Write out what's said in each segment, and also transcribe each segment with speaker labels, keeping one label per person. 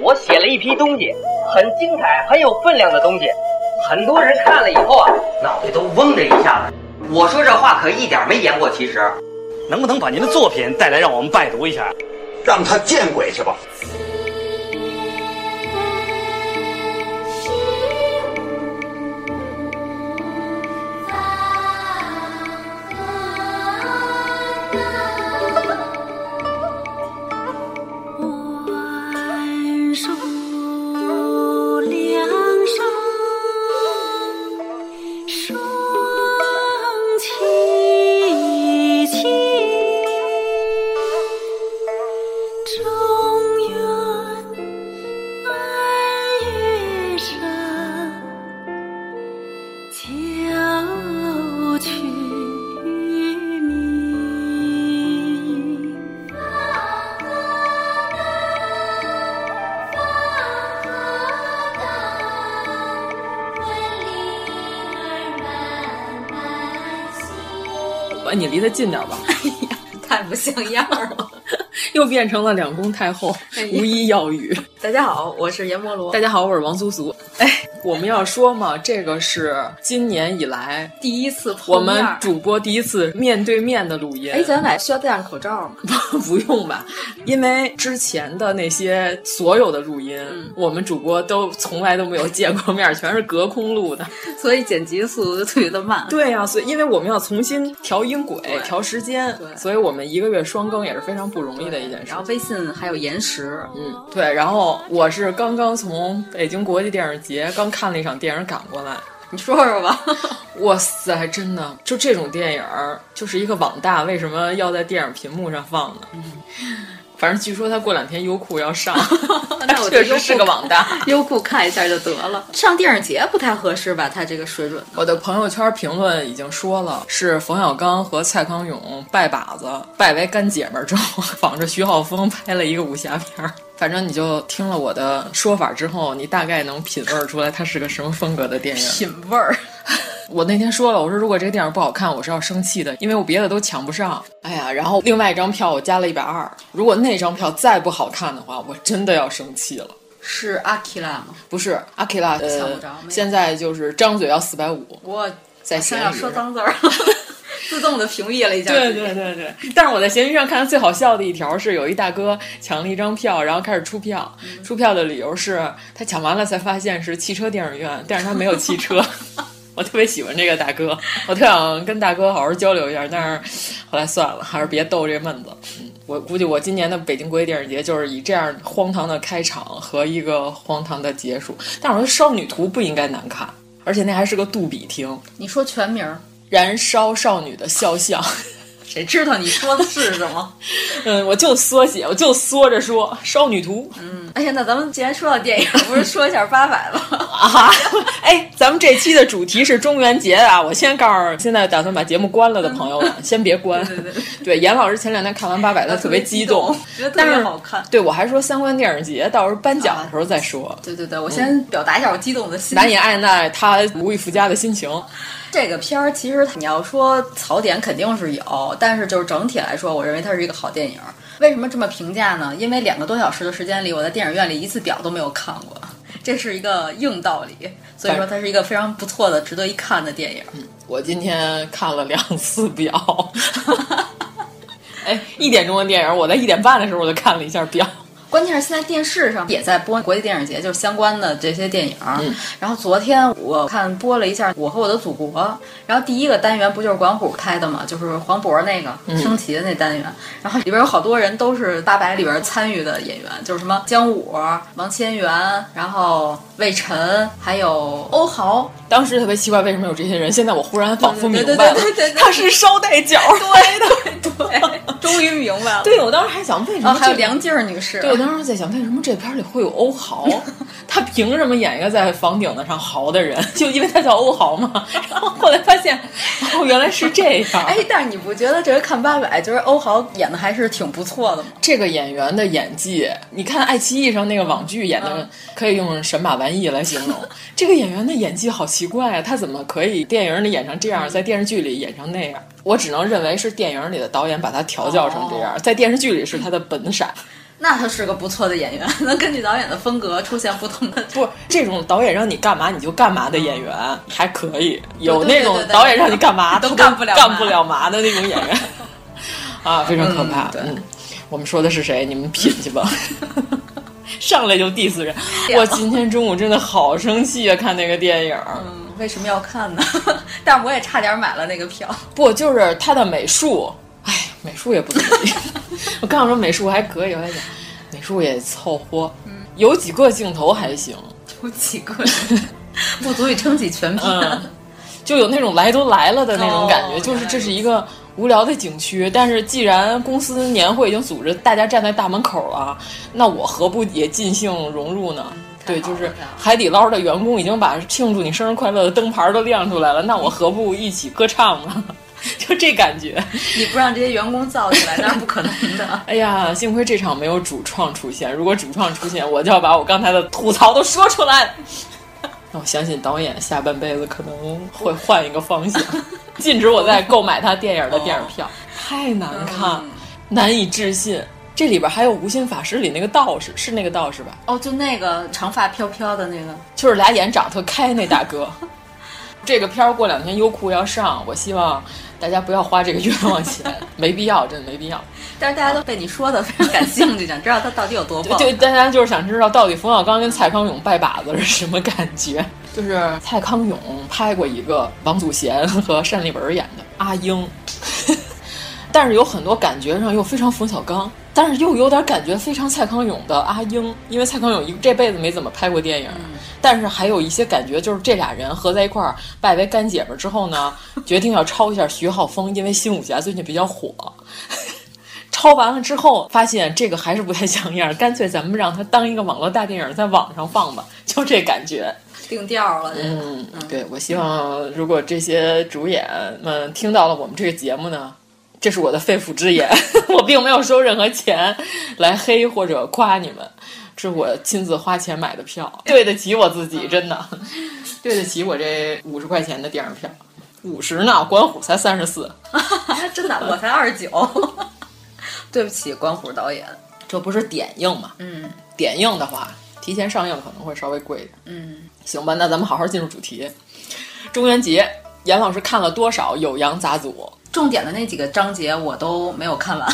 Speaker 1: 我写了一批东西，很精彩、很有分量的东西，很多人看了以后啊，脑袋都嗡的一下子。我说这话可一点没言过其实。
Speaker 2: 能不能把您的作品带来，让我们拜读一下？
Speaker 3: 让他见鬼去吧！
Speaker 4: 你离得近点吧，
Speaker 5: 哎呀，太不像样了，
Speaker 4: 又变成了两宫太后、哎、无一药语。
Speaker 5: 大家好，我是阎摩罗。
Speaker 4: 大家好，我是王苏苏。哎，我们要说嘛，这个是今年以来
Speaker 5: 第一次
Speaker 4: 我们主播第一次面对面的录音。
Speaker 5: 哎，咱俩需要戴上口罩吗？
Speaker 4: 不用吧，因为之前的那些所有的录音，嗯、我们主播都从来都没有见过面，全是隔空录的，
Speaker 5: 所以剪辑速度特别的慢。
Speaker 4: 对呀、啊，所以因为我们要重新调音轨、调时间，所以我们一个月双更也是非常不容易的一件事。
Speaker 5: 然后微信还有延时，
Speaker 4: 嗯，对，然后。我是刚刚从北京国际电影节刚看了一场电影赶过来，
Speaker 5: 你说说吧。
Speaker 4: 哇塞，真的，就这种电影儿，就是一个网大为什么要在电影屏幕上放呢？嗯、反正据说他过两天优酷要上，
Speaker 5: 那我
Speaker 4: 确实是个网大，
Speaker 5: 优酷看一下就得了。上电影节不太合适吧？他这个水准。
Speaker 4: 我的朋友圈评论已经说了，是冯小刚和蔡康永拜把子，拜为干姐们儿之后， 仿着徐浩峰拍了一个武侠片儿。反正你就听了我的说法之后，你大概能品味出来它是个什么风格的电影。
Speaker 5: 品味儿，
Speaker 4: 我那天说了，我说如果这个电影不好看，我是要生气的，因为我别的都抢不上。哎呀，然后另外一张票我加了一百二，如果那张票再不好看的话，我真的要生气了。
Speaker 5: 是阿基拉吗？
Speaker 4: 不是阿基拉，
Speaker 5: 呃，
Speaker 4: 现在就是张嘴要四百五。
Speaker 5: 我
Speaker 4: 在
Speaker 5: 想要说脏字儿。 自动的屏蔽了一下。
Speaker 4: 对对对对，但是我在闲鱼上看到最好笑的一条是，有一大哥抢了一张票，然后开始出票，嗯、出票的理由是他抢完了才发现是汽车电影院，但是他没有汽车。 我特别喜欢这个大哥，我特想跟大哥好好交流一下，但是后来算了，还是别逗这闷子。嗯，我估计我今年的北京国际电影节就是以这样荒唐的开场和一个荒唐的结束。但我说《少女图》不应该难看，而且那还是个杜比厅。
Speaker 5: 你说全名？
Speaker 4: 燃烧少女的肖像，
Speaker 5: 谁知道你说的是什么？
Speaker 4: 嗯，我就缩写，我就缩着说少女图。
Speaker 5: 嗯， 哎呀，那咱们既然说到电影，不是说一下八佰吗？
Speaker 4: 啊，哎，咱们这期的主题是中元节啊！我先告诉现在打算把节目关了的朋友们，嗯、先别关。
Speaker 5: 对对对，
Speaker 4: 对，严老师前两天看完八佰，他
Speaker 5: 特
Speaker 4: 别
Speaker 5: 激
Speaker 4: 动，
Speaker 5: 觉得
Speaker 4: 特别
Speaker 5: 好看。
Speaker 4: 对，我还说三观电影节，到时候颁奖的时候再说。啊、
Speaker 5: 对对对，我先表达一下我激动的心，
Speaker 4: 难以按捺他无以复加的心情。
Speaker 5: 这个片儿其实你要说槽点肯定是有，但是就是整体来说，我认为它是一个好电影。为什么这么评价呢？因为两个多小时的时间里，我在电影院里一次表都没有看过，这是一个硬道理。所以说，它是一个非常不错的、值得一看的电影。
Speaker 4: 嗯、我今天看了两次 表，哎，一点钟的电影，我在一点半的时候我就看了一下表。
Speaker 5: 关键是现在电视上也在播国际电影节，就是相关的这些电影。
Speaker 6: 嗯
Speaker 5: 然后昨天我看播了一下《我和我的祖国》，然后第一个单元不就是管虎开的嘛，就是黄渤那个
Speaker 7: 嗯
Speaker 5: 升旗的那单元。然后里边有好多人都是八佰里边参与的演员，就是什么姜武、啊王千源，然后魏晨，还有 欧豪。
Speaker 4: 当时特别奇怪，为什么有这些人？现在我忽然仿佛明白
Speaker 5: 对
Speaker 4: 了，
Speaker 5: 对对对对
Speaker 4: 他 是捎带脚。
Speaker 5: 终于明白了。
Speaker 4: 对，我当时还想为什么、
Speaker 5: 哦还有梁静儿女士
Speaker 4: 对我当时在想为什么这片儿里会有 欧豪，他凭什么演一个在房顶子上嚎的人？就因为他叫欧豪嘛。然后后来发现，哦，原来是这样。
Speaker 5: 哎，但是你不觉得这个看八佰，就是欧豪演的还是挺不错的吗？
Speaker 4: 这个演员的演技，你看爱奇艺上那个网剧演
Speaker 5: 嗯
Speaker 4: 的，可以用神马玩意来形容。这个演员的演技好奇怪啊，他怎么可以电影里演成这样，在电视剧里演成那样？我只能认为是电影里的导演把他调教成这
Speaker 5: 哦
Speaker 4: 样，在电视剧里是他的本色。
Speaker 5: 那他是个不错的演员， 能根据导演的风格出现不同的。
Speaker 4: 不，这种导演让你干嘛你就干嘛的演员还可以，有
Speaker 5: 嗯对对
Speaker 4: 那种
Speaker 5: 对对对
Speaker 4: 导演让你干嘛
Speaker 5: 都
Speaker 4: 他
Speaker 5: 干不了
Speaker 4: 干
Speaker 5: 嘛
Speaker 4: 不了嘛的那种演 员啊，非常可怕
Speaker 5: 嗯。对
Speaker 4: 嗯，我们说的是谁？你们品去吧。 上来就 diss 人，我今天中午真的好生气啊！看那个电影儿，
Speaker 5: 嗯为什么要看呢？ 但我也差点买了那个票。
Speaker 4: 不就是他的美术？哎，美术也不怎么地。 我刚想说美术还可以，我还想美术也凑合，
Speaker 5: 嗯
Speaker 4: 有几个镜头还行，
Speaker 5: 有几个人 不足以撑起全片。
Speaker 4: 嗯， 就有那种来都来了的那种感觉，
Speaker 5: 哦
Speaker 4: 就是这是一个无聊的景区，但是既然公司年会已经组织大家站在大门口了，那我何不也尽兴融入呢？对，就是海底捞的员工已经把庆祝你生日快乐的灯牌都亮出来了，那我何不一起歌唱呢？ 就这感觉。
Speaker 5: 你不让这些员工造起 来，那是不可能的。
Speaker 4: 哎呀，幸亏这场没有主创出现，如果主创出现，我就要把我刚才的吐槽都说出来。 那我相信导演下半辈子可能会换一个方向，禁止我再购买他电影的电影票，太难看，难以置信。这里边还有《无心法师》里那个道士，是那个道士吧？
Speaker 5: 哦，就那个长发飘飘的那个，
Speaker 4: 就是俩眼长特开那大哥。这个片儿过两天优酷要上，我希望大家不要花这个冤枉钱，没必要，真的没必要。
Speaker 5: 但是大家都被你说的非常感兴趣，想 知道他到底有多棒。
Speaker 4: 就大家就是想知道，到底冯小刚跟蔡康永拜把子是什么感觉？ 就是蔡康永拍过一个王祖贤和单立文演的《阿英》， 但是有很多感觉上又非常冯小刚，但是又有点感觉非常蔡康永的《阿英》，因为蔡康永一这辈子没怎么拍过电影，但是还有一些感觉，就是这俩人合在一块儿拜为干姐们儿之后呢，决定要抄一下徐浩峰，因为新武侠最近比较火。抄完了之后，发现这个还是不太像样，干脆咱们让它当一个网络大电影在网上放吧，就这感觉。
Speaker 5: 定调了，这个
Speaker 4: 嗯，对，我希望如果这些主演们听到了我们这个节目呢，这是我的肺腑之言， 我并没有收任何钱来黑或者夸你们，这是我亲自花钱买的票，对得起我自己，真的， 对得起我这五十块钱的电影票，五十呢，管虎才三十四。
Speaker 5: 哎真的，我才二十九。 对不起，关虎导演。
Speaker 4: 这不是点映嘛？
Speaker 5: 嗯
Speaker 4: 点映的话，提前上映可能会稍微贵一点。
Speaker 5: 嗯，
Speaker 4: 行吧，那咱们好好进入主题。中元节，严老师看了多少《酉阳杂俎》？
Speaker 5: 重点的那几个章节我都没有看完。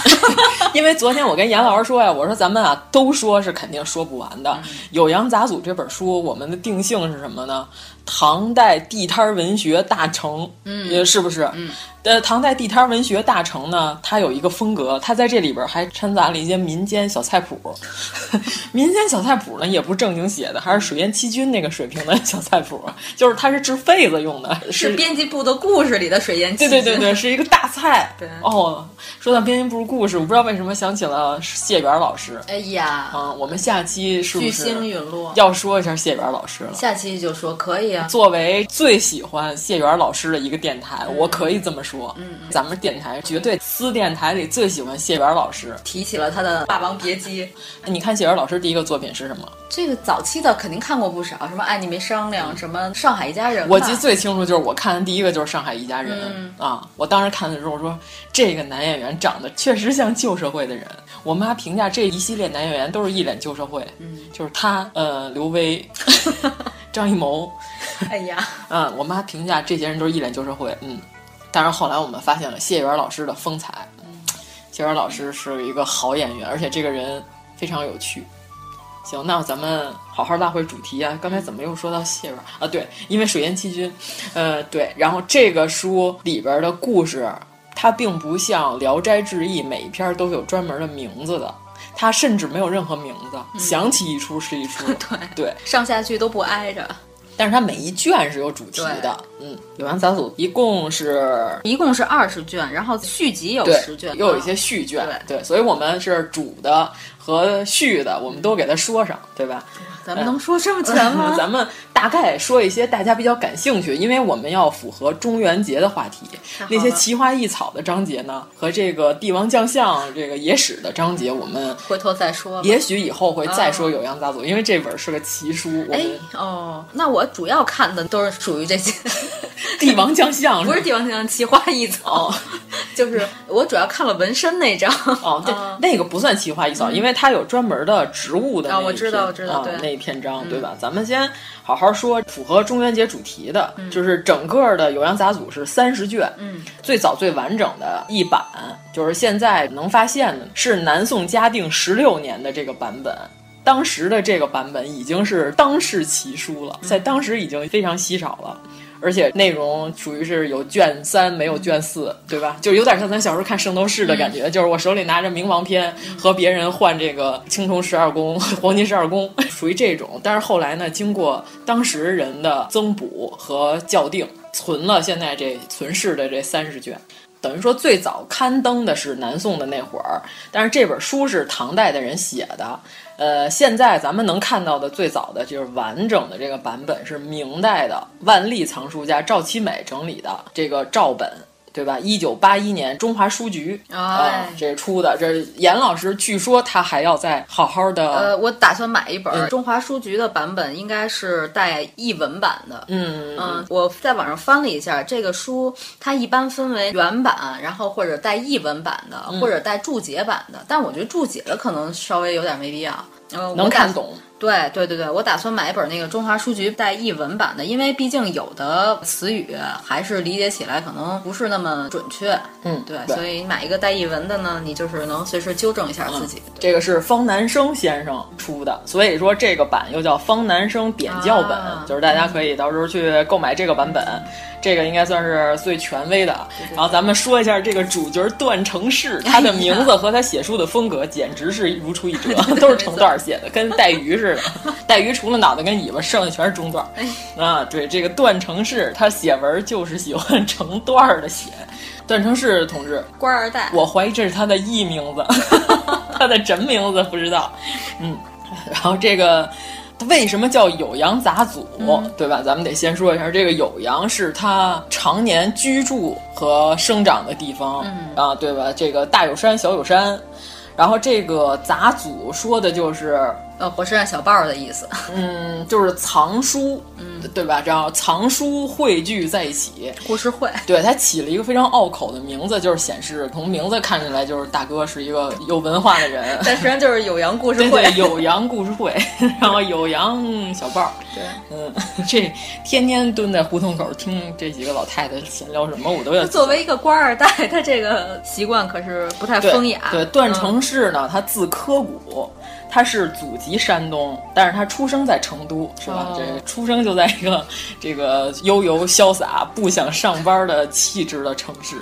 Speaker 4: 因为昨天我跟严老师说呀，我说咱们啊都说是肯定说不完的。
Speaker 5: 嗯
Speaker 4: 酉阳杂俎》这本书，我们的定性是什么呢？唐代地摊文学大成，
Speaker 5: 嗯
Speaker 4: 呃是不是？
Speaker 5: 嗯，
Speaker 4: 呃，唐代地摊文学大成呢，它有一个风格，它在这里边还掺杂了一些民间小菜谱。 民间小菜谱呢，也不是正经写的，还是水淹七军那个水平的小菜谱，就是它是治痱子用的，
Speaker 5: 是编辑部的故事里的水淹七
Speaker 4: 对
Speaker 5: 军。
Speaker 4: 对对对，是一个大菜。
Speaker 5: 对
Speaker 4: 哦，说到编辑部故事，我不知道为什么想起了谢元老师。
Speaker 5: 哎呀，
Speaker 4: 嗯，我们下期是不
Speaker 5: 巨星
Speaker 4: 是
Speaker 5: 陨落。
Speaker 4: 要说一下谢元老师了？
Speaker 5: 下期就说可以啊，
Speaker 4: 作为最喜欢谢元老师的一个电台，我可以这么说，嗯，咱们电台绝对私电台里最喜欢谢元老师。
Speaker 5: 提起了他的《霸王别姬》，
Speaker 4: 你看谢元老师第一个作品是什么？
Speaker 5: 这个早期的肯定看过不少，什么《爱你没商量》，什么《上海一家人》吧。
Speaker 4: 我记得最清楚就是我看的第一个就是《上海一家人》啊，我当时看的时候我说这个男演员长得确实像旧社会的人。我妈评价这一系列男演员都是一脸旧社会，就是他呃刘威、张艺谋，
Speaker 5: 哎呀，
Speaker 4: 嗯，我妈评价这些人都是一脸旧社会，嗯。但是后来我们发现嗯了谢元老师的风采，谢元老师是一个好演员，而且这个人非常有趣。行，那咱们好好拉回主题啊！刚才怎么又说到谢软啊？对，因为水淹七军，呃，对。然后这个书里边的故事，它并不像《聊斋志异》每一篇都是有专门的名字的，它甚至没有任何名字，想起一出是一出。
Speaker 5: 对
Speaker 4: 对，
Speaker 5: 上下句都不挨着。
Speaker 4: 但是它每一卷是有主题的，嗯，有完杂组一共是
Speaker 5: 一共是二十卷，然后续集有
Speaker 4: 对
Speaker 5: 十卷，
Speaker 4: 又有一些续卷，
Speaker 5: 啊
Speaker 4: 对，所以我们是主的和续的，我们都给它说上，对吧？嗯
Speaker 5: 咱们能说这么全吗？
Speaker 4: 咱们大概说一些大家比较感兴趣，因为我们要符合中元节的话题
Speaker 5: 太好。
Speaker 4: 那些
Speaker 5: 了
Speaker 4: 奇花异草的章节呢，和这个帝王将相、这个野史的章节，我们
Speaker 5: 回头再说吧。
Speaker 4: 也许以后会再说
Speaker 5: 啊
Speaker 4: 《酉阳杂俎》，因为这本是个奇书。我
Speaker 5: 哎
Speaker 4: 们
Speaker 5: 哦，那我主要看的都是属于这些，
Speaker 4: 帝王将 相哦
Speaker 5: 不是
Speaker 4: 吧
Speaker 5: 帝王将相奇花异草， 就是我主要看了纹身那张。
Speaker 4: 哦，对，
Speaker 5: 啊
Speaker 4: 那个不算奇花异草，因为它有专门的植物的
Speaker 5: 嗯
Speaker 4: 那
Speaker 5: 啊
Speaker 4: 一
Speaker 5: 我知
Speaker 4: 篇
Speaker 5: 道我知道
Speaker 4: 啊
Speaker 5: 对嗯
Speaker 4: 那一篇章，对吧？咱们先好好说符合中元节主题的，就是整个的《酉阳杂俎》是三十卷，
Speaker 5: 嗯，
Speaker 4: 最早最完整的一版，就是现在能发现的，是南宋嘉定十六年的这个版本。当时的这个版本已经是当世奇书
Speaker 5: 嗯
Speaker 4: 了，在当时已经非常稀少了。而且内容属于是有卷三没有卷四，对吧？就有点像咱小时候看《圣斗士》的感觉，就是我手里拿着冥王篇和别人换这个青铜十二宫、 黄金十二宫，属于这种。但是后来呢，经过当时人的增补和校订，存了现在这存世的这三十卷。等于说最早刊登的是南宋的那会儿，但是这本书是唐代的人写的。呃，现在咱们能看到的最早的就是完整的这个版本是明代的万历藏书家赵其美整理的这个赵本。对吧？一九八一年，中华书局啊、
Speaker 5: 嗯哎
Speaker 4: 这出的，这严老师据说他还要再好好的，
Speaker 5: 呃，我打算买一本儿
Speaker 4: 嗯
Speaker 5: 中华书局的版本，应该是带译文版的。
Speaker 4: 嗯
Speaker 5: 嗯，我在网上翻了一下，这个书它一般分为原版，然后或者带译文版的，
Speaker 4: 嗯
Speaker 5: 或者带注解版的。但我觉得注解的可能稍微有点没必要。嗯，
Speaker 4: 能看。懂。
Speaker 5: 对对对对，我打算买一本那个中华书局带译文版的，因为毕竟有的词语还是理解起来可能不是那么准确。
Speaker 4: 嗯
Speaker 5: 对，
Speaker 4: 对
Speaker 5: 所以买一个带译文的呢，你就是能随时纠正一下自己。对
Speaker 4: 这个是方南生先生出的，所以说这个版又叫方南生点教本，
Speaker 5: 啊
Speaker 4: 就是大家可以到时候去购买这个版本，这个应该算是最权威的。然后咱们说一下这个主角段成式，他的名字和他写书的风格简直是如出一辙，都是成段儿写的，跟带鱼似的。带鱼除了脑袋跟尾巴，剩下全是中段儿。啊，对，这个段成式他写文就是喜欢成段儿的写。段成式同志，
Speaker 5: 官二代，
Speaker 4: 我怀疑这是他的艺名字， 他的真名字不知道。嗯，然后这个为什么叫酉阳杂俎，对吧？咱们得先说一下，这个酉阳是他常年居住和生长的地方，啊，对吧？这个大有山、小有山。然后这个杂俎说的就是
Speaker 5: 呃，火车站小报的意思。
Speaker 4: 嗯，就是藏书，嗯，对吧？然后藏书汇聚在一起，
Speaker 5: 故事会，
Speaker 4: 对他起了一个非常拗口的名字，就是显示从名字看起来就是大哥是一个有文化的人。
Speaker 5: 但实际上就是酉阳故事
Speaker 4: 对
Speaker 5: 会
Speaker 4: 对，。酉阳故 事会，然后酉阳小报，
Speaker 5: 对，
Speaker 4: 嗯， 这天天蹲在胡同口听这几个老太太闲聊什么，我都要
Speaker 5: 他作为一个官二代，他这个习惯可是不太
Speaker 4: 对
Speaker 5: 风雅。嗯
Speaker 4: 对，段成式呢，他字科古，他是祖籍山东，但是他出生在成都，是吧？
Speaker 5: 哦
Speaker 4: 这个出生就在一个这个悠游潇洒、不想上班的气质的城市。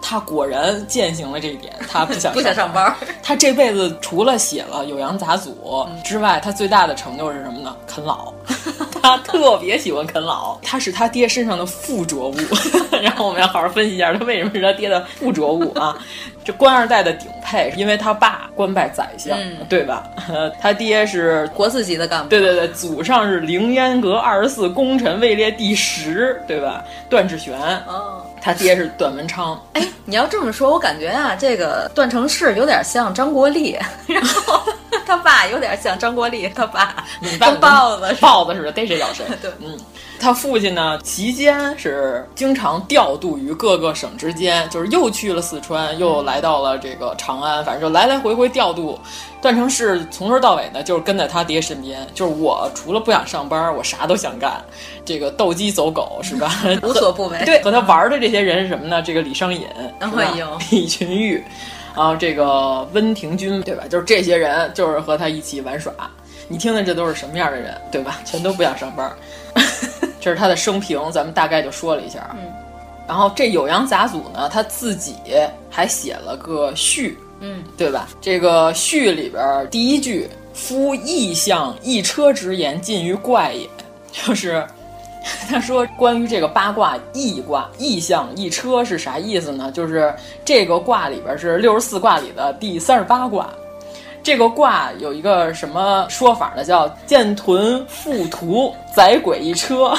Speaker 4: 他果然践行了这一点，他不想
Speaker 5: 嗯 不想上班儿。
Speaker 4: 他这辈子除了写了《酉阳杂俎》之外，他最大的成就是什么呢？啃老。 他特别喜欢啃老，他是他爹身上的附着物。 然后我们要好好分析一下，他为什么是他爹的附着物啊？这官二代的顶配，因为他爸官拜宰相，
Speaker 5: 嗯
Speaker 4: 对吧？ 呃，他爹是
Speaker 5: 国字级的干部。
Speaker 4: 对对对，祖上是凌烟阁二十四功臣位列第十，对吧？段志玄，
Speaker 5: 哦，
Speaker 4: 他爹是段文昌，
Speaker 5: 哎，你要这么说，我感觉啊，这个段成式有点像张国立， 然后他爸有点像张国立他爸，
Speaker 4: 你爸
Speaker 5: 跟豹子似的。
Speaker 4: 豹子似的逮谁咬谁。
Speaker 5: 对
Speaker 4: 嗯，他父亲呢，期间是经常调度于各个省之间，就是又去了四川，又来到了这个长安，反正就来来回回调度。段成式从头到尾呢，就是跟在他爹身边，就是我除了不想上班，我啥都想干，这个斗鸡走狗是吧？
Speaker 5: 无所不为 嗯
Speaker 4: 对，和他玩的这些人是什么呢？这个李商隐，是吧
Speaker 5: 哎呦
Speaker 4: 李群玉。然后这个温庭筠，对吧？就是这些人，就是和他一起玩耍。你听听，这都是什么样的人，对吧？ 全都不想上班。这是他的生平，咱们大概就说了一下。
Speaker 5: 嗯，
Speaker 4: 然后这《酉阳杂俎》呢，他自己还写了个序，
Speaker 5: 嗯，
Speaker 4: 对吧？这个序里边儿第一句“夫异象一车之言，近于怪也”，就是 他说关于这个八卦易卦、易象、易车是啥意思呢？就是这个卦里边儿是六十四卦里的第三十八卦。这个卦有一个什么说法呢？叫“见屯覆图，载鬼一车”，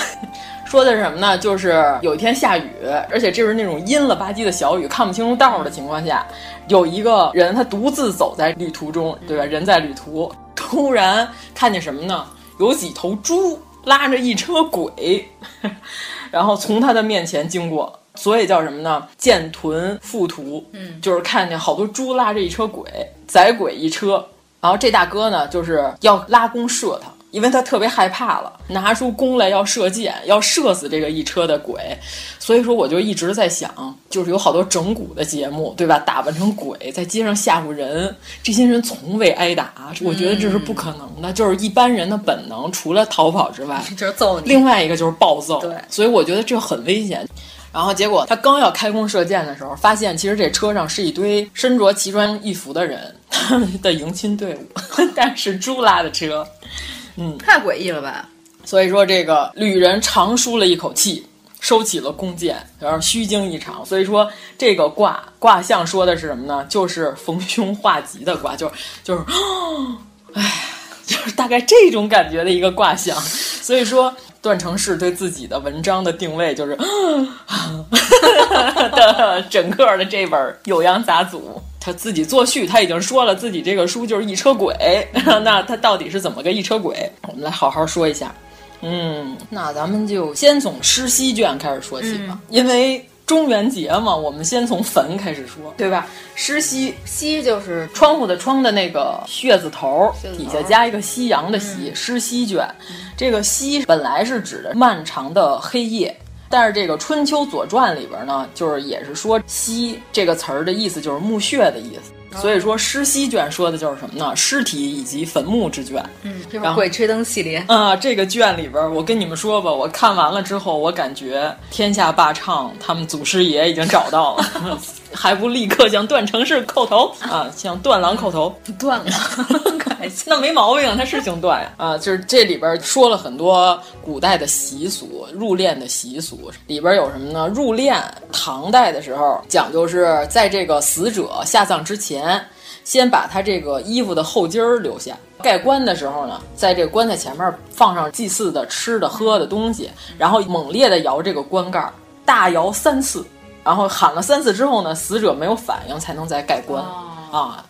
Speaker 4: 说的是什么呢？就是有一天下雨，而且这是那种阴了吧唧的小雨，看不清楚道儿的情况下，有一个人他独自走在旅途中，对吧？人在旅途，突然看见什么呢？有几头猪拉着一车鬼，然后从他的面前经过。所以叫什么呢？见豚覆图，
Speaker 5: 嗯
Speaker 4: 就是看见好多猪拉着一车鬼，载鬼一车。然后这大哥呢，就是要拉弓射他，因为他特别害怕了，拿出弓来要射箭，要射死这个一车的鬼。所以说，我就一直在想，就是有好多整蛊的节目，对吧？打扮成鬼在街上吓唬人，这些人从未挨打，我觉得这是不可能的。就是一般人的本能，除了逃跑之外，
Speaker 5: 就是揍你。
Speaker 4: 另外一个就是暴揍。
Speaker 5: 对
Speaker 4: 所以我觉得这很危险。然后结果他刚要开弓射箭的时候，发现其实这车上是一堆身着奇装异服的人，他们的迎亲队伍， 但是猪拉的车。
Speaker 5: 太诡异了吧？
Speaker 4: 所以说，这个旅人长舒了一口气，收起了弓箭，然后虚惊一场。所以说，这个卦卦象说的是什么呢？就是逢凶化吉的卦，就是就是， 哎，就是大概这种感觉的一个卦象。所以说，段成式对自己的文章的定位就是 的整个的这本《酉阳杂俎》。他自己作序，他已经说了自己这个书就是一车鬼， 那他到底是怎么个一车鬼？我们来好好说一下。嗯，那咱们就先从吃西卷开始说起吧，因为中元节嘛，我们先从坟开始说，对吧？湿西
Speaker 5: 西就是
Speaker 4: 窗户的窗的那个穴字头
Speaker 5: 穴字头
Speaker 4: 底下加一个夕阳的夕，湿西卷。这个西本来是指的漫长的黑夜，但是这个《春秋左传》里边呢，就是也是说“西”这个词儿的意思就是墓穴的意思。所以说，湿西卷说的就是什么呢？尸体以及坟墓之卷。
Speaker 5: 嗯，这
Speaker 4: 然
Speaker 5: 是
Speaker 4: 后
Speaker 5: 鬼吹灯系列。
Speaker 4: 啊，这个卷里边儿，我跟你们说吧，我看完了之后，我感觉天下霸唱他们祖师爷已经找到了， 还不立刻向段成式叩头啊，向段郎叩头。
Speaker 5: 断了， 感谢。
Speaker 4: 那没毛病，他是姓段呀。啊，就是这里边说了很多古代的习俗，入殓的习俗里边有什么呢？入殓，唐代的时候讲究是在这个死者下葬之前，先把他这个衣服的后襟儿留下。盖棺的时候呢，在这个棺材前面放上祭祀的吃的喝的东西，然后猛烈地摇这个棺盖儿，大摇三次，然后喊了三次之后呢，死者没有反应才能再盖棺、啊。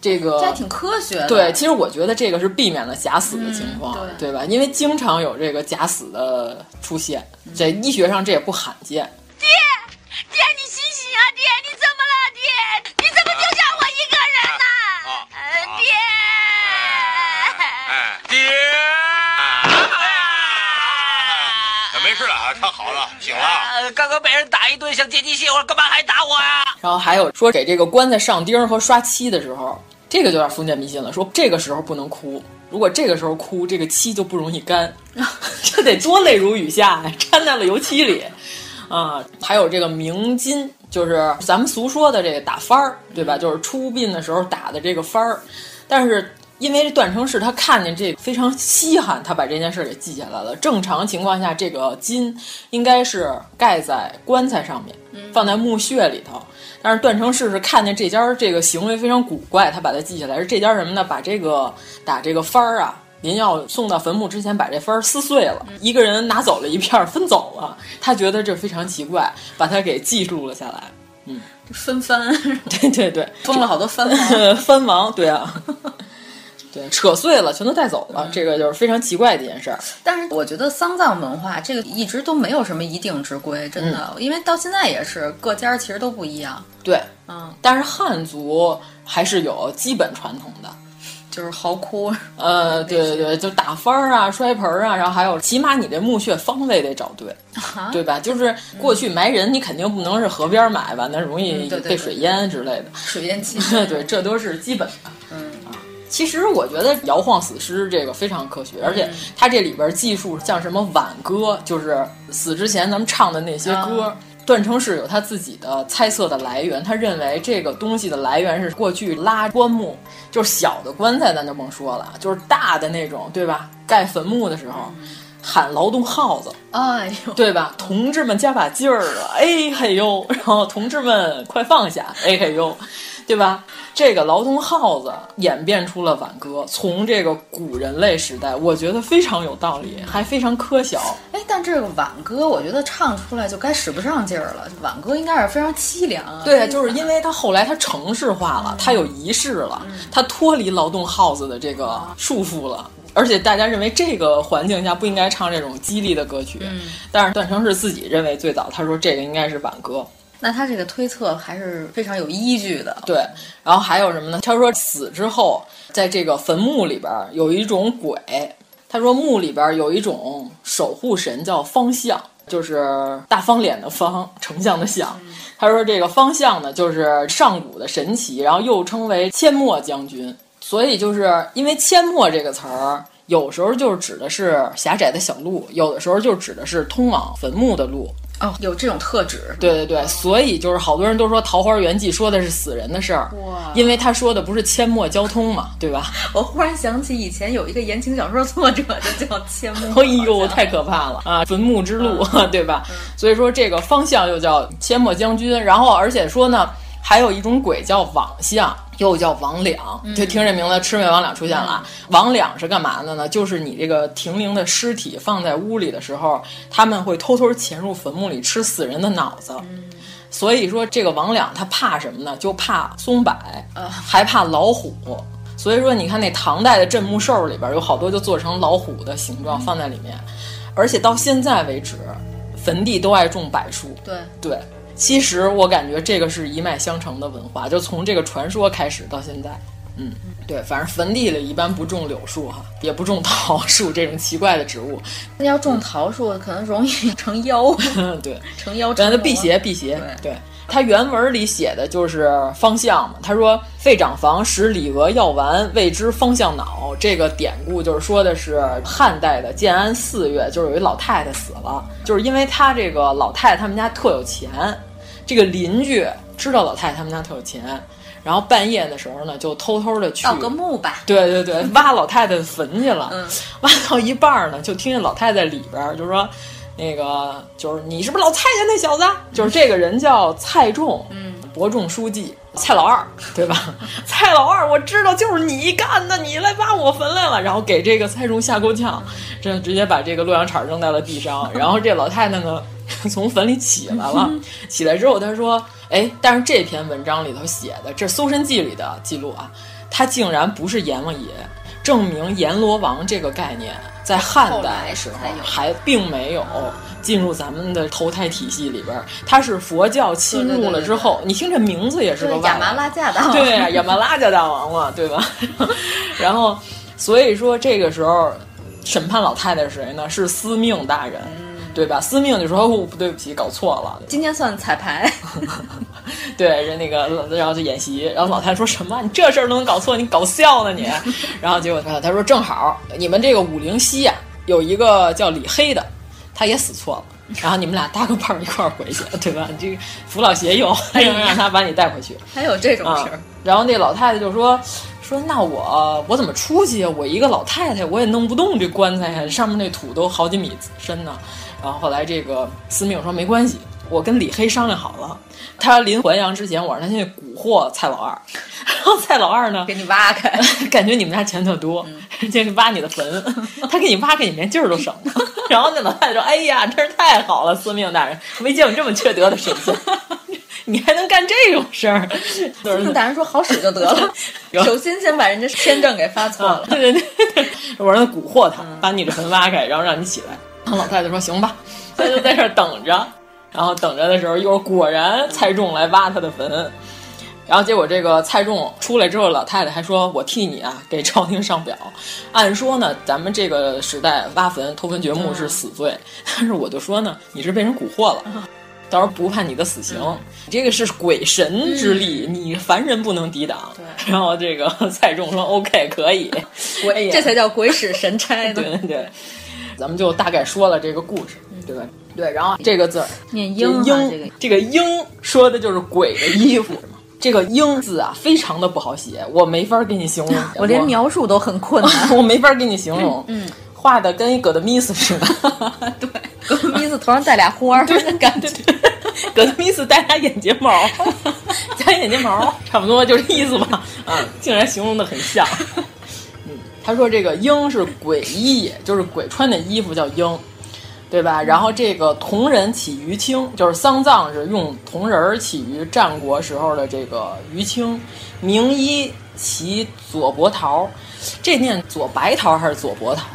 Speaker 4: 这个
Speaker 5: 哦这还挺科学的。
Speaker 4: 对，其实我觉得这个是避免了假死的情况，
Speaker 5: 嗯
Speaker 4: 对吧？因为经常有这个假死的出现，在医学上这也不罕见。
Speaker 7: 爹，你醒醒啊！爹，你怎么了？爹，你怎么就让我一个人呢、呃爹。
Speaker 8: 哎，爹，没事了啊，唱好了，醒了。
Speaker 1: 呃刚刚被人打一顿，想借机泄火，干嘛还打我啊呀、
Speaker 4: 然后还有说给这个棺材上钉儿和刷漆的时候，这个就有点封建迷信了，说这个时候不能哭，如果这个时候哭，这个漆就不容易干，这得多泪如雨下呀，掺在了油漆里啊。还有这个鸣金，就是咱们俗说的这个打幡儿，对吧？就是出殡的时候打的这个幡儿，但是。因为段成式他看见这个非常稀罕，他把这件事给记下来了。正常情况下，这个金应该是盖在棺材上面，放在墓穴里头。但是段成式是看见这家儿这个行为非常古怪，他把它记下来。是这家儿什么呢？把这个打这个幡儿啊，您要送到坟墓之前把这幡儿撕碎了，一个人拿走了一片儿分走了。他觉得这非常奇怪，把它给记录了下来。
Speaker 5: 纷纷
Speaker 4: 对对对，
Speaker 5: 封了好多番王。
Speaker 4: 呃，藩王，对啊， 对，扯碎了，全都带走了，这个就是非常奇怪的一件事儿。
Speaker 5: 但是我觉得丧葬文化这个一直都没有什么一定之规，真的，
Speaker 4: 嗯
Speaker 5: 因为到现在也是各家其实都不一样。
Speaker 4: 对，
Speaker 5: 嗯，
Speaker 4: 但是汉族还是有基本传统的。
Speaker 5: 就是嚎哭，
Speaker 4: 呃，对对对，就打幡儿啊、摔盆儿啊，然后还有，起码你这墓穴方位得找对，对吧？就是过去埋人，你肯定不能是河边埋吧，那容易被水淹之类的。
Speaker 5: 水淹气，
Speaker 4: 对，这都是基本的。嗯啊，其实我觉得摇晃死尸这个非常科学，而且它这里边技术像什么挽歌，就是死之前咱们唱的那些歌。
Speaker 5: 啊
Speaker 4: 段成式有他自己的猜测的来源，他认为这个东西的来源是过去拉棺木，就是小的棺材咱就甭说了，就是大的那种，对吧？盖坟墓的时候。喊劳动号子，
Speaker 5: 哎呦，
Speaker 4: 对吧？同志们加把劲儿啊！哎嘿呦，然后同志们快放下！哎嘿呦，对吧？这个劳动号子演变出了挽歌，从这个古人类时代，我觉得非常有道理，还非常科学。
Speaker 5: 哎，但这个挽歌，我觉得唱出来就该使不上劲儿了。挽歌应该是非常凄凉啊。嗯
Speaker 4: 对，就是因为它后来它城市化了，它有仪式了，它脱离劳动号子的这个束缚了。而且大家认为这个环境下不应该唱这种激励的歌曲，
Speaker 5: 嗯
Speaker 4: 但是段成式自己认为最早他说这个应该是挽歌，
Speaker 5: 那他这个推测还是非常有依据的。
Speaker 4: 对。然后还有什么呢？他说死之后，在这个坟墓里边有一种鬼，他说墓里边有一种守护神叫方相，就是大方脸的方，丞相的相。他说这个方相呢，就是上古的神奇，然后又称为阡陌将军。所以就是因为“阡陌”这个词儿，有时候就指的是狭窄的小路，有的时候就指的是通往坟墓的路。
Speaker 5: 哦，有这种特质。
Speaker 4: 对对对，所以就是好多人都说《桃花源记》说的是死人的事儿，
Speaker 5: 哇
Speaker 4: 因为他说的不是阡陌交通嘛，对吧？
Speaker 5: 我忽然想起以前有一个言情小说作者，就叫阡陌。
Speaker 4: 哎呦，太可怕了啊！坟墓之路， 对吧？所以说这个方向又叫阡陌将军，然后而且说呢，还有一种鬼叫网相，又叫魍两，就听这名字，魑魅魍魉出现了啊。魍两是干嘛的呢？就是你这个停灵的尸体放在屋里的时候，他们会偷偷潜入坟墓里吃死人的脑子。所以说，这个魍两它怕什么呢？就怕松柏，还怕老虎。所以说，你看那唐代的镇墓兽里边有好多就做成老虎的形状放在里面，而且到现在为止，坟地都爱种柏树。
Speaker 5: 对，
Speaker 4: 对，其实我感觉这个是一脉相承的文化，就从这个传说开始到现在。嗯，对，反正坟地里一般不种柳树哈，也不种桃树这种奇怪的植物。
Speaker 5: 那要种桃树，可能容易成妖，
Speaker 4: 对，
Speaker 5: 成妖成
Speaker 4: 让
Speaker 5: 魔。
Speaker 4: 他辟邪，辟邪。对，他原文里写的就是方向嘛。他说“废长房，食李娥药丸，谓之方向脑”。这个典故就是说的是汉代的建安四月，就是有一老太太死了，就是因为她这个老太太他们家特有钱，这个邻居知道老太太他们家特有钱，然后半夜的时候呢，就偷偷的去
Speaker 5: 盗个墓吧。
Speaker 4: 对对对，挖老太太的坟去了。
Speaker 5: 嗯
Speaker 4: 挖到一半儿呢，就听见老太太里边儿就说：“那个就是你是不是老蔡家那小子？啊就是这个人叫蔡仲，嗯，伯仲书记，蔡老二，对吧？蔡老二，我知道就是你干的，你来挖我坟来了。”然后给这个蔡仲吓够呛，这直接把这个洛阳铲扔在了地上。然后这老太太呢， 从坟里起来了。起来之后，她说：“哎，但是这篇文章里头写的，这《搜神记》里的记录啊。”他竟然不是阎王爷，证明阎罗王这个概念在汉代的时候
Speaker 5: 后来才有
Speaker 4: 还并没有进入咱们的投胎体系里边儿，它是佛教侵入了之后，你听这名字也是个
Speaker 5: 对，
Speaker 4: 外
Speaker 5: 亚
Speaker 4: 来
Speaker 5: 麻拉架的。
Speaker 4: 对呀，亚麻拉家大王嘛，对吧？ 然后，所以说这个时候，审判老太太是谁呢？是司命大人，
Speaker 5: 嗯
Speaker 4: 对吧？司命就说：“哦，不对不起，搞错了。”
Speaker 5: 今天算彩排，
Speaker 4: 对，人那个然后就演习，然后老太太说什么你这事儿都能搞错，你搞笑呢你？然后结果他他说正好你们这个武陵西呀、有一个叫李黑的，他也死错了。然后你们俩搭个伴儿一块儿回去，对吧？你这个扶老携幼，让他把你带回去。
Speaker 5: 还有 这种事儿
Speaker 4: 啊。然后那老太太就说说那我我怎么出去啊？我一个老太太，我也弄不动这棺材呀，上面那土都好几米深呢。然后后来这个司命说没关系，我跟李黑商量好了，他临还阳之前，我让他去蛊惑蔡老二， 然后蔡老二呢
Speaker 5: 给你挖开，
Speaker 4: 感觉你们家钱特多， 人家就挖你的坟，他给你挖开，你连劲儿都省了。然后那老太太说：“哎呀，真是太好了，司命大人，没见过这么缺德的神仙， 你还能干这种事儿？”就是
Speaker 5: 那大人说好使就得了
Speaker 4: 有，
Speaker 5: 首先先把人家签证给发错
Speaker 4: 啊
Speaker 5: 了，
Speaker 4: 对对对对，我让他蛊惑他，把你的坟挖开，然后让你起来。然后嗯老太太说：“行吧。”他就在这儿等着。然后等着的时候，一会儿果然猜中来挖他的坟。然后结果这个蔡仲出来之后，老太太还说：“我替你啊，给朝廷上表。”按说呢，咱们这个时代挖坟、偷坟掘墓是死罪， 但是我就说呢，你是被人蛊惑了，到时候不判你的死刑，你这个是鬼神之力，你凡人不能抵挡。 然后这个蔡仲说：“OK，可以。”
Speaker 5: 鬼，这才叫鬼使神差呢。
Speaker 4: 哎 对对，咱们就大概说了这个故事，对吧？对，然后这个字儿
Speaker 9: 嗯念
Speaker 4: 鹰，
Speaker 9: 鹰，啊
Speaker 4: 这个鹰说的就是鬼的衣服。这个“鹰”字啊，非常的不好写，我没法给你形容，
Speaker 9: 我连描述都很困难，
Speaker 4: 我没法给你形容。
Speaker 9: 嗯，
Speaker 4: 画的跟一葛德米斯似的，
Speaker 5: 对，葛德米斯头上戴俩花儿，
Speaker 4: 对，感觉 葛德米斯戴俩眼睫毛，加眼睫毛，差不多就这意思吧。啊，竟然形容的很像。嗯，他说这个“鹰”是鬼衣，就是鬼穿的衣服叫鹰。对吧？然后这个铜人起于青，就是丧葬是用铜人起于战国时候的这个于青，名医其左伯桃，这念左白桃还是左伯桃？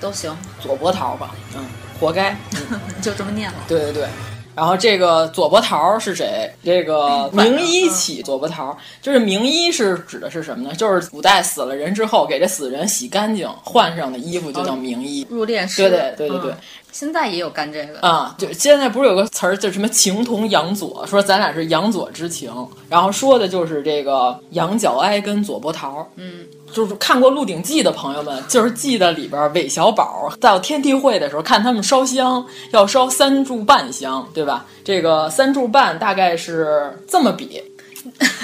Speaker 5: 都行，
Speaker 4: 左伯桃吧，嗯，活该，
Speaker 5: 嗯、就这么念了。
Speaker 4: 对对对。然后这个左伯桃是谁？这个名医起左伯桃，就是名医是指的是什么呢？就是古代死了人之后，给这死人洗干净，换上的衣服就叫名医。
Speaker 5: 哦、入殓师。
Speaker 4: 对对对对对、嗯。
Speaker 5: 现在也有干这个
Speaker 4: 啊、嗯，就现在不是有个词儿叫什么“情同杨左”，说咱俩是杨左之情，然后说的就是这个羊角哀跟左伯桃。
Speaker 5: 嗯。
Speaker 4: 就是看过《鹿鼎记》的朋友们，就是记得里边韦小宝到天地会的时候，看他们烧香要烧三炷半香，对吧？这个三炷半大概是这么比。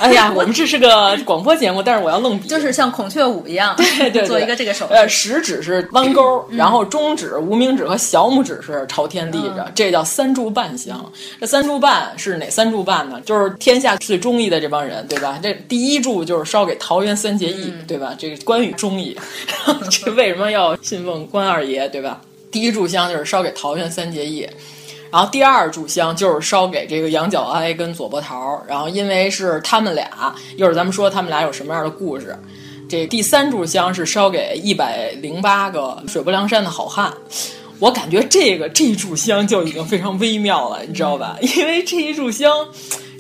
Speaker 4: 哎呀，我们这是个广播节目，但是我要愣 比，
Speaker 5: 就是像孔雀舞一样，
Speaker 4: 对,对对，
Speaker 5: 做一个这个手势。嗯
Speaker 4: 呃，食指是弯钩，然后中指、无名指和小拇指是朝天立着，嗯、这叫三柱半香。这三柱半是哪三柱半呢？就是天下最忠义的这帮人，对吧？这第一柱就是烧给桃园三结义，
Speaker 5: 嗯、
Speaker 4: 对吧？这个关羽忠义， 这为什么要信奉关二爷，对吧？第一炷香就是烧给桃园三结义。然后第二炷香就是烧给这个羊角哀跟左伯桃，然后因为是他们俩，一会儿咱们说他们俩有什么样的故事。这第三炷香是烧给一百零八个水泊梁山的好汉，我感觉这个这一炷香就已经非常微妙了，你知道吧？ 因为这一炷香，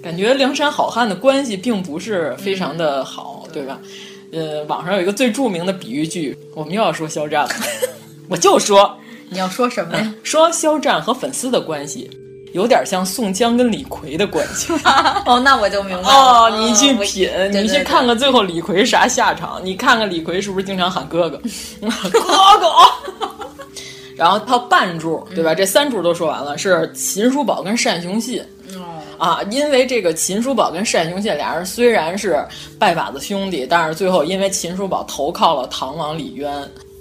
Speaker 4: 感觉梁山好汉的关系并不是非常的好，对吧？呃，网上有一个最著名的比喻句，我们又要说肖战了， 我就说。
Speaker 5: 你要说什么呀？
Speaker 4: 说肖战和粉丝的关系，有点像宋江跟李逵的关系。
Speaker 5: 哦，那我就明白了。嗯
Speaker 4: 哦，你去品，哦、你去看看最后李逵啥下场，你看看李逵是不是经常喊哥哥， 哥哥。 然后他半柱，对吧？嗯、这三柱都说完了，是秦叔宝跟单雄信。
Speaker 5: 哦、
Speaker 4: 啊，因为这个秦叔宝跟单雄信俩人虽然是拜把子兄弟，但是最后因为秦叔宝投靠了唐王李渊，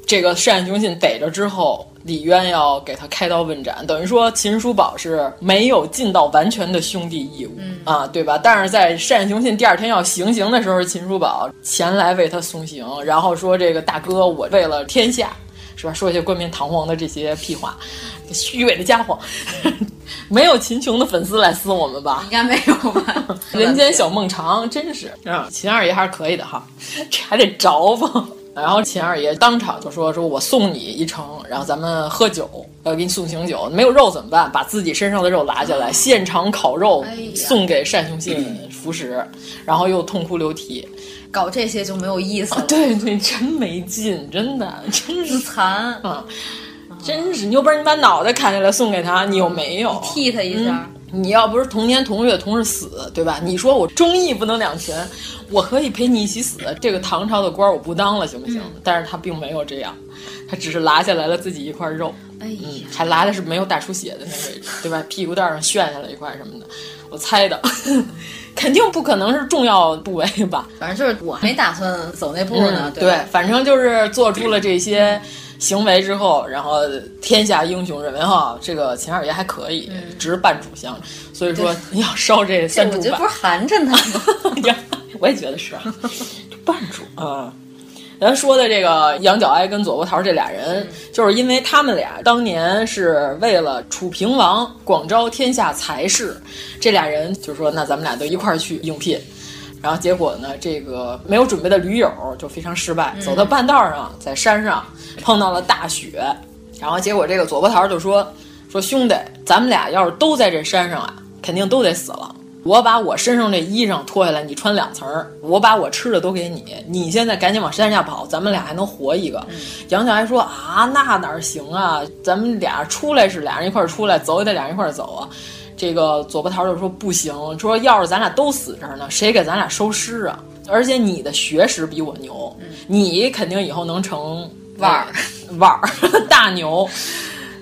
Speaker 4: 这个单雄信逮着之后。李渊要给他开刀问斩，等于说秦叔宝是没有尽到完全的兄弟义务、
Speaker 5: 嗯、
Speaker 4: 啊，对吧？但是在单雄信第二天要行刑的时候，秦叔宝前来为他送行，然后说：“这个大哥，我为了天下，是吧？”说一些冠冕堂皇的这些屁话，虚伪的家伙， 没有秦琼的粉丝来撕我们吧？
Speaker 5: 应该没有吧？
Speaker 4: 人间小孟尝真是啊，秦二爷还是可以的哈， 这还得着吧。然后秦二爷当场就说：“说我送你一程，然后咱们喝酒，要给你送行酒。没有肉怎么办？把自己身上的肉拿下来，现场烤肉送给单雄信服食，
Speaker 5: 哎、
Speaker 4: 然后又痛哭流涕。
Speaker 5: 搞这些就没有意思了。
Speaker 4: 啊、 对对，真没劲，真的，真是
Speaker 5: 残
Speaker 4: 啊！真是，你有本事你把脑袋砍下来送给他，你有没有？
Speaker 5: 你替他一下。
Speaker 4: 嗯”你要不是同年同月同日死，对吧？你说我忠义不能两全，我可以陪你一起死。这个唐朝的官我不当了，行不行？
Speaker 5: 嗯、
Speaker 4: 但是他并没有这样，他只是拿下来了自己一块肉，
Speaker 5: 哎呀、嗯，
Speaker 4: 还拿的是没有打出血的那位置，对吧？屁股蛋上炫下来一块什么的，我猜的， 肯定不可能是重要部位吧？
Speaker 5: 反正就是我没打算走那步呢，
Speaker 4: 嗯、对,对，反正就是做出了这些。行为之后，然后天下英雄认为哈，这个秦二爷还可以，
Speaker 5: 嗯、
Speaker 4: 值半炷香，所以说你要烧 这三炷。
Speaker 5: 我觉得不是寒碜他
Speaker 4: 吗？我也觉得是，啊半炷啊。咱说的这个羊角哀跟左伯桃这俩人，
Speaker 5: 嗯、
Speaker 4: 就是因为他们俩当年是为了楚平王广招天下才士，这俩人就说那咱们俩就一块儿去应聘。然后结果呢？这个没有准备的驴友就非常失败，
Speaker 5: 嗯、
Speaker 4: 走到半道上，在山上碰到了大雪，然后结果这个左伯桃就说：“说兄弟，咱们俩要是都在这山上啊，肯定都得死了。我把我身上这衣裳脱下来，你穿两层儿；我把我吃的都给你，你现在赶紧往山下跑，咱们俩还能活一个。杨绛还说啊，那哪行啊？咱们俩出来是俩人一块儿出来，走也得俩人一块儿走啊。这个左伯桃就说不行，说要是咱俩都死这儿呢，谁给咱俩收尸啊？而且你的学识比我牛，你肯定以后能成
Speaker 5: 嗯腕儿
Speaker 4: 腕儿大牛。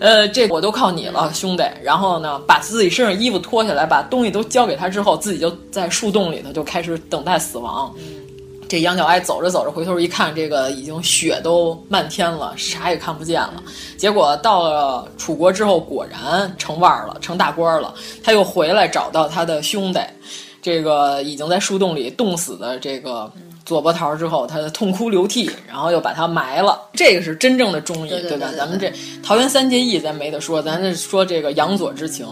Speaker 4: 呃，这我都靠你
Speaker 5: 嗯
Speaker 4: 了，兄弟。然后呢，把自己身上衣服脱下来，把东西都交给他之后，自己就在树洞里头就开始等待死亡。这杨角哀走着走着，回头一看，这个已经雪都漫天了，啥也看不见了。结果到了楚国之后，果然成腕儿了，成大官儿了。他又回来找到他的兄弟，这个已经在树洞里冻死的这个左伯桃之后，他痛哭流涕，然后又把他埋了。这个是真正的忠义，
Speaker 5: 对对
Speaker 4: 吧？
Speaker 5: 对对
Speaker 4: 咱们这桃园三结义，咱没得说，咱这说这个杨左之情。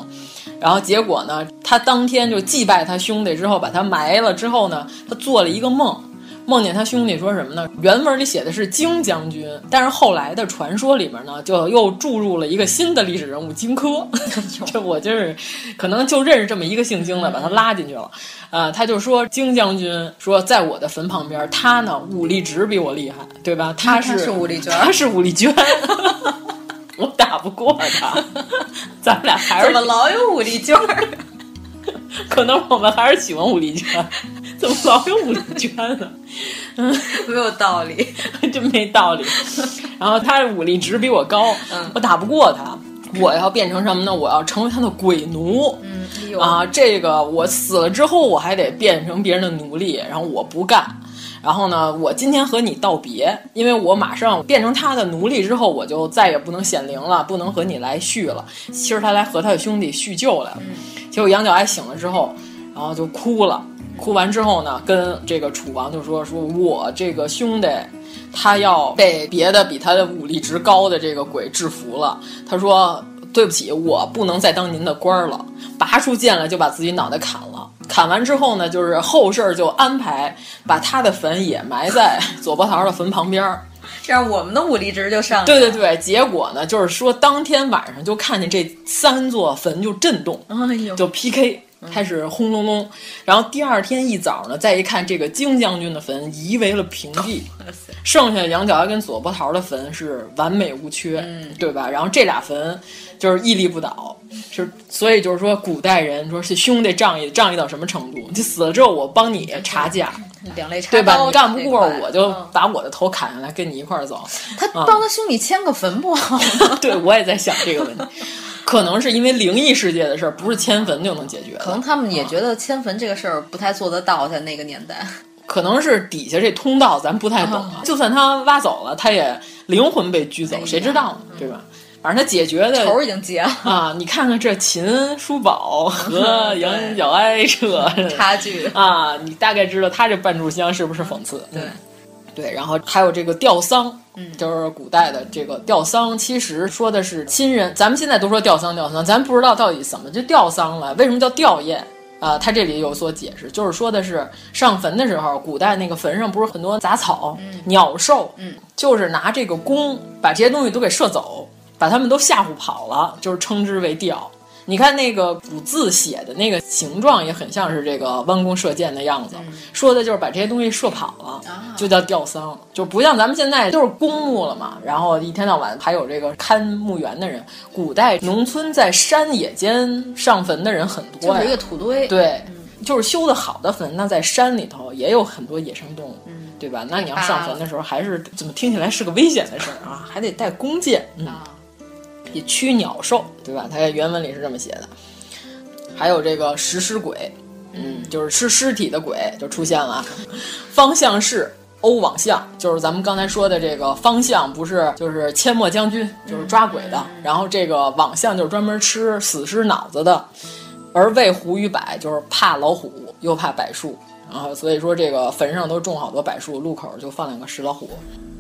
Speaker 4: 然后结果呢，他当天就祭拜他兄弟之后，把他埋了之后呢，他做了一个梦。梦见他兄弟说什么呢？原文里写的是荆将军，但是后来的传说里面呢，就又注入了一个新的历史人物荆轲。 这我就是可能就认识这么一个姓
Speaker 5: 嗯
Speaker 4: 荆的，把他拉进去了。呃，他就说荆将军说在我的坟旁边，他呢武力值比我厉害，对吧？他是
Speaker 5: 嗯他是武力娟
Speaker 4: 他是武力娟。我打不过他，咱们俩 还
Speaker 5: 怎
Speaker 4: 是
Speaker 5: 么老有武力娟儿？
Speaker 4: 可能我们还是喜欢武力娟， 怎么老有武力娟呢？嗯，
Speaker 5: 没有道理，
Speaker 4: 真没道理。然后他武力值比我高，我打不过他。我要变成什么呢？我要成为他的鬼奴。
Speaker 5: 嗯
Speaker 4: 啊，这个我死了之后，我还得变成别人的奴隶，然后我不干。然后呢，我今天和你道别，因为我马上变成他的奴隶之后，我就再也不能显灵了，不能和你来叙了。其实他来和他的兄弟叙旧来了。结果杨角哀醒了之后，然后就哭了。哭完之后呢，跟这个楚王就说：“说我这个兄弟，他要被别的比他的武力值高的这个鬼制服了。”他说：“对不起，我不能再当您的官儿了。”拔出剑来就把自己脑袋砍了。砍完之后呢，就是后事儿就安排把他的坟也埋在左伯桃的坟旁边儿。
Speaker 5: 这样我们的武力值就上来了。
Speaker 4: 对对对，结果呢，就是说当天晚上就看见这三座坟就震动，
Speaker 5: 哎呦，
Speaker 4: 就 PK，开
Speaker 5: 嗯
Speaker 4: 始轰隆隆。然后第二天一早呢，再一看这个荆将军的坟夷为了平地，剩下杨角哀跟左伯桃的坟是完美无缺，
Speaker 5: 嗯
Speaker 4: 对吧？然后这俩坟就是屹立不倒，是所以就是说古代人说是兄弟仗义，仗义到什么程度？你死了之后我帮你查价。
Speaker 5: 两肋插
Speaker 4: 对吧？
Speaker 5: 嗯刀
Speaker 4: 你干不
Speaker 5: 这
Speaker 4: 过
Speaker 5: 块嗯
Speaker 4: 我，就把我的头砍下来，跟你一块儿走。
Speaker 5: 他
Speaker 4: 啊
Speaker 5: 帮他兄弟迁个坟不好吗？
Speaker 4: 对我也在想这个问题，可能是因为灵异世界的事儿不是迁坟就能解决的，
Speaker 5: 可能他们也觉得迁坟这个事儿不太做得到，在那个年代。
Speaker 4: 可能是底下这通道咱不太懂啊，就算他挖走了，他也灵魂被拘走，谁知道呢？对吧？反正他解决的
Speaker 5: 仇已经结了，
Speaker 4: 啊，你看看这秦叔宝和
Speaker 5: 对
Speaker 4: 杨角哀这
Speaker 5: 差 距
Speaker 4: 啊，你大概知道他这半炷香是不是讽刺？对。嗯对，然后还有这个吊丧，嗯，就是古代的这个吊丧，其实说的是亲人。咱们现在都说吊丧，吊丧，咱不知道到底怎么就吊丧了，为什么叫吊唁？啊、它这里有所解释，就是说的是上坟的时候，古代那个坟上不是很多杂草、鸟兽，嗯，就是拿这个弓把这些东西都给射走，把他们都吓唬跑了，就是称之为吊。你看那个古字写的那个形状也很像是这个弯弓射箭的样子，
Speaker 5: 嗯
Speaker 4: 说的就是把这些东西射跑了，
Speaker 5: 啊
Speaker 4: 就叫吊丧，就不像咱们现在就是公墓了嘛，然后一天到晚还有这个看墓园的人。古代农村在山野间上坟的人很多
Speaker 5: 就
Speaker 4: 呀，
Speaker 5: 是一个土堆。
Speaker 4: 对，嗯就是修的好的坟，那在山里头也有很多野生动物，对吧？那你要上坟的时候，还是怎么听起来是个危险的事儿啊？还得带弓箭，嗯，也驱鸟兽，对吧？它原文里是这么写的。还有这个食尸鬼，嗯，就是吃尸体的鬼就出现了。方向是欧往向，就是咱们刚才说的这个方向，不是就是阡陌将军，就是抓鬼的。然后这个往向就是专门吃死尸脑子的，而畏狐与柏就是怕老虎又怕柏树，然后所以说这个坟上都种好多柏树，路口就放两个石老虎。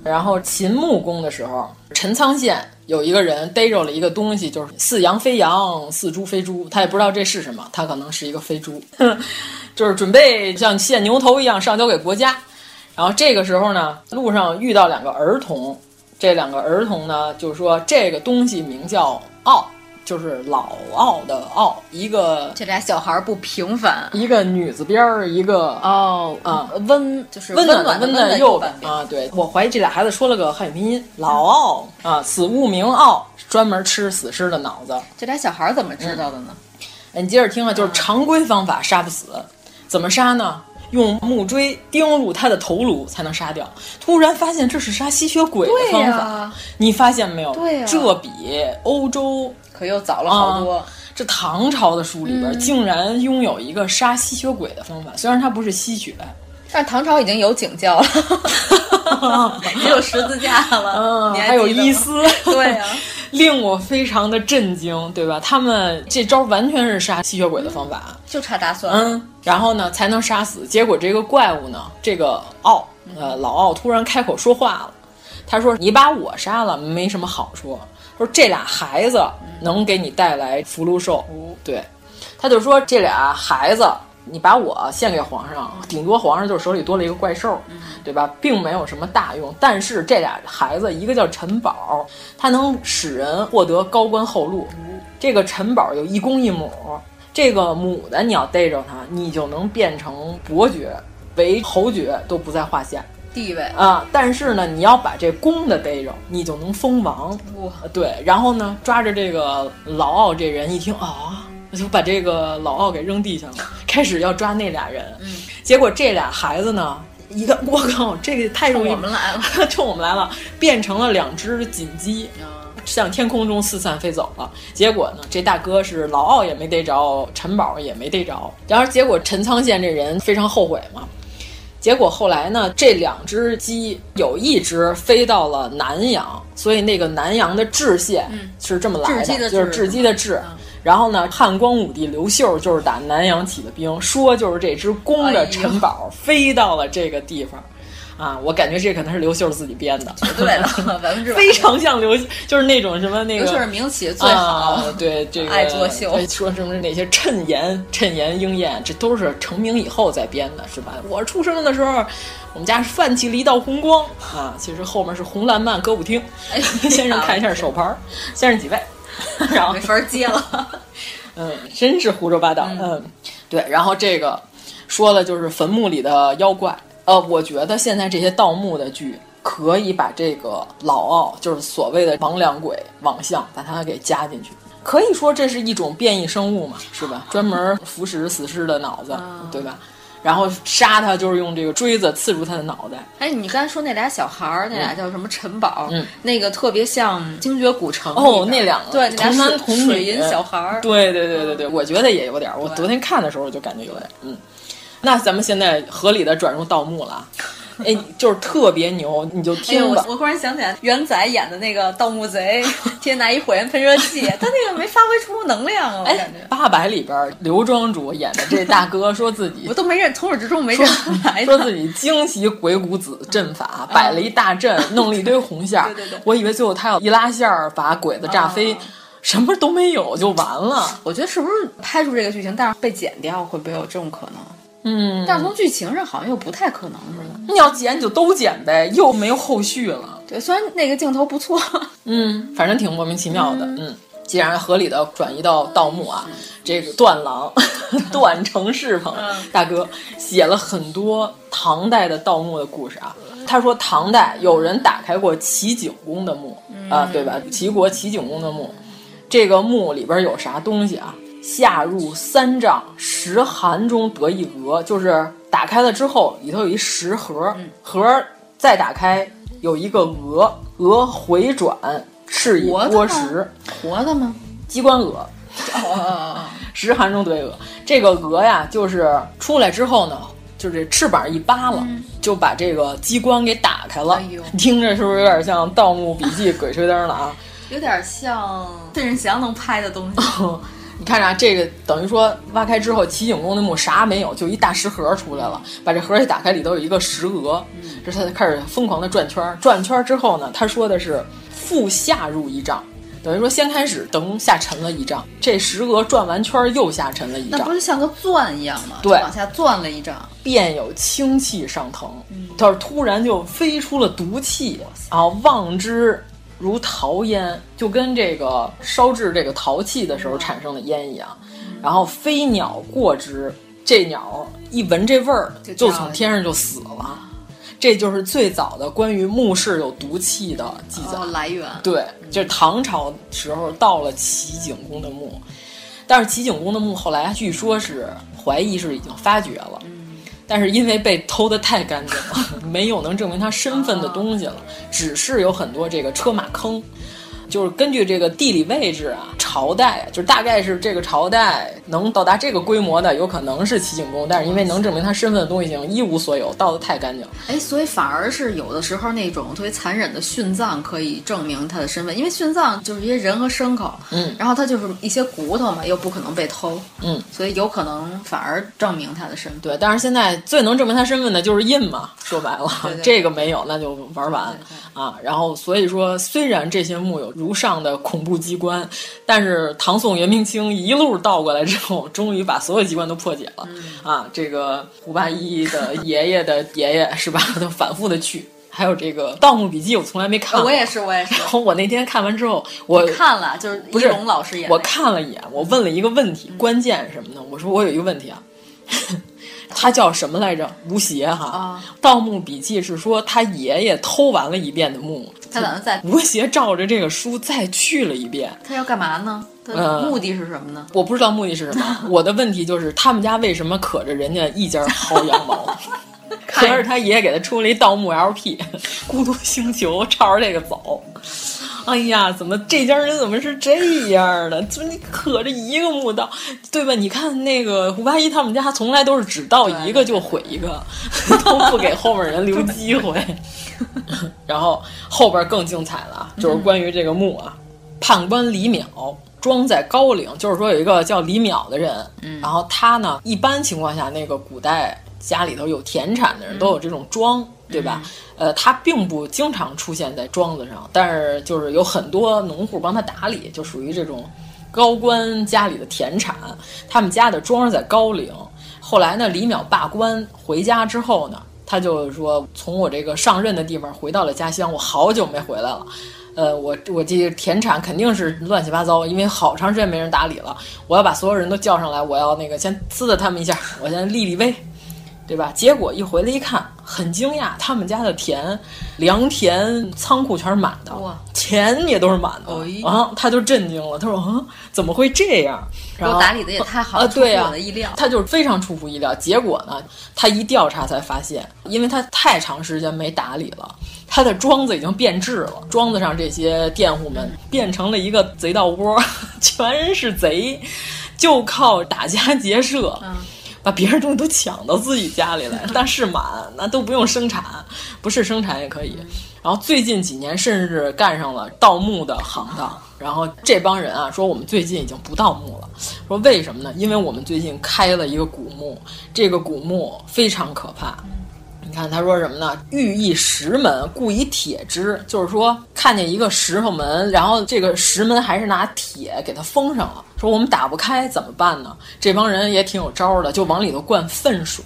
Speaker 4: 然后秦穆公的时候，陈仓县有一个人逮着了一个东西，就是似羊非羊，似猪非猪，他也不知道这是什么，他可能是一个非猪， 就是准备像献牛头一样上交给国家。然后这个时候呢，路上遇到两个儿童，这两个儿童呢就说这个东西名叫“奥”，就是老奥的奥，一个
Speaker 5: 这俩小孩不平凡，
Speaker 4: 一个女字边儿，一个
Speaker 5: 哦
Speaker 4: 啊温
Speaker 5: 就是
Speaker 4: 温
Speaker 5: 暖
Speaker 4: 的
Speaker 5: 温
Speaker 4: 的
Speaker 5: 右
Speaker 4: 边啊。对，我怀疑这俩孩子说了个汉语拼音，老奥
Speaker 5: 嗯
Speaker 4: 啊，死物名奥，专门吃死尸的脑子。
Speaker 5: 这俩小孩怎么知道的呢？
Speaker 4: 哎你接着听啊，
Speaker 5: 嗯
Speaker 4: 就是常规方法杀不死，怎么杀呢？用木锥钉入他的头颅才能杀掉。突然发现这是杀吸血鬼的方法，
Speaker 5: 对呀
Speaker 4: 你发现没有？
Speaker 5: 对呀
Speaker 4: 这比欧洲
Speaker 5: 可又早了好多。
Speaker 4: 啊这唐朝的书里边
Speaker 5: 嗯
Speaker 4: 竟然拥有一个杀吸血鬼的方法，虽然它不是吸血，
Speaker 5: 但是唐朝已经有警教 了，也有十字架了，
Speaker 4: 嗯
Speaker 5: 你
Speaker 4: 还有
Speaker 5: 记得吗
Speaker 4: 伊 斯，
Speaker 5: 对啊
Speaker 4: 啊
Speaker 5: 呀、
Speaker 4: 令我非常的震惊，对吧？他们这招完全是杀吸血鬼的方法。
Speaker 5: 就差大蒜了。
Speaker 4: 嗯，然后呢才能杀死。结果这个怪物呢，这个奥，呃，老奥突然开口说话了，他说：“你把我杀了没什么好处，说这俩孩子能给你带来福禄寿。”对，他就说这俩孩子。你把我献给皇上，顶多皇上就是手里多了一个怪兽，对吧？并没有什么大用。但是这俩孩子，一个叫陈宝，他能使人获得高官厚禄；这个陈宝有一公一母，这个母的你要逮着它，你就能变成伯爵，为侯爵都不在话下
Speaker 5: 地位
Speaker 4: 啊。但是呢，你要把这公的逮着，你就能封王。
Speaker 5: 哇，
Speaker 4: 对，然后呢，抓着这个老奥这人一听啊。我就把这个老奥给扔 地下了，开始要抓那俩人。
Speaker 5: 嗯，
Speaker 4: 结果这俩孩子呢，一个我靠，这个太容易
Speaker 5: 冲我们来
Speaker 4: 了，冲我们来了，变成了两只锦鸡，
Speaker 5: 啊
Speaker 4: 向天空中四散飞走了。结果呢，这大哥是老奥也没逮着，陈宝也没逮着。然而结果陈仓县这人非常后悔嘛。结果后来呢，这两只鸡有一只飞到了南阳，所以那个南阳的治县
Speaker 5: 嗯
Speaker 4: 是这么来
Speaker 5: 雉鸡的
Speaker 4: 就是
Speaker 5: 雉
Speaker 4: 雉鸡的雉。
Speaker 5: 嗯
Speaker 4: 然后呢，汉光武帝刘秀就是打南阳起的兵，说就是这只公
Speaker 5: 哎
Speaker 4: 的陈宝飞到了这个地方，啊，我感觉这可能是刘秀自己 编的，
Speaker 5: 对了， 百分之百
Speaker 4: 非常像刘，就是那种什么那个
Speaker 5: 刘秀是名企业最好
Speaker 4: 啊对这个
Speaker 5: 爱作秀
Speaker 4: 对说什么那些谶言、谶言应验，这都是成名以后再编的，是吧？我出生的时候，我们家是泛起了一道红光啊，其实后面是红蓝曼歌舞厅。
Speaker 5: 哎
Speaker 4: 先生看一下手牌儿，先生 几位？然后
Speaker 5: 没法接了。
Speaker 4: 嗯，真是胡说八道。嗯，对。然后这个说的就是坟墓里的妖怪。呃，我觉得现在这些盗墓的剧可以把这个老奥，就是所谓的亡两鬼、网相，把它给加进去。可以说这是一种变异生物嘛，是吧？专门腐蚀死尸的脑子，对吧？然后杀他就是用这个锥子刺入他的脑袋。
Speaker 5: 哎，你刚才说那俩小孩儿，那俩叫什么陈宝，
Speaker 4: 嗯
Speaker 5: 那个特别像《精绝古城》
Speaker 4: 哦
Speaker 5: 里边
Speaker 4: 那两个
Speaker 5: 对那俩
Speaker 4: 童男
Speaker 5: 水
Speaker 4: 童女
Speaker 5: 水银小孩儿，
Speaker 4: 对对对对
Speaker 5: 嗯
Speaker 4: 对，我觉得也有点儿。我昨天看的时候就感觉有点儿，嗯。那咱们现在合理的转入盗墓了，哎，就是特别牛，你就
Speaker 5: 哎呦，
Speaker 4: 听
Speaker 5: 我
Speaker 4: 吧。
Speaker 5: 我忽然想起来，袁仔演的那个盗墓贼，天天拿一火焰喷射器，他那个没发挥出能量啊，我感觉。
Speaker 4: 哎八百里边儿，刘庄主演的这大哥说自己
Speaker 5: 我哎都没认，从始至终没认出来
Speaker 4: 说自己精习鬼谷子阵法，摆了一大阵，弄了一堆红线儿。
Speaker 5: 嗯 对对对嗯
Speaker 4: 我以为最后他要一拉线儿把鬼子炸飞，什么都没有就完 了。
Speaker 5: 我觉得是不是拍出这个剧情，但是被剪掉，会不会有这种可能？
Speaker 4: 嗯，
Speaker 5: 但是从剧情上好像又不太可能似的。
Speaker 4: 你要剪就都剪呗，又没有后续了。
Speaker 5: 对，虽然那个镜头不错，
Speaker 4: 嗯，反正挺莫名其妙的。嗯，既然合理的转移到盗墓啊，这个段郎段成世鹏大哥写了很多唐代的盗墓的故事啊。他说唐代有人打开过齐景公的墓啊，对吧？齐国齐景公的墓，这个墓里边有啥东西啊？下入三丈，十函中得一额，就是打开了之后，里头有一石盒，盒儿再打开有一个额，额回转是以
Speaker 5: 活的
Speaker 4: 多
Speaker 5: 吗
Speaker 4: 石，
Speaker 5: 活的吗？
Speaker 4: 鸡冠额，
Speaker 5: 哦，
Speaker 4: 十函中得一额。这个额呀，就是出来之后呢，就是翅膀一扒拉，就把这个机关给打开了。
Speaker 5: 嗯哎呦
Speaker 4: 你听着是不是有点像《盗墓笔记》《鬼吹灯》了啊？
Speaker 5: 有点像费振祥能拍的东西。
Speaker 4: 你看啊，这个等于说挖开之后，齐景公的墓啥没有，就一大石盒出来了。把这盒一打开，里头有一个石额，
Speaker 5: 嗯
Speaker 4: 这他就开始疯狂的转圈儿。转圈儿之后呢，他说的是复下入一丈，等于说先开始噔下沉了一丈，这石额转完圈儿又下沉了一
Speaker 5: 那不
Speaker 4: 丈，
Speaker 5: 是像个钻一样吗？
Speaker 4: 对
Speaker 5: 就往下钻了一丈。
Speaker 4: 便有清嗯气上腾，他是突然就飞出了毒气啊，望之如陶烟，就跟这个烧制这个陶器的时候产生的烟一样。然后飞鸟过之，这鸟一闻这味儿，就从天上就死了。这就是最早的关于墓室有毒气的记载、
Speaker 5: 哦、来源。
Speaker 4: 对，就是唐朝时候到了齐景公的墓，但是齐景公的墓后来据说是怀疑是已经发掘了。但是因为被偷的太干净了， 没有能证明他身份的东西了，只是有很多这个车马坑，就是根据这个地理位置啊、朝代啊，就是大概是这个朝代能到达这个规模的，有可能是齐景公，但是因为能证明他身份的东西已经一无所有，盗的太干净了。
Speaker 5: 哎，所以反而是有的时候那种特别残忍的殉葬可以证明他的身份，因为殉葬就是一些人和牲口，
Speaker 4: 嗯，
Speaker 5: 然后他就是一些骨头嘛，又不可能被偷，
Speaker 4: 嗯，
Speaker 5: 所以有可能反而证明他的身份。
Speaker 4: 对，但是现在最能证明他身份的就是印嘛，说白了，
Speaker 5: 对对
Speaker 4: 这个没有那就玩完
Speaker 5: 对
Speaker 4: 啊。然后所以说，虽然这些墓有如上的恐怖机关，但是唐宋元明清一路倒过来之后，终于把所有机关都破解了、
Speaker 5: 嗯
Speaker 4: 啊。这个胡八一的爷爷的爷爷是吧，都反复的去。还有这个《盗墓笔记》，我从来没看过、
Speaker 5: 呃我也是，我也 是。
Speaker 4: 然后我那天看完之后，啊我
Speaker 5: 看了，就是
Speaker 4: 不
Speaker 5: 一
Speaker 4: 是
Speaker 5: 龙老师演的。
Speaker 4: 我看了一眼，我问了一个问题，
Speaker 5: 嗯
Speaker 4: 关键是什么呢？我说我有一个问题啊， 他叫什么来着？吴邪哈，
Speaker 5: 啊
Speaker 4: 盗墓笔记》是说他爷爷偷完了一遍的墓，
Speaker 5: 他打算再
Speaker 4: 吴邪照着这个书再去了一遍。
Speaker 5: 他要干嘛呢？他
Speaker 4: 呃
Speaker 5: 目的是什么呢？
Speaker 4: 我不知道目的是什么。我的问题就是，他们家为什么可着人家一家薅羊毛？合着他爷爷给他出了一盗墓 LP，《孤 独星球》，照着这个走。哎呀，怎么这家人怎么是这样的？就你可着一个墓道，对吧？你看那个胡八一他们家从来都是只盗一个就毁一个， 都不给后面人留机会。 然后后边更精彩了，啊，就是关于这个墓啊，判官李淼装在高陵，就是说有一个叫李淼的人，
Speaker 5: 嗯
Speaker 4: 然后他呢，一般情况下那个古代家里头有田产的人都有这种庄，对吧？呃，他并不经常出现在庄子上，但是就是有很多农户帮他打理，就属于这种高官家里的田产，他们家的庄是在高陵。后来呢，李淼罢官回家之后呢，他就说从我这个上任的地方回到了家乡，我好久没回来了。呃，我我这田产肯定是乱七八糟，因为好长时间没人打理了。我要把所有人都叫上来，我要那个先呲的他们一下，我先立立威，对吧？结果一回来一看，很惊讶，他们家的田、良田、仓库全是满的，
Speaker 5: 哇，哎
Speaker 4: 钱也都是满的。啊，他就震惊了，他说：“啊，怎么会这样？”
Speaker 5: 给
Speaker 4: 然
Speaker 5: 我
Speaker 4: 后
Speaker 5: 打理的也太好
Speaker 4: 啊，
Speaker 5: 了，
Speaker 4: 对
Speaker 5: 出
Speaker 4: 呀、
Speaker 5: 乎我的意料。
Speaker 4: 他就是非常出乎意料。结果呢，他一调查才发现，因为他太长时间没打理了，他的庄子已经变质了，庄子上这些佃户们变成了一个贼盗窝，全是贼，就靠打家劫舍。把别人东西都抢到自己家里来，但是满那都不用生产，不是生产也可以。然后最近几年甚至干上了盗墓的行当。然后这帮人啊说我们最近已经不盗墓了，说为什么呢？因为我们最近开了一个古墓，这个古墓非常可怕。你看他说什么呢？欲以石门，故以铁之。就是说，看见一个石头门，然后这个石门还是拿铁给它封上了。说我们打不开怎么办呢？这帮人也挺有招儿的，就往里头灌粪水，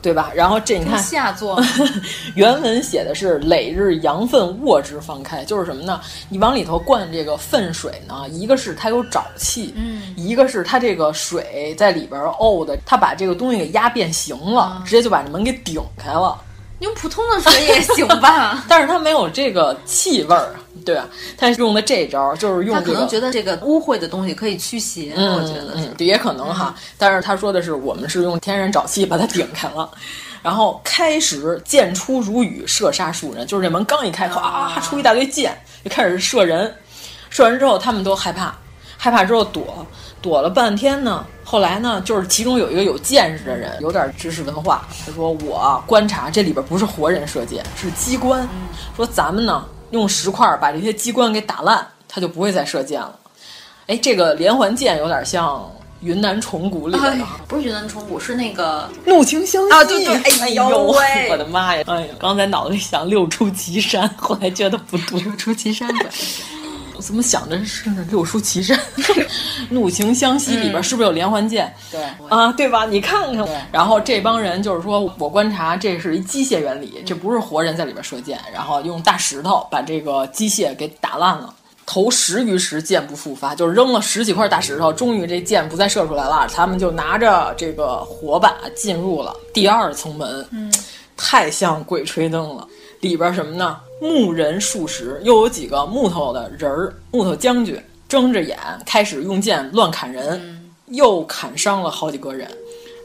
Speaker 4: 对吧？然后这你
Speaker 5: 这
Speaker 4: 看
Speaker 5: 是下作吗
Speaker 4: 原文写的是“累日羊粪卧之方开”，就是什么呢？你往里头灌这个粪水呢，一个是它有沼气，
Speaker 5: 嗯，
Speaker 4: 一个是它这个水在里边沤的，它把这个东西给压变形了，
Speaker 5: 嗯
Speaker 4: 直接就把这门给顶开了。？
Speaker 5: 用普通的水也行吧
Speaker 4: 但是它没有这个气味儿，啊对吧？它用的这招就是 用
Speaker 5: 他
Speaker 4: 这
Speaker 5: 可
Speaker 4: 个
Speaker 5: 能觉得这个污秽的东西可以驱邪，
Speaker 4: 嗯，
Speaker 5: 我觉得是
Speaker 4: 嗯、对也可能哈。但是他说的是，我们是用天然沼气把它顶开了，然后开始箭出如雨，射杀数人，就是这门刚一开，哗、啊，出一大堆箭，就开始射人。射完之后，他们都害怕，害怕之后躲，躲了半天呢。后来呢，就是其中有一个有见识的人，有点知识文化，他说：“我观察这里边不是活人射箭，是机关。说咱们呢用石块把这些机关给打烂，他就不会再射箭了。”哎，这个连环箭有点像云南虫谷里边的
Speaker 5: 哎不是云南虫谷，是那个
Speaker 4: 怒晴相惜
Speaker 5: 啊对对哎
Speaker 4: 哎
Speaker 5: 呦
Speaker 4: 呦，
Speaker 5: 喂
Speaker 4: 我的妈 呀！哎呀，刚才脑子里想六出祁山，后来觉得不对，
Speaker 5: 六出祁山。
Speaker 4: 我怎么想着是六叔岐山，嗯《 怒晴湘西》里边是不是有连环剑？
Speaker 5: 对
Speaker 4: 啊，对吧？你看看，然后这帮人就是说我观察，这是一机械原理，这不是活人在里边射箭，然后用大石头把这个机械给打烂了。投十余石，箭不复发，就是扔了十几块大石头，终于这箭不再射出来了。他们就拿着这个火把进入了第二层门，
Speaker 5: 嗯，
Speaker 4: 太像《鬼吹灯》了。里边什么呢？木人数十，又有几个木头的人儿，木头将军睁着眼开始用剑乱砍人，
Speaker 5: 嗯
Speaker 4: 又砍伤了好几个人。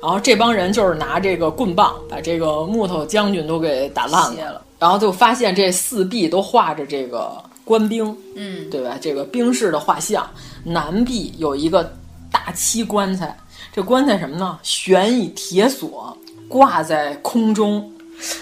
Speaker 4: 然后这帮人就是拿这个棍棒把这个木头将军都给打烂
Speaker 5: 卸了
Speaker 4: 然后就发现这四壁都画着这个官兵，
Speaker 5: 嗯，
Speaker 4: 对吧？这个兵士的画像，南壁有一个大漆棺材，这棺材什么呢？悬以铁索挂在空中。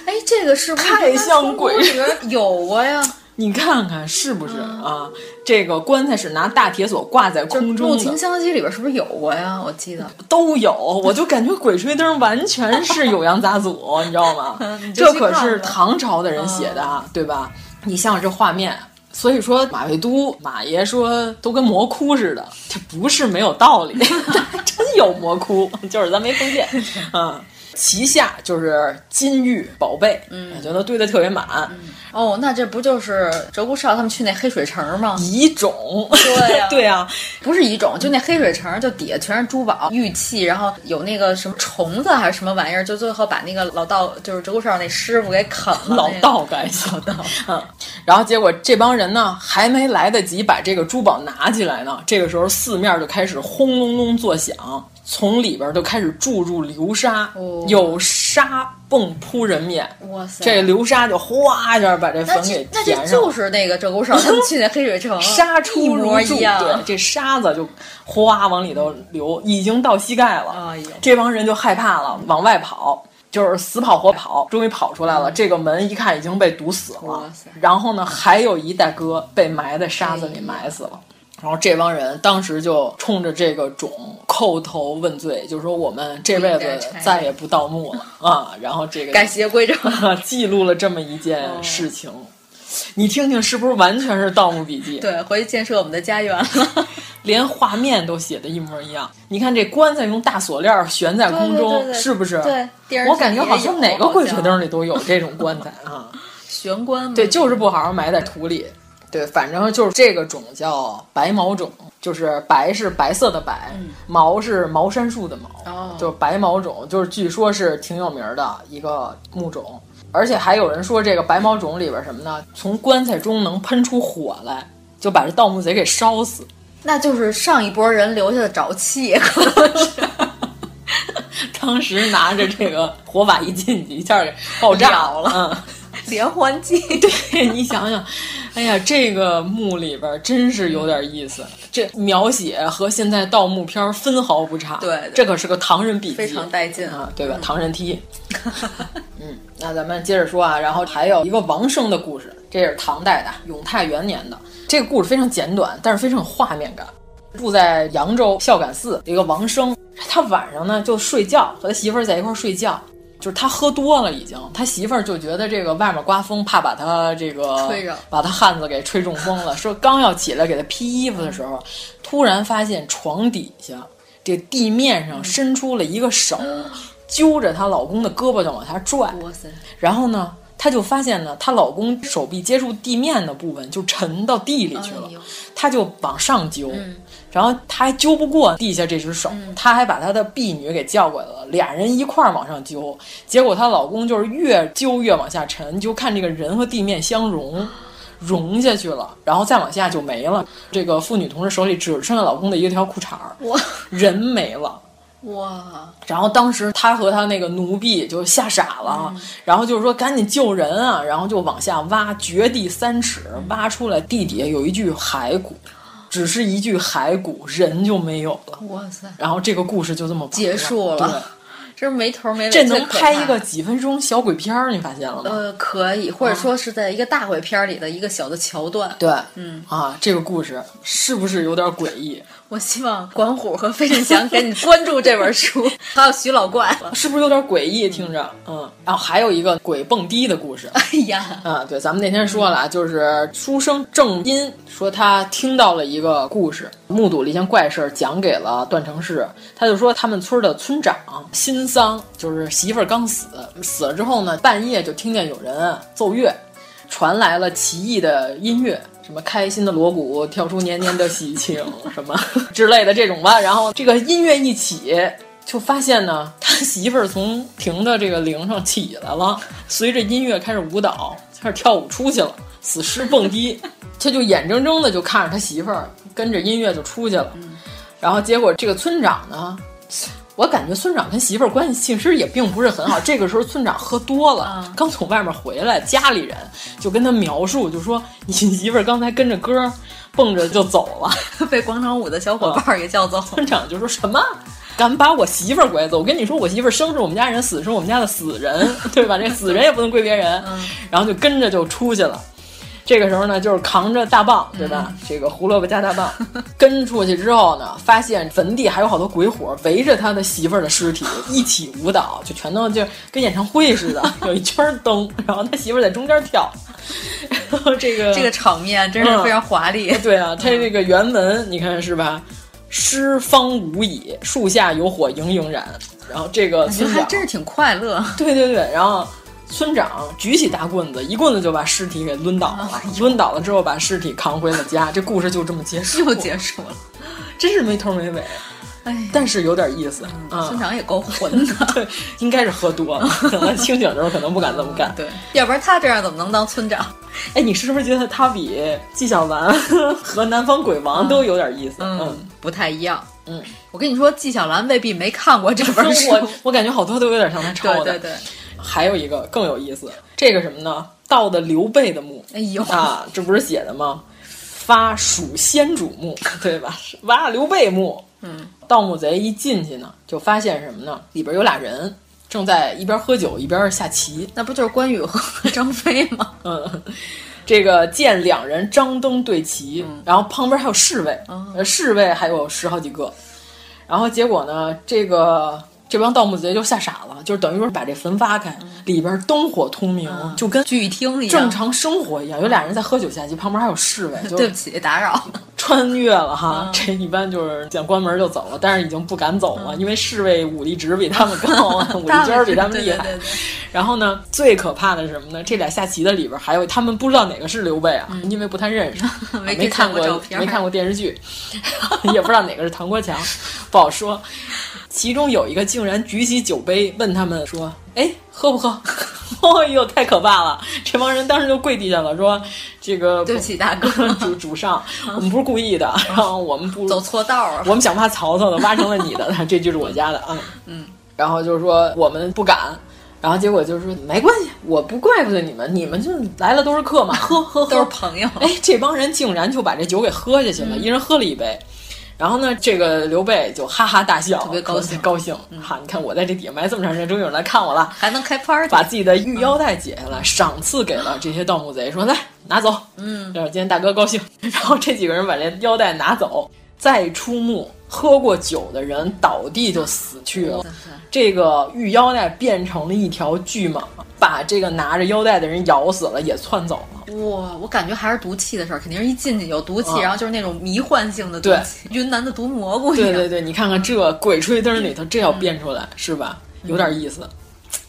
Speaker 5: 哎，这个是不是
Speaker 4: 太像鬼
Speaker 5: 跟咱中国里边有过 呀？
Speaker 4: 你看看是不是、啊？这个棺材是拿大铁索挂在空
Speaker 5: 《怒
Speaker 4: 中
Speaker 5: 晴
Speaker 4: 的，
Speaker 5: 湘西》里边是不是有过呀？我记得
Speaker 4: 都有。我就感觉《鬼吹灯》完全是有洋杂组， 你知道吗？
Speaker 5: 你就
Speaker 4: 这
Speaker 5: 去
Speaker 4: 可
Speaker 5: 看嗯
Speaker 4: 是
Speaker 5: 吧
Speaker 4: 唐朝的人写的，对吧？你像这画面，所以说马未都马爷说都跟魔窟似的，这不是没有道 理，真有魔窟，就是咱没封建，嗯。旗下就是金玉宝贝，嗯，觉得堆得特别满，
Speaker 5: 哦，那这不就是鹧鸪哨他们去那黑水城吗？
Speaker 4: 乙种，
Speaker 5: 对啊呀、
Speaker 4: 对呀、啊
Speaker 5: 不是乙种，就那黑水城，就底下全是珠宝、玉器，然后有那个什么虫子还是什么玩意儿，就最后把那个老道，就是鹧鸪哨那师傅给啃了。
Speaker 4: 老道感老道， 嗯，然后结果这帮人呢，还没来得及把这个珠宝拿起来呢，这个时候四面就开始轰隆隆作响，从里边就开始注入流沙，
Speaker 5: 哦
Speaker 4: 有沙迸扑人面，
Speaker 5: 哇塞，
Speaker 4: 这流沙就哗一下把这
Speaker 5: 那
Speaker 4: 坟给
Speaker 5: 这那
Speaker 4: 填
Speaker 5: 这
Speaker 4: 上了。
Speaker 5: 就是那个鹧鸪哨他 们去那黑水城
Speaker 4: 沙
Speaker 5: 一
Speaker 4: 出如
Speaker 5: 模
Speaker 4: 注，
Speaker 5: 一样。
Speaker 4: 对，这沙子就哗往里头流，已经到膝盖了。
Speaker 5: 哎呦，
Speaker 4: 这帮人就害怕了，往外跑，就是死跑活跑，终于跑出来
Speaker 5: 嗯
Speaker 4: 了。这个门一看已经被堵死了，然后呢，还有一大哥被埋在沙
Speaker 5: 哎
Speaker 4: 子里埋死了。然后这帮人当时就冲着这个种叩头问罪，就说我们这辈
Speaker 5: 不应该
Speaker 4: 子
Speaker 5: 拆
Speaker 4: 再也不盗墓了啊！然后这个
Speaker 5: 改邪归正，
Speaker 4: 记录了这么一件
Speaker 5: 哦
Speaker 4: 事情。你听听，是不是完全是《盗墓笔记》？
Speaker 5: 对，回去建设我们的家园了。
Speaker 4: 连画面都写的一模一样。你看这棺材用大锁链悬在空中，
Speaker 5: 对对对对
Speaker 4: 是不是？
Speaker 5: 对电视剧
Speaker 4: 我感觉好像哪个鬼
Speaker 5: 里也有
Speaker 4: 吹灯里都有这种棺材啊。
Speaker 5: 玄关嘛
Speaker 4: 对，就是不好好埋在土里。对，反正就是这个种叫白毛种，就是白是白色的白，毛是毛杉树的毛，
Speaker 5: 嗯哦
Speaker 4: 就是白毛种，就是据说是挺有名的一个木种。而且还有人说，这个白毛种里边什么呢？从棺材中能喷出火来，就把这盗墓贼给烧死。
Speaker 5: 那就是上一波人留下的沼 气，
Speaker 4: 当时拿着这个火把一进去，一下给爆炸
Speaker 5: 燎了
Speaker 4: 嗯，
Speaker 5: 连环计。
Speaker 4: 对 你想想，哎呀，这个墓里边真是有点意
Speaker 5: 嗯
Speaker 4: 思，这描写和现在盗墓片儿分毫不差。
Speaker 5: 对对
Speaker 4: 这可是个唐人笔记，
Speaker 5: 非常带劲
Speaker 4: 啊，对吧？唐 人梯。嗯，那咱们接着说啊，然后还有一个王生的故事，这是唐代的，永泰元年的。这个故事非常简短，但是非常有画面感。住在扬州孝感寺有一个王生，他晚上呢就睡觉，和他媳妇儿在一块儿睡觉。就是他喝多了，已经，他媳妇儿就觉得这个外面刮风，怕把他这个
Speaker 5: 吹着
Speaker 4: 把他汉子给吹中风了。说刚要起来给他披衣服的时候，突然发现床底下这地面上伸出了一个手，揪着她老公的胳膊就往下拽。
Speaker 5: 哇塞，
Speaker 4: 然后呢，她就发现呢，她老公手臂接触地面的部分就沉到地里去了，她就往上揪，然后她还揪不过地下这只手，她还把她的婢女给叫过来了，俩人一块儿往上揪，结果她老公就是越揪越往下沉，你就看这个人和地面相融。融下去了，然后再往下就没了。这个妇女同志手里只剩下老公的一条裤衩儿，
Speaker 5: 哇
Speaker 4: 人没了。
Speaker 5: 哇，
Speaker 4: 然后当时他和他那个奴婢就吓傻了，
Speaker 5: 嗯
Speaker 4: 然后就是说赶紧救人啊，然后就往下挖，掘地三尺，挖出来地底下有一具骸骨，只是一具骸骨，人就没有了。
Speaker 5: 哇塞，
Speaker 4: 然后这个故事就这么完
Speaker 5: 结束了哎
Speaker 4: 对
Speaker 5: 这是没头没尾。
Speaker 4: 这能拍一个几分钟小鬼片儿，你发现了吗？
Speaker 5: 呃，可以，或者说是在一个大鬼片里的一个小的桥段。
Speaker 4: 对，
Speaker 5: 嗯
Speaker 4: 啊，这个故事是不是有点诡异？
Speaker 5: 我希望管虎和费正祥赶紧关注这本 书，还有徐老怪，
Speaker 4: 是不是有点诡异？听着，嗯，然后还有一个鬼蹦迪的故事。
Speaker 5: 哎呀，
Speaker 4: 啊，对，咱们那天说了，啊，就是书生郑音说他听到了一个故事，目睹了一件怪事儿，讲给了段成式。他就说他们村的村长新丧，就是媳妇儿刚死，死了之后呢，半夜就听见有人奏乐，传来了奇异的音乐。什么开心的锣鼓跳出年年的喜庆，什么 之类的这种吧。然后这个音乐一起，就发现呢， 他媳妇儿从停的这个铃上起来了，随着音乐开始舞蹈，开始跳舞出去了，死尸蹦迪。 他就眼睁睁的就看着他媳妇儿跟着音乐就出去了。然后结果这个村长呢，我感觉村长跟媳妇儿关系其实也并不是很好。这个时候村长喝多了，刚从外面回来，家里人就跟他描述，就说你媳妇儿刚才跟着歌儿蹦着就走了，
Speaker 5: 被广场舞的小伙伴儿给叫 走。
Speaker 4: 村长就说什么？敢把我媳妇儿拐走？我跟你说，我媳妇儿生是我们家人，死是我们家的死人， 对吧？这死人也不能归别人。然后就跟着就出去了。这个时候呢，就是扛着大棒，对吧？这个胡萝卜加大棒，跟出去之后呢，发现坟地还有好多鬼火围着他的媳妇儿的尸体一起舞蹈，就全都就跟演唱会似的， 有一圈灯，然后他媳妇儿在中间跳。 然后这个
Speaker 5: 这个场面真是非常华丽。
Speaker 4: 嗯、对啊，他这个原文你看是吧？诗方无已，树下有火营营燃。然后这个村长
Speaker 5: 还真是挺快乐。
Speaker 4: 对对对，然后。村长举起大棍子，一棍子就把尸体给抡倒
Speaker 5: 哎
Speaker 4: 了。抡倒了之后，把尸体扛回了家。这故事就这么结束，
Speaker 5: 又结束了，
Speaker 4: 真是没头没尾。
Speaker 5: 哎，
Speaker 4: 但是有点意思。
Speaker 5: 嗯、村长也够混的，
Speaker 4: 对，应该是喝多了，可能清醒的时候可能不敢这么干。
Speaker 5: 对，要不然他这样怎么能当村长？
Speaker 4: 哎，你是不是觉得他比纪晓岚 和南方鬼王都有点意思？
Speaker 5: 嗯，嗯不太一样。
Speaker 4: 嗯，
Speaker 5: 我跟你说，纪晓岚未必没看过这 本书，
Speaker 4: 我我感觉好多都有点像他抄
Speaker 5: 的。对对对。
Speaker 4: 还有一个更有意思，这个什么呢？盗的刘备的墓，
Speaker 5: 哎呦
Speaker 4: 啊，这不是写的吗？发蜀先主墓， 对吧？挖刘备墓，
Speaker 5: 嗯，
Speaker 4: 盗墓贼一进去呢，就发现什么呢？里边有俩人正在一边喝酒一边下棋，
Speaker 5: 那不就是关羽和 张飞吗？
Speaker 4: 嗯， 这个见两人张灯对棋，嗯、哦然后旁边还有侍卫，呃
Speaker 5: 嗯、
Speaker 4: 侍卫还有十好几个，然后结果呢，这个。这帮盗墓贼就吓傻了，就是等于说把这坟挖开，里边灯火通明，
Speaker 5: 嗯、
Speaker 4: 就跟
Speaker 5: 剧厅一样，
Speaker 4: 正常生活一样。有俩人在喝酒下棋，旁边还有侍 卫，就
Speaker 5: 对不起打扰，
Speaker 4: 穿越了哈。嗯、这一般就是想关门就走了，但是已经不敢走了，嗯、因为侍卫武力值比他们 高，啊武力值比他们厉害。
Speaker 5: 对对对
Speaker 4: 然后呢，最可怕的是什么呢？这俩下棋的里边还有他们不知道哪个是刘备啊，因为不太认识，
Speaker 5: 嗯 没,
Speaker 4: 没看
Speaker 5: 过
Speaker 4: 没看过电 视剧，也不知道哪个是唐国强，不好说。其中有一个竟然举起酒杯问他们说：“哎，喝不 喝？”哦呦，太可怕了！这帮人当时就跪地下了，说：“这个
Speaker 5: 对不起，大哥，
Speaker 4: 主主上，我们不是故意的，然后我们不
Speaker 5: 走错道 了，
Speaker 4: 我们想挖曹操的，挖成了你的， 这就是我家的啊。”
Speaker 5: 嗯，
Speaker 4: 然后就是说我们不敢。然后结果就是说没关系，我不怪罪你们，你们就来了都 是客嘛，喝喝喝，
Speaker 5: 都是朋友。
Speaker 4: 哎，这帮人竟然就把这酒给喝下去了，
Speaker 5: 嗯、
Speaker 4: 一人喝了一杯。然后呢，这个刘备就哈哈大笑，
Speaker 5: 特别高兴，
Speaker 4: 高兴、嗯、哈！你看我在这底下埋这么长时间，终于有人来看我了，
Speaker 5: 还能开 party，
Speaker 4: 把自己的玉腰带解下来，嗯、赏赐给了这些盗墓贼，说来拿走。
Speaker 5: 嗯，
Speaker 4: 然后今天大哥高兴， 然后这几个人把这腰带拿走，再出墓。喝过酒的人倒地就死去了，这个玉腰带变成了一条巨蟒，把这个拿着腰带的人咬死了，也窜走了。
Speaker 5: 哇，我感觉还是毒气的事儿，肯定是一进去有毒气，
Speaker 4: 嗯、
Speaker 5: 然后就是那种迷幻性的毒气， 云南的毒蘑菇。
Speaker 4: 对对对，你看看这《鬼吹灯》里头，这要变出来、嗯、是吧？有点意思，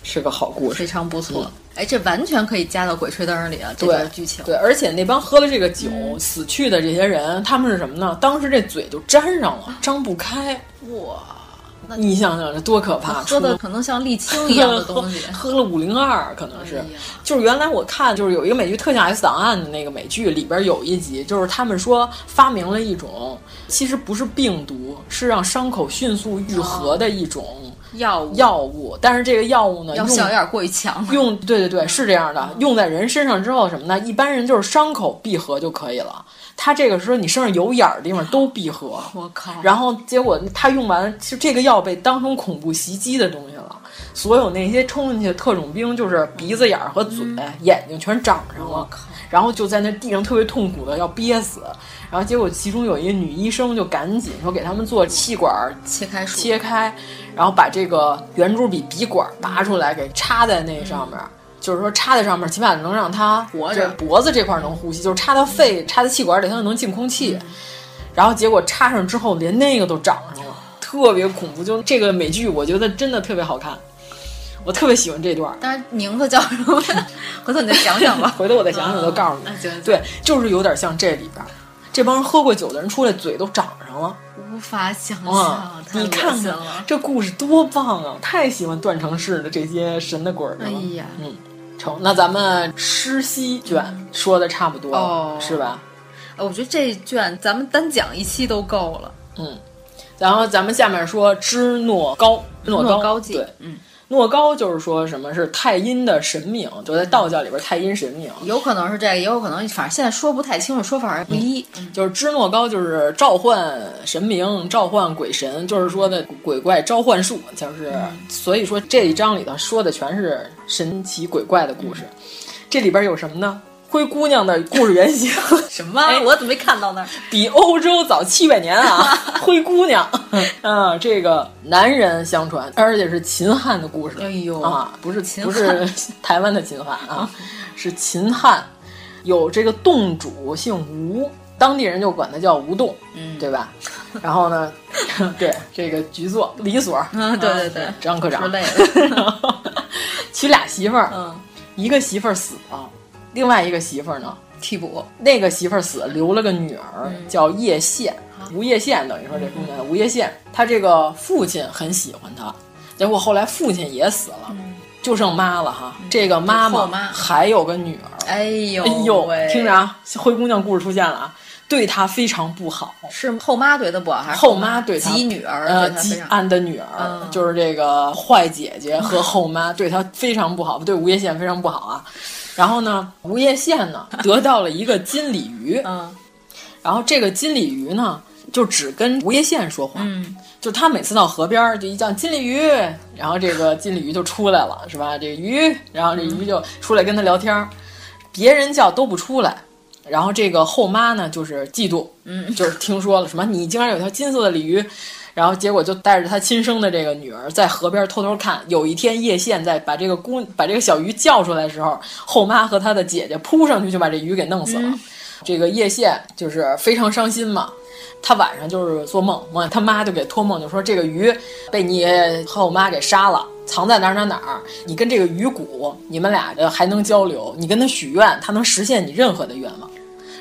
Speaker 4: 是个好故事，
Speaker 5: 非常不错。嗯哎，这完全可以加到《鬼吹灯》里啊！这
Speaker 4: 个
Speaker 5: 剧情
Speaker 4: 对，而且那帮喝了这个酒、嗯、死去的这些人，他们是什么呢？当时这嘴就粘上了，张不开。
Speaker 5: 哇！啊那
Speaker 4: 你想想这多可怕！
Speaker 5: 喝的可能像沥青一样的东 西，
Speaker 4: 喝,喝了五零二可能是。哎、就是原来我看就是有一个美剧《特效 X 档案》的那个美剧里边有一集，就是他们说发明了一种其实不是病毒，是让伤口迅速愈合的一种。
Speaker 5: 哦药物，
Speaker 4: 药物，但是这个药物呢，
Speaker 5: 药效有点过于强。啊
Speaker 4: 用，对对对，是这样的。用在人身上之后，什么呢？一般人就是伤口闭合就可以了。他这个时候你身上有眼儿的地方都闭合。
Speaker 5: 我靠！
Speaker 4: 然后结果他用完，就这个药被当成恐怖袭击的东西了。所有那些冲进去的特种兵就是鼻子眼儿和
Speaker 5: 嗯
Speaker 4: 嘴、眼睛全长上了，然后就在那地上特别痛苦的要憋死，然后结果其中有一个女医生就赶紧说给他们做气管
Speaker 5: 切开术
Speaker 4: 切开，然后把这个圆珠笔笔管拔出来给插在那上面。就是说插在上面，起码能让它
Speaker 5: 活着
Speaker 4: 脖子这块能呼吸，就是插到肺、插到气管里，它就能进空气。
Speaker 5: 嗯
Speaker 4: 然后结果插上之后，连那个都长上了，特别恐怖。就这个美剧，我觉得真的特别好看，我特别喜欢这段。
Speaker 5: 但是名字叫什么？回头你再想想 吧。哎
Speaker 4: 回头我再想想，我就告诉
Speaker 5: 嗯
Speaker 4: 你。对，就是有点像这里边，这帮喝过酒的人出来，嘴都长上了。
Speaker 5: 无法想
Speaker 4: 嗯
Speaker 5: 象，，太
Speaker 4: 你看
Speaker 5: 恶心
Speaker 4: 看
Speaker 5: 了。
Speaker 4: 这故事多棒啊！太喜欢段成式的这些神的鬼儿了。
Speaker 5: 哎呀，
Speaker 4: 嗯，成，那咱们诗西卷说的差不多了，
Speaker 5: 哦
Speaker 4: 是吧？
Speaker 5: 呃我觉得这卷咱们单讲一期都够了。
Speaker 4: 嗯，然后咱们下面说芝诺高，诺高
Speaker 5: 诺高记
Speaker 4: 对，
Speaker 5: 嗯，
Speaker 4: 诺高就是说什么是太阴的神明，就在道教里边太阴神明，
Speaker 5: 有可能是这个，也有可能，反正现在说不太清楚，说法还不一。
Speaker 4: 就是芝诺高就是召唤神明、召唤鬼神，就是说的鬼怪召唤术，就是、所以说这一章里头说的全是神奇鬼怪的故事。这里边有什么呢？灰姑娘的故事原型哎
Speaker 5: 什么？我怎么没看到那儿？
Speaker 4: 比欧洲早七百年啊！灰姑娘，啊，这个男人相传，而且是秦汉的故事。
Speaker 5: 哎呦
Speaker 4: 啊，不是
Speaker 5: 秦
Speaker 4: 不
Speaker 5: 汉
Speaker 4: 是 台湾的秦汉啊，是秦汉，有这个洞主姓吴，当地人就管他叫吴洞，
Speaker 5: 嗯
Speaker 4: 对吧？然 后呢，对这个局座李所，
Speaker 5: 嗯 对对对
Speaker 4: 啊张科长
Speaker 5: 之类的
Speaker 4: 然后 娶俩媳妇儿，
Speaker 5: 嗯，
Speaker 4: 一个媳妇儿死了，另外一个媳妇儿呢
Speaker 5: 替补。
Speaker 4: 那个媳妇儿死了，留了个女儿，
Speaker 5: 嗯
Speaker 4: 叫叶县，
Speaker 5: 啊
Speaker 4: 吴叶县等于说这姑娘叫吴叶县，她这个父亲很喜欢她，结果后来父亲也死了，就剩妈了哈。这个妈
Speaker 5: 嗯就后
Speaker 4: 妈
Speaker 5: 妈
Speaker 4: 还有个女儿，
Speaker 5: 哎呦
Speaker 4: 哎呦，
Speaker 5: 喂
Speaker 4: 听着啊，灰姑娘故事出现了啊，对她非常不好。
Speaker 5: 是后妈对她不啊好，还是
Speaker 4: 后妈对她
Speaker 5: 及女儿
Speaker 4: 呃，
Speaker 5: 对她非
Speaker 4: 吉
Speaker 5: 常
Speaker 4: 安的女儿、
Speaker 5: 嗯
Speaker 4: 就是这个坏姐姐和后妈，对她非常不好，对吴叶县非常不好啊。然后呢，吴叶县呢得到了一个金鲤鱼，
Speaker 5: 嗯，
Speaker 4: 然后这个金鲤鱼呢就只跟吴叶县说话，
Speaker 5: 嗯，
Speaker 4: 就他每次到河边儿就一叫金鲤鱼，然后这个金鲤鱼就出来了，是吧？这个鱼，然后这
Speaker 5: 嗯
Speaker 4: 鱼就出来跟他聊天儿，别人叫都不出来。然后这个后妈呢，就是嫉妒，
Speaker 5: 嗯
Speaker 4: 就是听说了什么你竟然有条金色的鲤鱼，然后结果就带着她亲生的这个女儿在河边偷偷看。有一天叶县在把这个姑把这个小鱼叫出来的时候，后妈和她的姐姐扑上去就把这鱼给弄死了。这个叶县就是非常伤心嘛。他晚上就是做梦，梦见他妈就给托梦，就说这个鱼被你和我妈给杀了，藏在哪儿哪儿哪儿。你跟这个鱼骨，你们俩呃还能交流，你跟他许愿，他能实现你任何的愿望。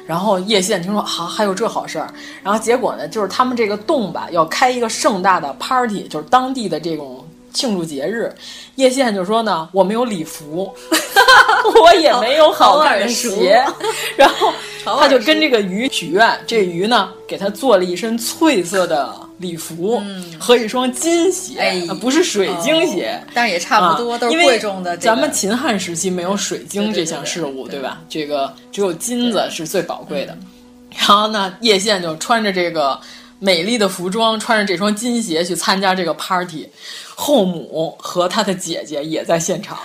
Speaker 4: 然后叶县听说啊还有这好事儿，然后结果呢，就是他们这个洞吧要开一个盛大的 party，就是当地的这种庆祝节日。叶县就说呢，我没有礼服， 我也没有好看的鞋， 然后他就跟这个鱼许愿，这鱼呢给他做了一身翠色的礼服、和一双金鞋，
Speaker 5: 嗯哎
Speaker 4: 呃不是水晶鞋。
Speaker 5: 但是也差不多，
Speaker 4: 啊
Speaker 5: 都是
Speaker 4: 因为
Speaker 5: 贵重的这个。
Speaker 4: 咱们秦汉时期没有水晶这项事
Speaker 5: 对对
Speaker 4: 物，
Speaker 5: 对对
Speaker 4: 吧？这个只有金子是最宝贵的。然后呢，叶县就穿着这个美丽的服装，穿着这双金鞋去参加这个 party。后母和她的姐姐也在现场。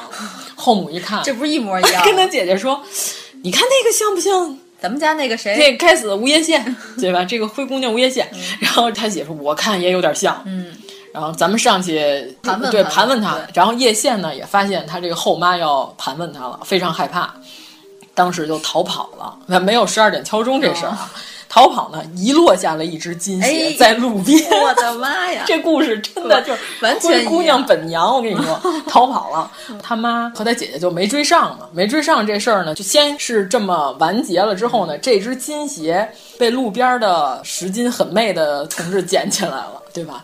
Speaker 4: 后母一 看，
Speaker 5: 这不是一模一样。
Speaker 4: 跟她姐姐说：“你看那个像不像
Speaker 5: 咱们家那个谁，
Speaker 4: 那个该死的吴叶县，对吧？这个灰姑娘吴叶县。” 然后她姐说：“我看也有点像。”
Speaker 5: 嗯，
Speaker 4: 然后咱们上去
Speaker 5: 盘问
Speaker 4: 对
Speaker 5: 盘
Speaker 4: 盘问
Speaker 5: 问
Speaker 4: 他
Speaker 5: 对，
Speaker 4: 然后叶县呢也发现他这个后妈要盘问他了，非常害怕，当时就逃跑了。那没有十二点敲钟这事儿啊，逃跑呢遗落下了一只金鞋
Speaker 5: 哦哎
Speaker 4: 在路边。
Speaker 5: 我的妈呀！
Speaker 4: 这故事真的就是
Speaker 5: 完全一
Speaker 4: 灰
Speaker 5: 样
Speaker 4: 姑娘本娘，我跟你 说，逃跑了，他妈和他姐姐就没追上嘛，没追上这事儿呢，就先是这么完结了。之
Speaker 5: 嗯
Speaker 4: 后呢，这只金鞋被路边的拾金很昧的同志捡起来了， 对吧？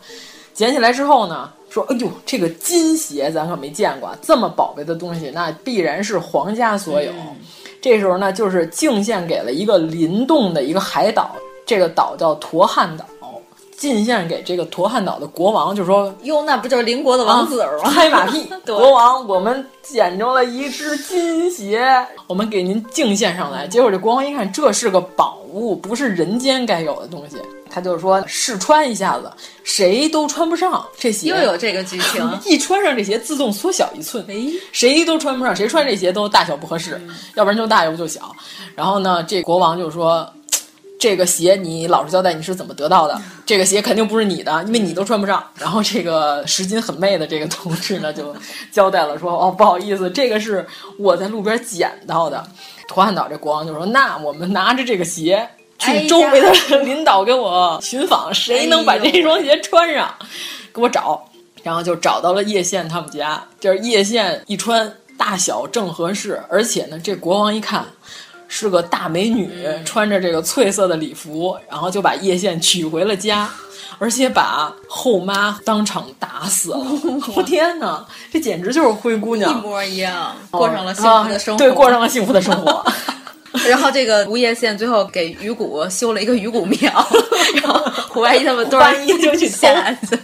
Speaker 4: 捡起来之后呢，说：“哎呦，这个金鞋咱可没见过啊，这么宝贝的东西，那必然是皇家所有。
Speaker 5: 嗯
Speaker 4: 这时候呢，就是敬献给了一个林动的一个海岛，这个岛叫陀汉岛，进献给这个陀汉岛的国王，就说
Speaker 5: 哟，那不就是邻国的王子儿吗？，
Speaker 4: 哦 啊拍马屁
Speaker 5: 对
Speaker 4: 国王，我们捡着了一只金鞋，我们给您敬献上来。结果这国王一看，这是个宝物，不是人间该有的东西，他就是说试穿一下子，谁都穿不上这鞋，
Speaker 5: 又有哎这个剧情
Speaker 4: 一穿上这鞋自动缩小一寸，谁都穿不上，谁穿这鞋都大小不合适，要不然就大，要不就小。然后呢，这国王就说。这个鞋你老实交代你是怎么得到的？这个鞋肯定不是你的，因为你都穿不上。然后这个拾金很昧的这个同志呢，就 交代了说：“哦，不好意思，这个是我在路边捡到的。”托汉岛这国王就说：“那我们拿着这个鞋去周围的领导给我寻访，谁能把这双鞋穿上，给我找。”然后就找到了叶县他们家，就是叶县一穿大小正合适，而且呢，这国王一看。是个大美女，
Speaker 5: 嗯
Speaker 4: 穿着这个翠色的礼服，然后就把叶县娶回了家，而且把后妈当场打死了。我天哪，这简直就是灰姑娘，
Speaker 5: 哦一模一样，过上了幸福的生活，
Speaker 4: 啊、哦对，过上了幸福的生活。
Speaker 5: 然后这个吴叶县最后给鱼骨修了一个鱼骨庙， 然后胡八一他们端
Speaker 4: 一就去
Speaker 5: 下去了，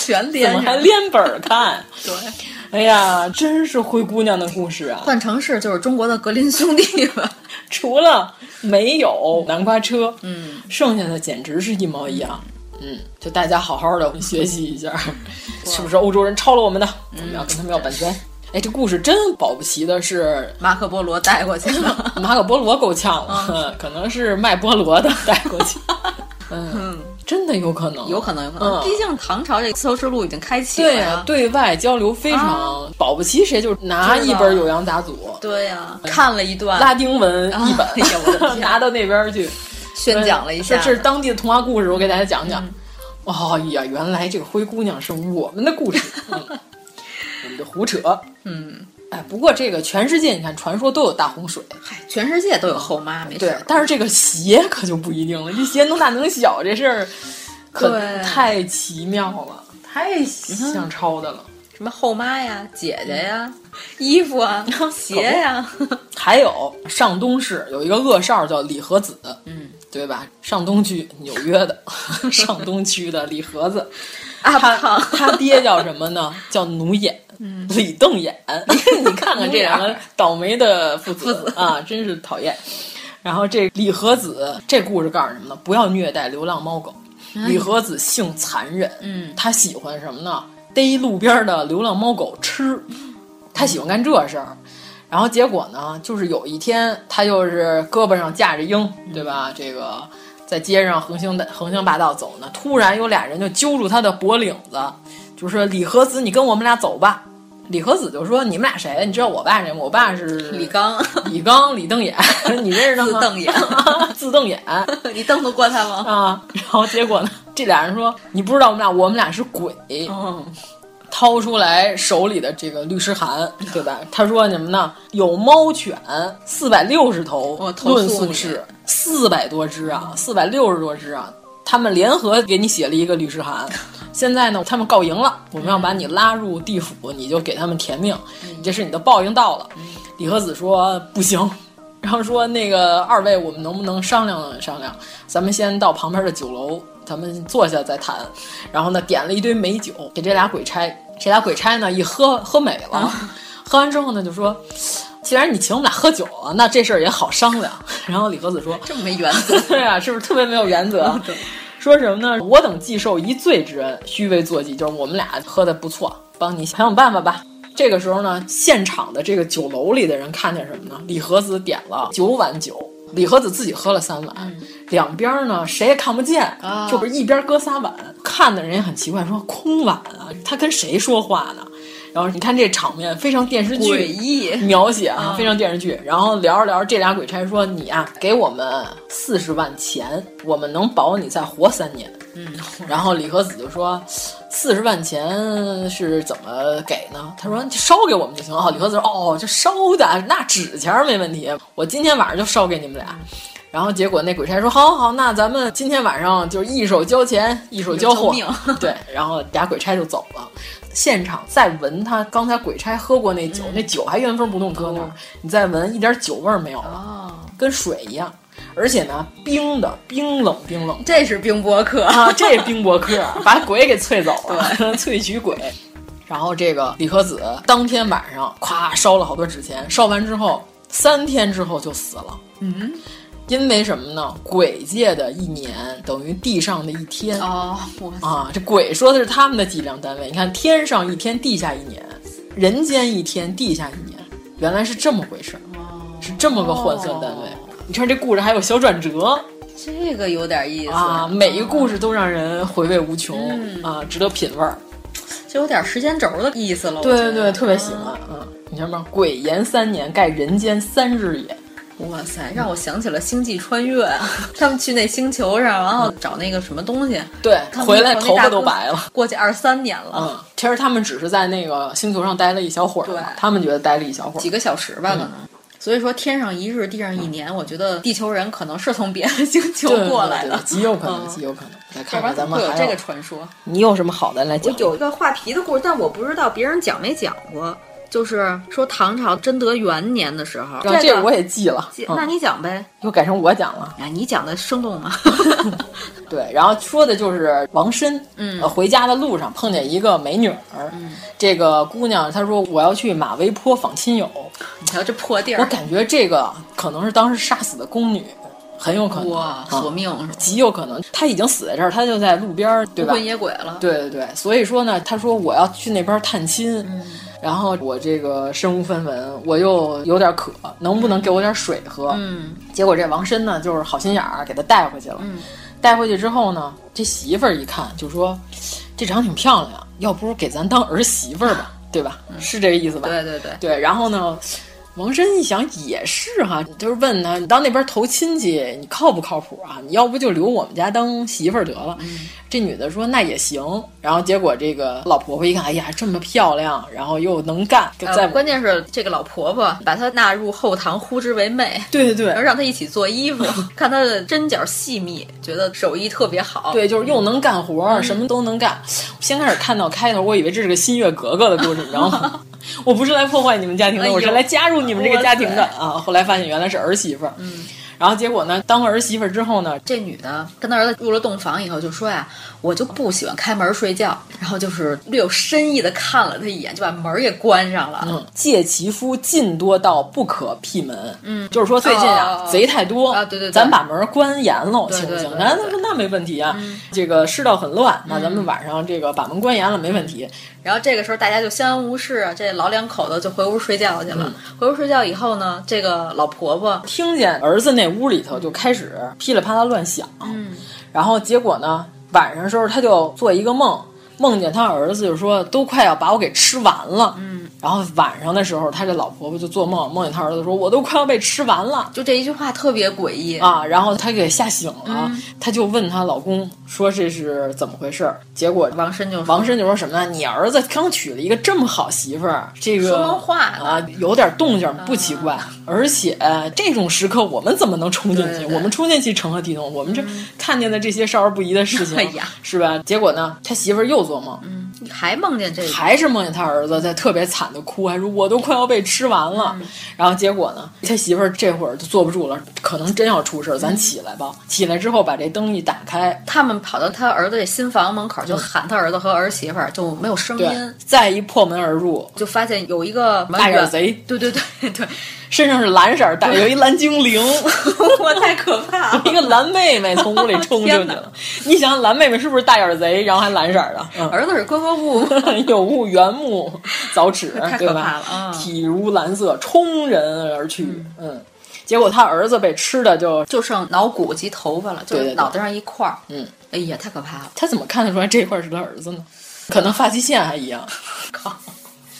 Speaker 5: 全连，
Speaker 4: 怎么还连本看？
Speaker 5: 对。
Speaker 4: 哎呀，真是灰姑娘的故事啊！
Speaker 5: 换城市就是中国的格林兄弟吧，
Speaker 4: 除了没有南瓜车，嗯，剩下的简直是一模一样。嗯，就大家好好的学习一下，
Speaker 5: 嗯
Speaker 4: 是不是欧洲人抄了我们的？我们要跟他们要版权。哎，这故事真保不齐的是
Speaker 5: 马可波罗带过去了，
Speaker 4: 马可波罗够呛
Speaker 5: 嗯
Speaker 4: 了，可能是卖菠萝的带过 去。嗯。真的有可能， 嗯
Speaker 5: 有可能，有可能。毕竟唐朝这丝绸之路已经开启
Speaker 4: 了，对呀，对外交流非
Speaker 5: 啊
Speaker 4: 常，保不齐谁就拿一本《酉阳杂俎》，
Speaker 5: 对呀，看了一段
Speaker 4: 拉丁文译
Speaker 5: 哎
Speaker 4: 本，拿到那边去
Speaker 5: 宣讲了一下。嗯
Speaker 4: 这是当地的童话故事，我给大家讲讲。哦呀，原来这个灰姑娘是我们的 故事，嗯我们就胡扯。
Speaker 5: 嗯，
Speaker 4: 哎，不过这个全世界，你看传说都有大洪水，
Speaker 5: 嗨，全世界都有后妈，没
Speaker 4: 对。但是这个鞋可就不一定了，这鞋能大能小这事儿，可太奇妙了，太像抄的了。
Speaker 5: 什么后妈呀，姐姐呀，衣服啊，鞋呀，
Speaker 4: 还有上东市有一个恶少叫李和子，
Speaker 5: 嗯，
Speaker 4: 对吧？上东区纽约的， 上东区的李和子，
Speaker 5: 啊，
Speaker 4: 他他爹叫什么呢？叫奴眼。李瞪眼，你看看这两个倒霉的父子啊，真是讨厌。然后这李和子这故事告诉什么呢？不要虐待流浪猫狗。嗯、李和子性残忍，
Speaker 5: 嗯，
Speaker 4: 他喜欢什么呢？逮路边的流浪猫狗吃，他喜欢干这事儿。然后结果呢，就是有一天他就是胳膊上架着鹰，对吧？嗯、这个在街上横行横行霸道走呢，突然有俩人就揪住他的脖领子，就说、是：“李和子，你跟我们俩走吧。”李和子就说：“你们俩谁？你知道我爸谁吗？我爸是
Speaker 5: 李刚，
Speaker 4: 李刚，李瞪眼，你认识他吗？
Speaker 5: 自瞪眼，
Speaker 4: 自瞪眼，
Speaker 5: 你瞪得过他吗？
Speaker 4: 啊！然后结果呢？这俩人说：你不知道我们俩，我们俩是鬼。
Speaker 5: 嗯，
Speaker 4: 掏出来手里的这个律师函，对吧？他说什么呢？有猫犬四百六十头，论述是四百多只啊，四百六十多只啊。”他们联合给你写了一个律师函，现在呢，他们告赢了，我们要把你拉入地府，你就给他们填命，你这是你的报应到了。李和子说不行，然后说那个二位，我们能不能商量商量？咱们先到旁边的酒楼，咱们坐下再谈。然后呢，点了一堆美酒给这俩鬼差，这俩鬼差呢一喝喝美了，喝完之后呢就说。既然你请我们俩喝酒啊，那这事儿也好商量。然后李和子说：“
Speaker 5: 这 么没原 则，
Speaker 4: 对啊，是不是特别没有原则？啊说什么呢？我等既受一醉之恩，虚为坐骑，就是我们俩喝的不错，帮你想想办法吧。”这个时候呢，现场的这个酒楼里的人看见什么呢？李和子点了九碗酒，李和子自己喝了三碗，
Speaker 5: 嗯、
Speaker 4: 两边呢谁也看不见，
Speaker 5: 啊、
Speaker 4: 就是一边搁仨碗，看的人也很奇怪，说空碗啊，他跟谁说话呢？然后你看这场面非常电视剧
Speaker 5: 诡异
Speaker 4: 描写啊，非常电视剧。然后聊着聊着，这俩鬼差说：“你啊，给我们四十万钱，我们能保你再活三年。”
Speaker 5: 嗯，
Speaker 4: 然后李和子就说：“四十万钱是怎么给呢？”他说：“烧给我们就行。”哦，李和子说：“哦，这烧的那纸钱没问题，我今天晚上就烧给你们俩。”然后结果那鬼差说：“好好好，那咱们今天晚上就是一手交钱，一手交货。”对，然后俩鬼差就走了。现场再闻他刚才鬼差喝过那酒，
Speaker 5: 嗯、
Speaker 4: 那酒还原封不动搁那儿，
Speaker 5: 哦、
Speaker 4: 你再闻一点酒味儿没有了，
Speaker 5: 哦、
Speaker 4: 跟水一样。而且呢，冰的，冰冷冰冷。
Speaker 5: 这是冰博客
Speaker 4: 啊，这是冰博 客，把鬼给萃走了，萃取鬼。然后这个李和子当天晚上咵烧了好多纸钱，烧完之后三天之后就死了。
Speaker 5: 嗯。
Speaker 4: 因为什么呢？鬼界的一年等于地上的一天
Speaker 5: 哦，
Speaker 4: 啊，这鬼说的是他们的计量单位。你看，天上一天，地下一年；人间一天，地下一年。原来是这么回事儿，
Speaker 5: 哦
Speaker 4: 是这么个换算单位。你看这故事还有小转折
Speaker 5: 这个有点意思
Speaker 4: 啊，每一个故事都让人回味无穷、啊，值得品味儿。
Speaker 5: 就有点时间轴的意思了。
Speaker 4: 对对对，特别喜欢。嗯，你看吗？鬼延三年，盖人间三日也。
Speaker 5: 哇塞，让我想起了《星际穿越》，啊 他们去那星球上，然后找那个什么东西，
Speaker 4: 对，
Speaker 5: 他们
Speaker 4: 回来
Speaker 5: 那
Speaker 4: 头发
Speaker 5: 大
Speaker 4: 都
Speaker 5: 哥
Speaker 4: 白了。
Speaker 5: 过去二十三年
Speaker 4: 嗯
Speaker 5: 了，，
Speaker 4: 其实他们只是在那个星球上待了一小会儿嘛，他们觉得待了一小会儿，嗯
Speaker 5: 几个小时吧，可能。所以说，天上一日，地上一年，我觉得地球人可能是从别的星球
Speaker 4: 对对
Speaker 5: 过来
Speaker 4: 对
Speaker 5: 的
Speaker 4: 对，极有可能，
Speaker 5: 嗯
Speaker 4: 极有可能。再
Speaker 5: 要
Speaker 4: 看
Speaker 5: 不然怎
Speaker 4: 看咱
Speaker 5: 么
Speaker 4: 们
Speaker 5: 会有
Speaker 4: 还
Speaker 5: 这个传说？
Speaker 4: 你有什么好的来讲？
Speaker 5: 有一个画皮的故事，但我不知道别人讲没讲过，就是说唐朝贞德元年的时候，
Speaker 4: 然
Speaker 5: 这
Speaker 4: 后啊这
Speaker 5: 个
Speaker 4: 个我也记了，
Speaker 5: 记
Speaker 4: 嗯
Speaker 5: 那你讲呗。
Speaker 4: 又改成我讲了。
Speaker 5: 哎，你讲的生动吗？
Speaker 4: 对，然后说的就是王申，
Speaker 5: 嗯
Speaker 4: 呃回家的路上碰见一个美女儿，这个姑娘她说我要去马嵬坡访亲友，
Speaker 5: 你瞧这破地儿，
Speaker 4: 我感觉这个可能是当时杀死的宫女，很有可能
Speaker 5: 哇
Speaker 4: 啊
Speaker 5: 索命是吧
Speaker 4: 极有可能她已经死在这儿，她就在路边儿，对
Speaker 5: 孤
Speaker 4: 吧？
Speaker 5: 魂野鬼了。
Speaker 4: 对对对，所以说呢，他说我要去那边探亲，
Speaker 5: 嗯
Speaker 4: 然后我这个身无分文，我又有点渴，能不能给我点水喝？
Speaker 5: 嗯，
Speaker 4: 结果这王申呢，就是好心眼儿给他带回去了。带回去之后呢，这媳妇儿一看就说，这长挺漂亮，要不给咱当儿媳妇儿吧，对吧？是这个意思吧？
Speaker 5: 嗯对对对，
Speaker 4: 对，然后呢，王申一想也是哈，就是问他，你到那边投亲戚，你靠不靠谱啊？你要不就留我们家当媳妇儿得了。
Speaker 5: 嗯
Speaker 4: 这女的说那也行，然后结果这个老婆婆一看，哎呀，这么漂亮，然后又能干，就
Speaker 5: 呃
Speaker 4: 在、
Speaker 5: 关键是这个老婆婆把她纳入后堂，呼之为妹。
Speaker 4: 对对对，
Speaker 5: 然后让她一起做衣服， 看她的针脚细密，觉得手艺特别好。
Speaker 4: 对，就是又能干活
Speaker 5: 嗯
Speaker 4: 儿，什么都能干。先开始看到开头，我以为这是个新月格格的故事，你知道吗？ 我不是来破坏你们家庭
Speaker 5: 哎
Speaker 4: 的，
Speaker 5: 呦
Speaker 4: 我是来加入你们这个家庭的
Speaker 5: 哇
Speaker 4: 啊！后来发现原来是儿媳妇儿，嗯。然后结果呢，当儿媳妇儿之后呢，
Speaker 5: 这女的跟她儿子入了洞房以后，就说呀：“我就不喜欢开门睡觉。”然后就是略有深意的看了她一眼，就把门给关上了。
Speaker 4: 嗯，借其夫尽多到不可辟门。
Speaker 5: 嗯
Speaker 4: 就是说最近
Speaker 5: 哦
Speaker 4: 啊，
Speaker 5: 哦哦
Speaker 4: 贼太多
Speaker 5: 啊对对对
Speaker 4: 咱把门关严喽，
Speaker 5: 对
Speaker 4: 行不
Speaker 5: 对
Speaker 4: 行
Speaker 5: 对？嗯
Speaker 4: 那那那没问题啊。这个世道很乱，那咱们晚上这个把门关严了没问题。
Speaker 5: 然后这个时候大家就相安无事啊，这老两口子就回屋睡觉去了。
Speaker 4: 嗯
Speaker 5: 回屋睡觉以后呢，这个老婆婆
Speaker 4: 听见儿子那屋里头就开始噼里啪啦乱响，
Speaker 5: 嗯，
Speaker 4: 然后结果呢，晚上的时候他就做一个梦，梦见他儿子就说都快要把我给吃完了，嗯，然后晚上的时候他这老婆婆就做梦，梦见他儿子说我都快要被吃完了，
Speaker 5: 就这一句话特别诡异
Speaker 4: 啊，然后她给吓醒了
Speaker 5: 嗯，
Speaker 4: 她、就问她老公说这是怎么回事儿？结果
Speaker 5: 王申就
Speaker 4: 王申就说什么呢？你儿子刚娶了一个这么好媳妇儿，这个
Speaker 5: 说梦话呢嗯
Speaker 4: 啊，有点动静不奇怪，而且呃这种时刻我们怎么能冲进去？
Speaker 5: 对对嗯
Speaker 4: 我们冲进去成何体统？我们这、看见的这些少儿不宜的事情，
Speaker 5: 哎呀
Speaker 4: 是吧？结果呢，他媳妇儿又做梦，
Speaker 5: 还梦见这个，
Speaker 4: 还是梦见他儿子在特别惨的哭，还说我都快要被吃完了。
Speaker 5: 嗯
Speaker 4: 然后结果呢，他媳妇儿这会儿就坐不住了，可能真要出事儿，
Speaker 5: 嗯
Speaker 4: 咱起来吧。起来之后把这灯一打开，
Speaker 5: 他们跑到他儿子这新房门口就喊他儿子和儿媳妇儿，就没有声
Speaker 4: 嗯对
Speaker 5: 音，，
Speaker 4: 再一破门而入，
Speaker 5: 就发现有一个
Speaker 4: 大眼贼，
Speaker 5: 对对对对，
Speaker 4: 身上是蓝色儿带，有一蓝精灵，
Speaker 5: 我太可怕了。
Speaker 4: 一个蓝妹妹从屋里冲进
Speaker 5: 天
Speaker 4: 去
Speaker 5: 哪
Speaker 4: 了。你想蓝妹妹是不是大眼贼，然后还蓝色儿的？嗯
Speaker 5: 儿子是龟壳木，
Speaker 4: 有物原木 凿齿，
Speaker 5: 太
Speaker 4: 对
Speaker 5: 可怕
Speaker 4: 吧
Speaker 5: 了啊？
Speaker 4: 体如蓝色，冲人而去。嗯，结果他儿子被吃的就
Speaker 5: 就剩脑骨及头发了，就
Speaker 4: 对
Speaker 5: 是
Speaker 4: 对对
Speaker 5: 脑袋上一块儿。
Speaker 4: 嗯，
Speaker 5: 哎呀，太可怕了！
Speaker 4: 他怎么看得出来这块是他儿子呢？可能发际线还一样，
Speaker 5: 靠，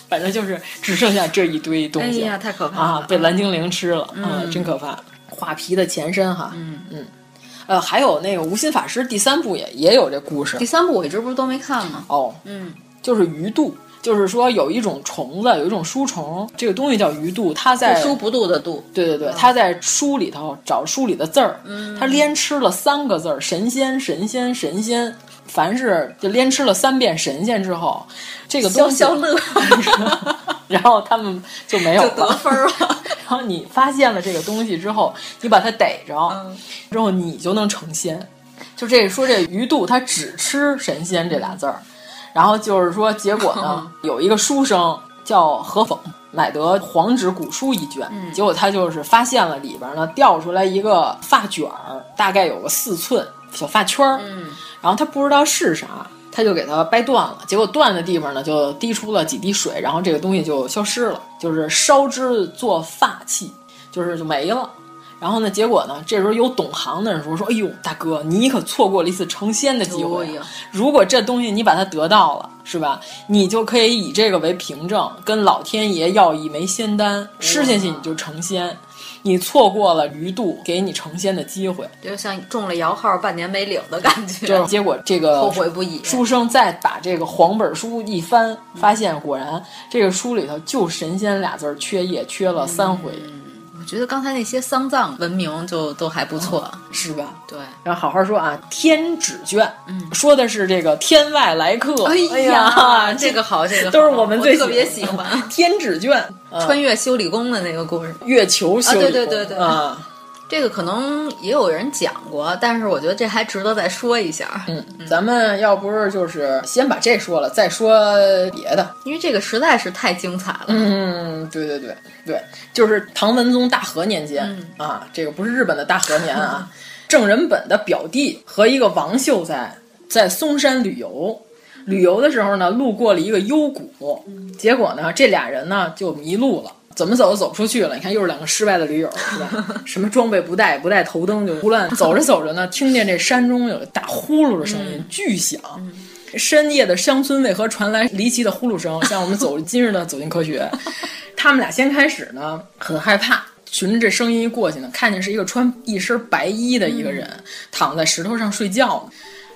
Speaker 4: 反正就是只剩下这一堆东
Speaker 5: 哎
Speaker 4: 西。
Speaker 5: 呀，太可怕了！
Speaker 4: 啊，被蓝精灵吃了，啊，
Speaker 5: 嗯
Speaker 4: 真可怕！画皮的前身哈，
Speaker 5: 嗯
Speaker 4: 嗯，呃，还有那个无心法师第三部也也有这故事
Speaker 5: 第三部我一直不是都没看吗？
Speaker 4: 哦，
Speaker 5: 嗯，
Speaker 4: 就是鱼肚，就是说有一种虫子，有一种书虫，这个东西叫鱼肚，它在
Speaker 5: 不书不度的度，
Speaker 4: 对对对，他在书里头找书里的字儿，
Speaker 5: 嗯
Speaker 4: 他连吃了三个字儿：神仙、神仙、神仙。凡是就连吃了三遍神仙之后，这个东西
Speaker 5: 消消乐，
Speaker 4: 然后他们就没有
Speaker 5: 就得
Speaker 4: 了。
Speaker 5: 分儿 了。
Speaker 4: 然后你发现了这个东西之后，你把它逮着，
Speaker 5: 嗯
Speaker 4: 之后你就能成仙。就这说这鱼肚，他只吃神仙这俩字儿，然后就是说，结果呢，有一个书生叫何讽，买得黄纸古书一卷，结果他就是发现了里边呢掉出来一个发卷儿，大概有个四寸小发圈儿，然后他不知道是啥。他就给它掰断了，结果断的地方呢就滴出了几滴水，然后这个东西就消失了，就是烧之做发器，就是就没了。然后呢，结果呢，这时候有懂行的人说说，哎呦，大哥，你可错过了一次成仙的机会
Speaker 5: 哎呦
Speaker 4: 啊。如果这东西你把它得到了，是吧？你就可以以这个为凭证，跟老天爷要一枚仙丹，吃下去你就成仙。你错过了鱼肚给你成仙的机 会，
Speaker 5: 就像中了摇号半年没领的感觉，
Speaker 4: 就是结果这个
Speaker 5: 后悔不已。
Speaker 4: 书生再把这个黄本书一翻，发现果然这个书里头就“神仙”俩字儿缺页，缺
Speaker 5: 嗯
Speaker 4: 了三回，
Speaker 5: 我觉得刚才那些丧葬文明就都还不错，
Speaker 4: 是吧？
Speaker 5: 对，嗯
Speaker 4: 然后好好说啊，天纸卷，说的是这个天外来客。
Speaker 5: 哎呀这个好这个好
Speaker 4: 都是我们最
Speaker 5: 我特别喜欢
Speaker 4: 天纸卷，嗯
Speaker 5: 穿越修理工的那个故事，
Speaker 4: 月球修
Speaker 5: 啊，对
Speaker 4: 理
Speaker 5: 对
Speaker 4: 工
Speaker 5: 对对
Speaker 4: 啊，
Speaker 5: 这个可能也有人讲过，但是我觉得这还值得再说一下，
Speaker 4: 嗯，咱们要不是就是先把这说了，再说别的。
Speaker 5: 因为这个实在是太精彩了。
Speaker 4: 嗯，对对对对，就是唐文宗大和年间、啊，这个不是日本的大和年啊，郑仁本的表弟和一个王秀才在嵩山旅游。旅游的时候呢，路过了一个幽谷，结果呢，这俩人呢就迷路了，怎么走都走不出去了。你看，又是两个失败的驴友，是吧？什么装备不带，不带头灯就胡乱走着走着呢，听见这山中有大呼噜的声音，巨响。深夜的乡村为何传来离奇的呼噜声？像我们走今日的走进科学，他们俩先开始呢很害怕，循着这声音一过去呢，看见是一个穿一身白衣的一个人、躺在石头上睡觉呢。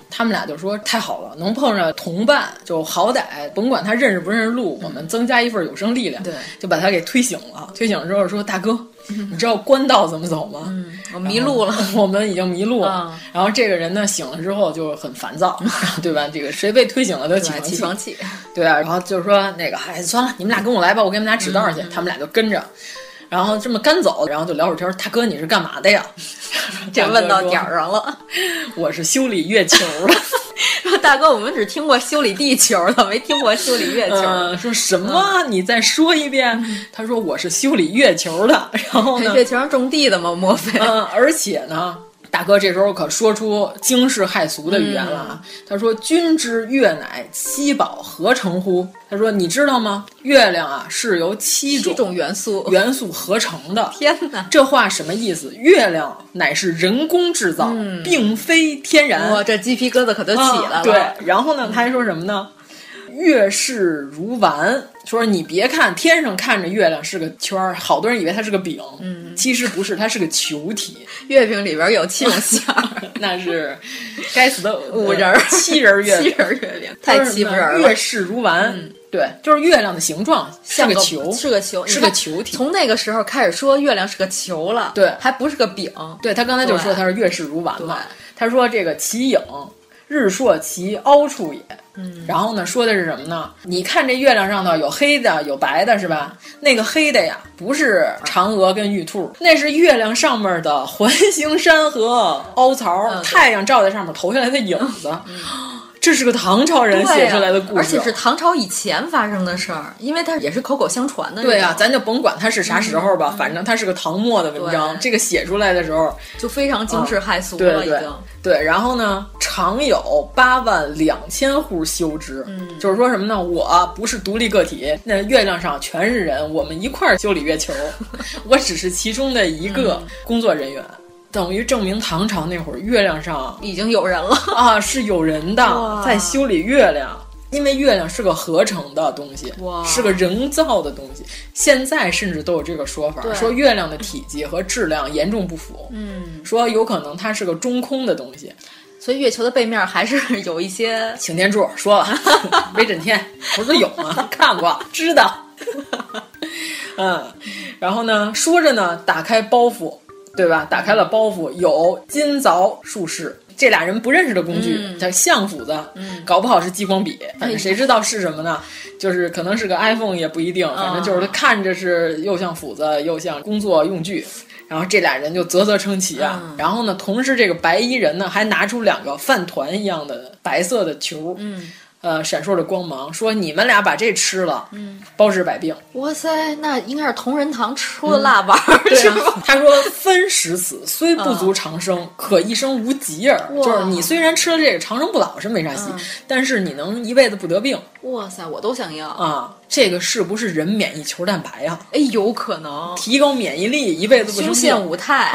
Speaker 4: 他们俩就说：“太好了，能碰上同伴，就好歹甭管他认识不认识路，我们增加一份有生力量。”
Speaker 5: 对，
Speaker 4: 就把他给推醒了。推醒之后说：“大哥，你知道官道怎么走吗？”
Speaker 5: 我迷路了，
Speaker 4: 我们已经迷路了。
Speaker 5: 嗯
Speaker 4: 然后这个人呢，醒了之后就很 烦躁，对吧？这个谁被推醒了都
Speaker 5: 对
Speaker 4: 起床
Speaker 5: 起
Speaker 4: 气，
Speaker 5: 床气，
Speaker 4: 对啊。然后就是说那个，哎，算了，你们俩跟我来吧，我给你们俩指道
Speaker 5: 嗯
Speaker 4: 去。他们俩就跟着，然后这么干走，然后就聊会儿天儿。大哥，你是干嘛的呀？
Speaker 5: 这问到点
Speaker 4: 大哥
Speaker 5: 儿上了。
Speaker 4: 说，我是修理月球 的。
Speaker 5: 说大哥，我们只听过修理地球的，没听过修理月球的。
Speaker 4: 嗯，说什么？你再说一遍。
Speaker 5: 嗯
Speaker 4: 他说我是修理月球的。然后呢？
Speaker 5: 月球上种地的吗？莫非？
Speaker 4: 嗯，而且呢，大哥这时候可说出惊世骇俗的语言了啊！
Speaker 5: 嗯
Speaker 4: 他说：“君之月乃七宝合成乎？”他说：“你知道吗？月亮啊是由七种
Speaker 5: 七种元素，
Speaker 4: 元素合成的。”
Speaker 5: 天哪！
Speaker 4: 这话什么意思？月亮乃是人工制造，并非天然。
Speaker 5: 哇，这鸡皮疙瘩嗯可就起来了。
Speaker 4: 啊对，然后呢，他还说什么呢？月是如丸，说你别看天上看着月亮是个圈儿，好多人以为它是个饼，嗯，其实不是，它是个球体。
Speaker 5: 月饼里边有七种馅 儿，
Speaker 4: 那是该死的
Speaker 5: 五人儿、
Speaker 4: 七人儿月
Speaker 5: 七
Speaker 4: 饼，
Speaker 5: 人儿月饼，太欺负人了
Speaker 4: 月。式如丸，对，嗯就是月亮的形状像
Speaker 5: 像
Speaker 4: 个球，
Speaker 5: 是个球，
Speaker 4: 是
Speaker 5: 你看
Speaker 4: 个球体。
Speaker 5: 从那个时候开始说月亮是个球了，
Speaker 4: 对
Speaker 5: 还不是个饼。
Speaker 4: 对他刚才就
Speaker 5: 对
Speaker 4: 说他是月式如丸嘛
Speaker 5: 对，
Speaker 4: 他说这个其影日烁其凹处也。
Speaker 5: 嗯
Speaker 4: 然后呢，说的是什么呢？你看这月亮上头有黑的，有白的，是吧？那个黑的呀，不是嫦娥跟玉兔，那是月亮上面的环形山和凹槽，
Speaker 5: 嗯对嗯
Speaker 4: 太阳照在上面投下来的影子。这是个唐朝人写出来的故事，
Speaker 5: 而且是唐朝以前发生的事儿，因为它也是口口相传的。
Speaker 4: 对啊，咱就甭管它是啥时候吧，反正它是个唐末的文章。
Speaker 5: 嗯对
Speaker 4: 这个写出来的时候，
Speaker 5: 就非常惊世骇俗
Speaker 4: 嗯对
Speaker 5: 了，已
Speaker 4: 对
Speaker 5: 经。
Speaker 4: 对，然后呢，常有八万两千户修之，嗯，就是说什么呢？我不是独立个体，那月亮上全是人，我们一块儿修理 月球，我只是其中的一个
Speaker 5: 嗯
Speaker 4: 工作人员，等于证明唐朝那会儿月 亮上
Speaker 5: 已经有人了，
Speaker 4: 啊是有人的
Speaker 5: 哇
Speaker 4: 在修理月亮。因为月亮是个合成的东西
Speaker 5: 哇，
Speaker 4: 是个人造的东西。现在甚至都有这个说法，
Speaker 5: 对
Speaker 4: 说月亮的体积和质量严重不符。
Speaker 5: 嗯，
Speaker 4: 说有可能它是个中空的东西。
Speaker 5: 所以月球的背面还是 有一些
Speaker 4: 擎天柱说了， 威震天不是有吗？ 看过，知道。 嗯，然后呢，说着呢，打开包袱，对吧？打开了包袱，有金凿术士。这俩人不认识的工具
Speaker 5: 嗯
Speaker 4: 叫相斧子，搞不好是激光笔，反正谁知道是什么呢？就是可能是个 iPhone 也不一定，反正就是它看着是又像斧子又像工作用具。然后这俩人就啧啧称奇啊，
Speaker 5: 嗯
Speaker 4: 然后呢，同时这个白衣人呢还拿出两个饭团一样的白色的球，
Speaker 5: 嗯，
Speaker 4: 呃闪烁着光芒，说你们俩把这吃了，
Speaker 5: 嗯，
Speaker 4: 包治百病。
Speaker 5: 哇塞，那应该是同仁堂出的蜡丸儿、
Speaker 4: 嗯 对
Speaker 5: 是
Speaker 4: 啊
Speaker 5: 吧？，
Speaker 4: 他说分食死，虽不足长生，可一生无疾耳。
Speaker 5: 嗯哇嗯
Speaker 4: 就是你虽然吃了这个长生不老是没啥戏，但是你能一辈子不得病
Speaker 5: 哇塞，我都想要！
Speaker 4: 啊！这个是不是人免疫球蛋白啊？
Speaker 5: 哎，有可能
Speaker 4: 提高免疫力，一辈子不
Speaker 5: 胸
Speaker 4: 生
Speaker 5: 腺
Speaker 4: 病
Speaker 5: 五 态。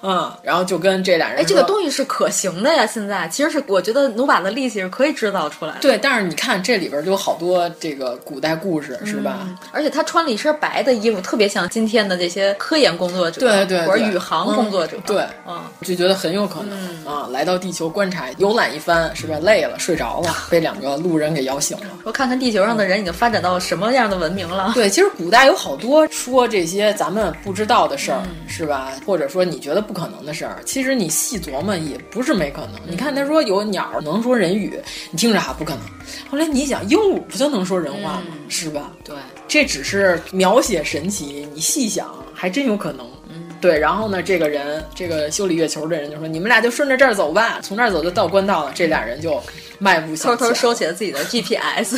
Speaker 4: 啊！然后就跟这俩人
Speaker 5: 哎，这个
Speaker 4: 说
Speaker 5: 东西是可行的呀！现在其实是我觉得努把的力气是可以制造出来的。
Speaker 4: 对，但是你看这里边就有好多这个古代故事，是吧？
Speaker 5: 嗯而且他穿了一身白的衣服，特别像今天的这些科研工作者，
Speaker 4: 对对对
Speaker 5: 或者宇航工作者，
Speaker 4: 嗯对
Speaker 5: 嗯，
Speaker 4: 就觉得很有可能、啊，来到地球观察游览一番，是吧？累了，睡着了，被两个路人给摇醒了。
Speaker 5: 说看看地球上的人已经发展到什么样的文明了。
Speaker 4: 对，其实古代有好多说这些咱们不知道的事儿，
Speaker 5: 嗯
Speaker 4: 是吧？或者说你觉得不可能的事儿，其实你细琢磨也不是没可能。你
Speaker 5: 嗯
Speaker 4: 看他说有鸟儿能说人语，你听着啊不可能，后来你一想，鹦鹉不就能说人话吗？是吧？
Speaker 5: 嗯对，
Speaker 4: 这只是描写神奇，你细想还真有可能。
Speaker 5: 嗯
Speaker 4: 对，然后呢，这个人，这个修理月球的人就说：“你们俩就顺着这儿走吧，从这儿走就到官道了。”这俩人就迈步向
Speaker 5: 偷
Speaker 4: 前，
Speaker 5: 偷收起了自己的 GPS，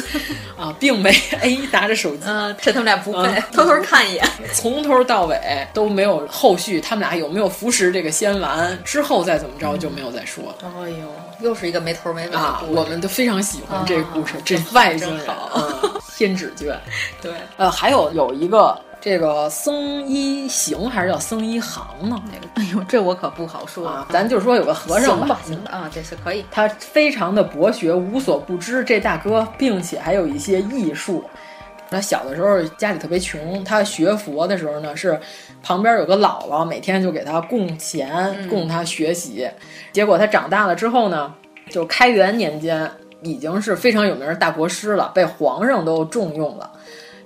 Speaker 4: 啊，并没 哎拿着手机，
Speaker 5: 嗯，趁他们俩不备，
Speaker 4: 嗯
Speaker 5: 偷偷看一眼。
Speaker 4: 从头到尾都没有后续，他们俩有没有服食这个仙丸，之后再怎么着就没有再说了。
Speaker 5: 哎呦，又是一个没头没尾的
Speaker 4: 啊，
Speaker 5: 故事。
Speaker 4: 我们都非常喜欢这个故事，
Speaker 5: 嗯啊嗯
Speaker 4: 这外星人啊，天纸卷。
Speaker 5: 对，
Speaker 4: 呃，还有有一个这个僧一行还是叫僧一行呢？那个
Speaker 5: 哎呦，这我可不好说。
Speaker 4: 啊，咱就说有个和尚
Speaker 5: 行吧
Speaker 4: 吧，。
Speaker 5: 行吧，啊，这是可以。
Speaker 4: 他非常的博学，无所不知。这大哥，并且还有一些艺术。他小的时候家里特别穷，他学佛的时候呢，是旁边有个姥姥，每天就给他供钱，供他学习。结果他长大了之后呢，就开元年间已经是非常有名的大国师了，被皇上都重用了。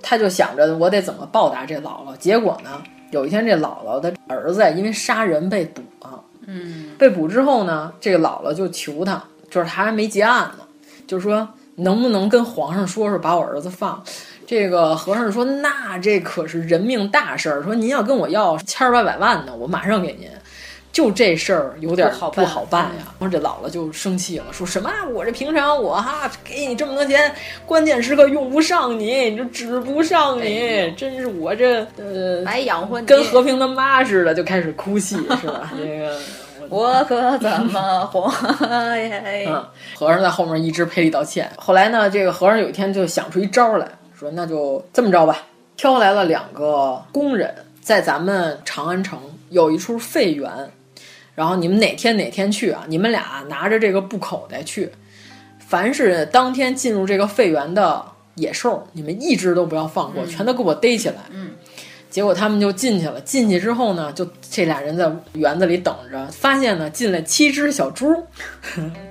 Speaker 4: 他就想着我得怎么报答这姥姥。结果呢，有一天这姥姥的儿子因为杀人被捕了、
Speaker 5: 嗯，
Speaker 4: 被捕之后呢，这个姥姥就求他，就是他还没结案呢，就说能不能跟皇上说说把我儿子放。这个和尚说：“那这可是人命大事儿，说您要跟我要千儿八百万呢，我马上给您。”就这事儿有点
Speaker 5: 不好
Speaker 4: 不
Speaker 5: 办
Speaker 4: 好办呀，然后这姥姥就生气了，说什么啊我这平常我哈给你这么多钱，关键时刻用不上你，你就指不上你，真是我这呃
Speaker 5: 哎白养活你，
Speaker 4: 跟和平他妈似的，就开始哭泣是吧？这个
Speaker 5: 我可怎么活 哎呀？
Speaker 4: 嗯，和尚在后面一直赔礼道歉。后来呢，这个和尚有一天就想出一招来，说那就这么着吧，挑来了两个工人，在咱们长安城有一处废园，然后你们哪天哪天去啊？你们俩拿着这个布口袋去，凡是当天进入这个废园的野兽，你们一只都不要放过，全都给我逮起来。
Speaker 5: 嗯。
Speaker 4: 结果他们就进去了，进去之后呢，就这俩人在园子里等着，发现呢进来七只小猪，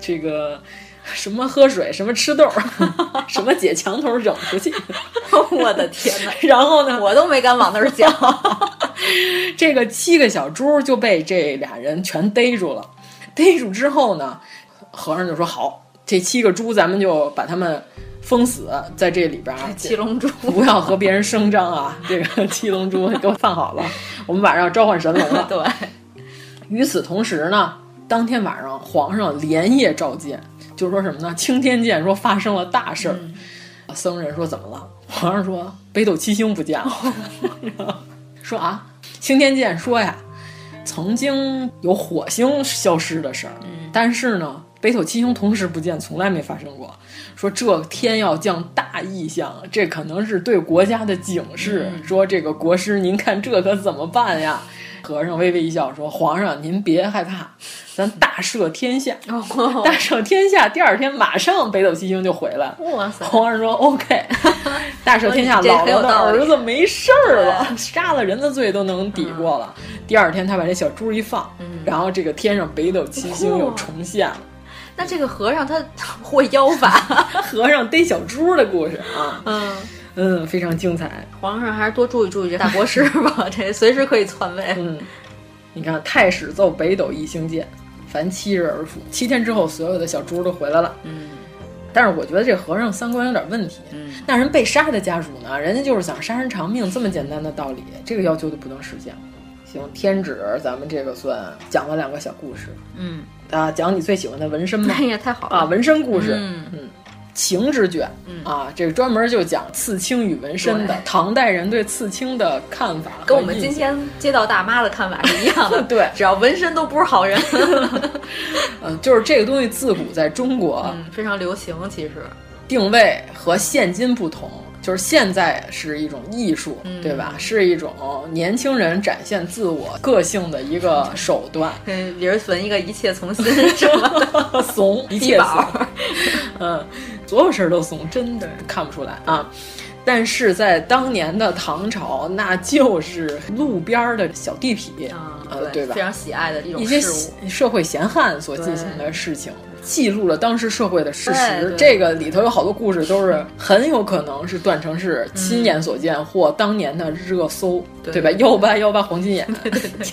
Speaker 4: 这个什么喝水，什么吃豆儿， 什么解墙头扔出去，
Speaker 5: 我的天 哪，
Speaker 4: 然后呢，
Speaker 5: 我都没敢往那儿 讲。
Speaker 4: 这个七个小猪就被这俩人全逮住了。逮住之后呢，和尚就说：“好，这七个猪咱们就把它们封死在这里边儿，
Speaker 5: 七龙珠，
Speaker 4: 不要和别人声张啊！这个七龙珠给我放好了，我们晚上要召唤神龙了。”
Speaker 5: 对，
Speaker 4: 与此同时呢，当天晚上皇上连夜召见，就说什么呢？青天剑说发生了大事儿。僧人说怎么了？皇上说北斗七星不见了。说啊，青天剑说呀，曾经有火星消失的事儿，但是呢，北斗七星同时不见，从来没发生过。说这天要降大异象，这可能是对国家的警示。说这个国师，您看这可怎么办呀？和尚微微一笑说：“皇上，您别害怕，咱大赦天下。
Speaker 5: 哦
Speaker 4: 大赦天下，第二天马上北斗七星就回来。
Speaker 5: 哇 塞，
Speaker 4: 皇上说 OK，大赦天下，
Speaker 5: 这
Speaker 4: 姥
Speaker 5: 很有
Speaker 4: 姥的
Speaker 5: 道理
Speaker 4: 儿子没事儿了，杀了人的罪都能抵过了。第二天他把这小猪一放，然后这个天上北斗七星又重现了。
Speaker 5: 那这个和尚他 会妖法，
Speaker 4: 和尚逮小猪的故事啊，
Speaker 5: 嗯，
Speaker 4: 嗯，非常精彩。
Speaker 5: 皇上还是多注意注意这大国师 吧，这随时可以篡位。
Speaker 4: 嗯，你看太史奏北斗一星剑，凡七日而复。七天之后，所有的小猪都回来了。
Speaker 5: 嗯，
Speaker 4: 但是我觉得这和尚三观有点问题。
Speaker 5: 嗯，
Speaker 4: 那人被杀的家属呢，人家就是想杀人偿命这么简单的道理，这个要求就不能实现。行，天指，咱们这个算讲了两个小故事
Speaker 5: 嗯，
Speaker 4: 啊，讲你最喜欢的纹身吧。
Speaker 5: 哎呀，太好了
Speaker 4: 啊，纹身故事，
Speaker 5: 嗯
Speaker 4: 嗯，情之卷，
Speaker 5: 嗯
Speaker 4: 啊，这个专门就讲刺青与纹身的
Speaker 5: 对
Speaker 4: 唐代人对刺青的看法和
Speaker 5: 跟我们
Speaker 4: 意
Speaker 5: 今
Speaker 4: 见。
Speaker 5: 天接到大妈的看法是一样的。
Speaker 4: 对，
Speaker 5: 只要纹身都不是好 人，
Speaker 4: 嗯，就是这个东西自古在中国、
Speaker 5: 嗯非常流行。其实，
Speaker 4: 嗯定位和现今不同，就是现在是一种艺术，
Speaker 5: 嗯
Speaker 4: 对吧？是一种年轻人展现自我个性的一个手段。
Speaker 5: 嗯，比如纹一个一切从心，
Speaker 4: 什么怂，一
Speaker 5: 低
Speaker 4: 切怂
Speaker 5: 保，
Speaker 4: 嗯，所有事儿都怂，真的看不出来啊。但是在当年的唐朝，那就是路边儿的小地痞，呃，对吧？
Speaker 5: 啊嗯非常喜爱的一种
Speaker 4: 一 些
Speaker 5: 事
Speaker 4: 社会闲汉所进行的事情，记录了当时社会的事
Speaker 5: 对
Speaker 4: 实
Speaker 5: 对。
Speaker 4: 这个里头有好多故事，都是很有可能是段成式亲眼所见或当年的热搜，
Speaker 5: 嗯对
Speaker 4: 对吧？幺八幺八黄金眼，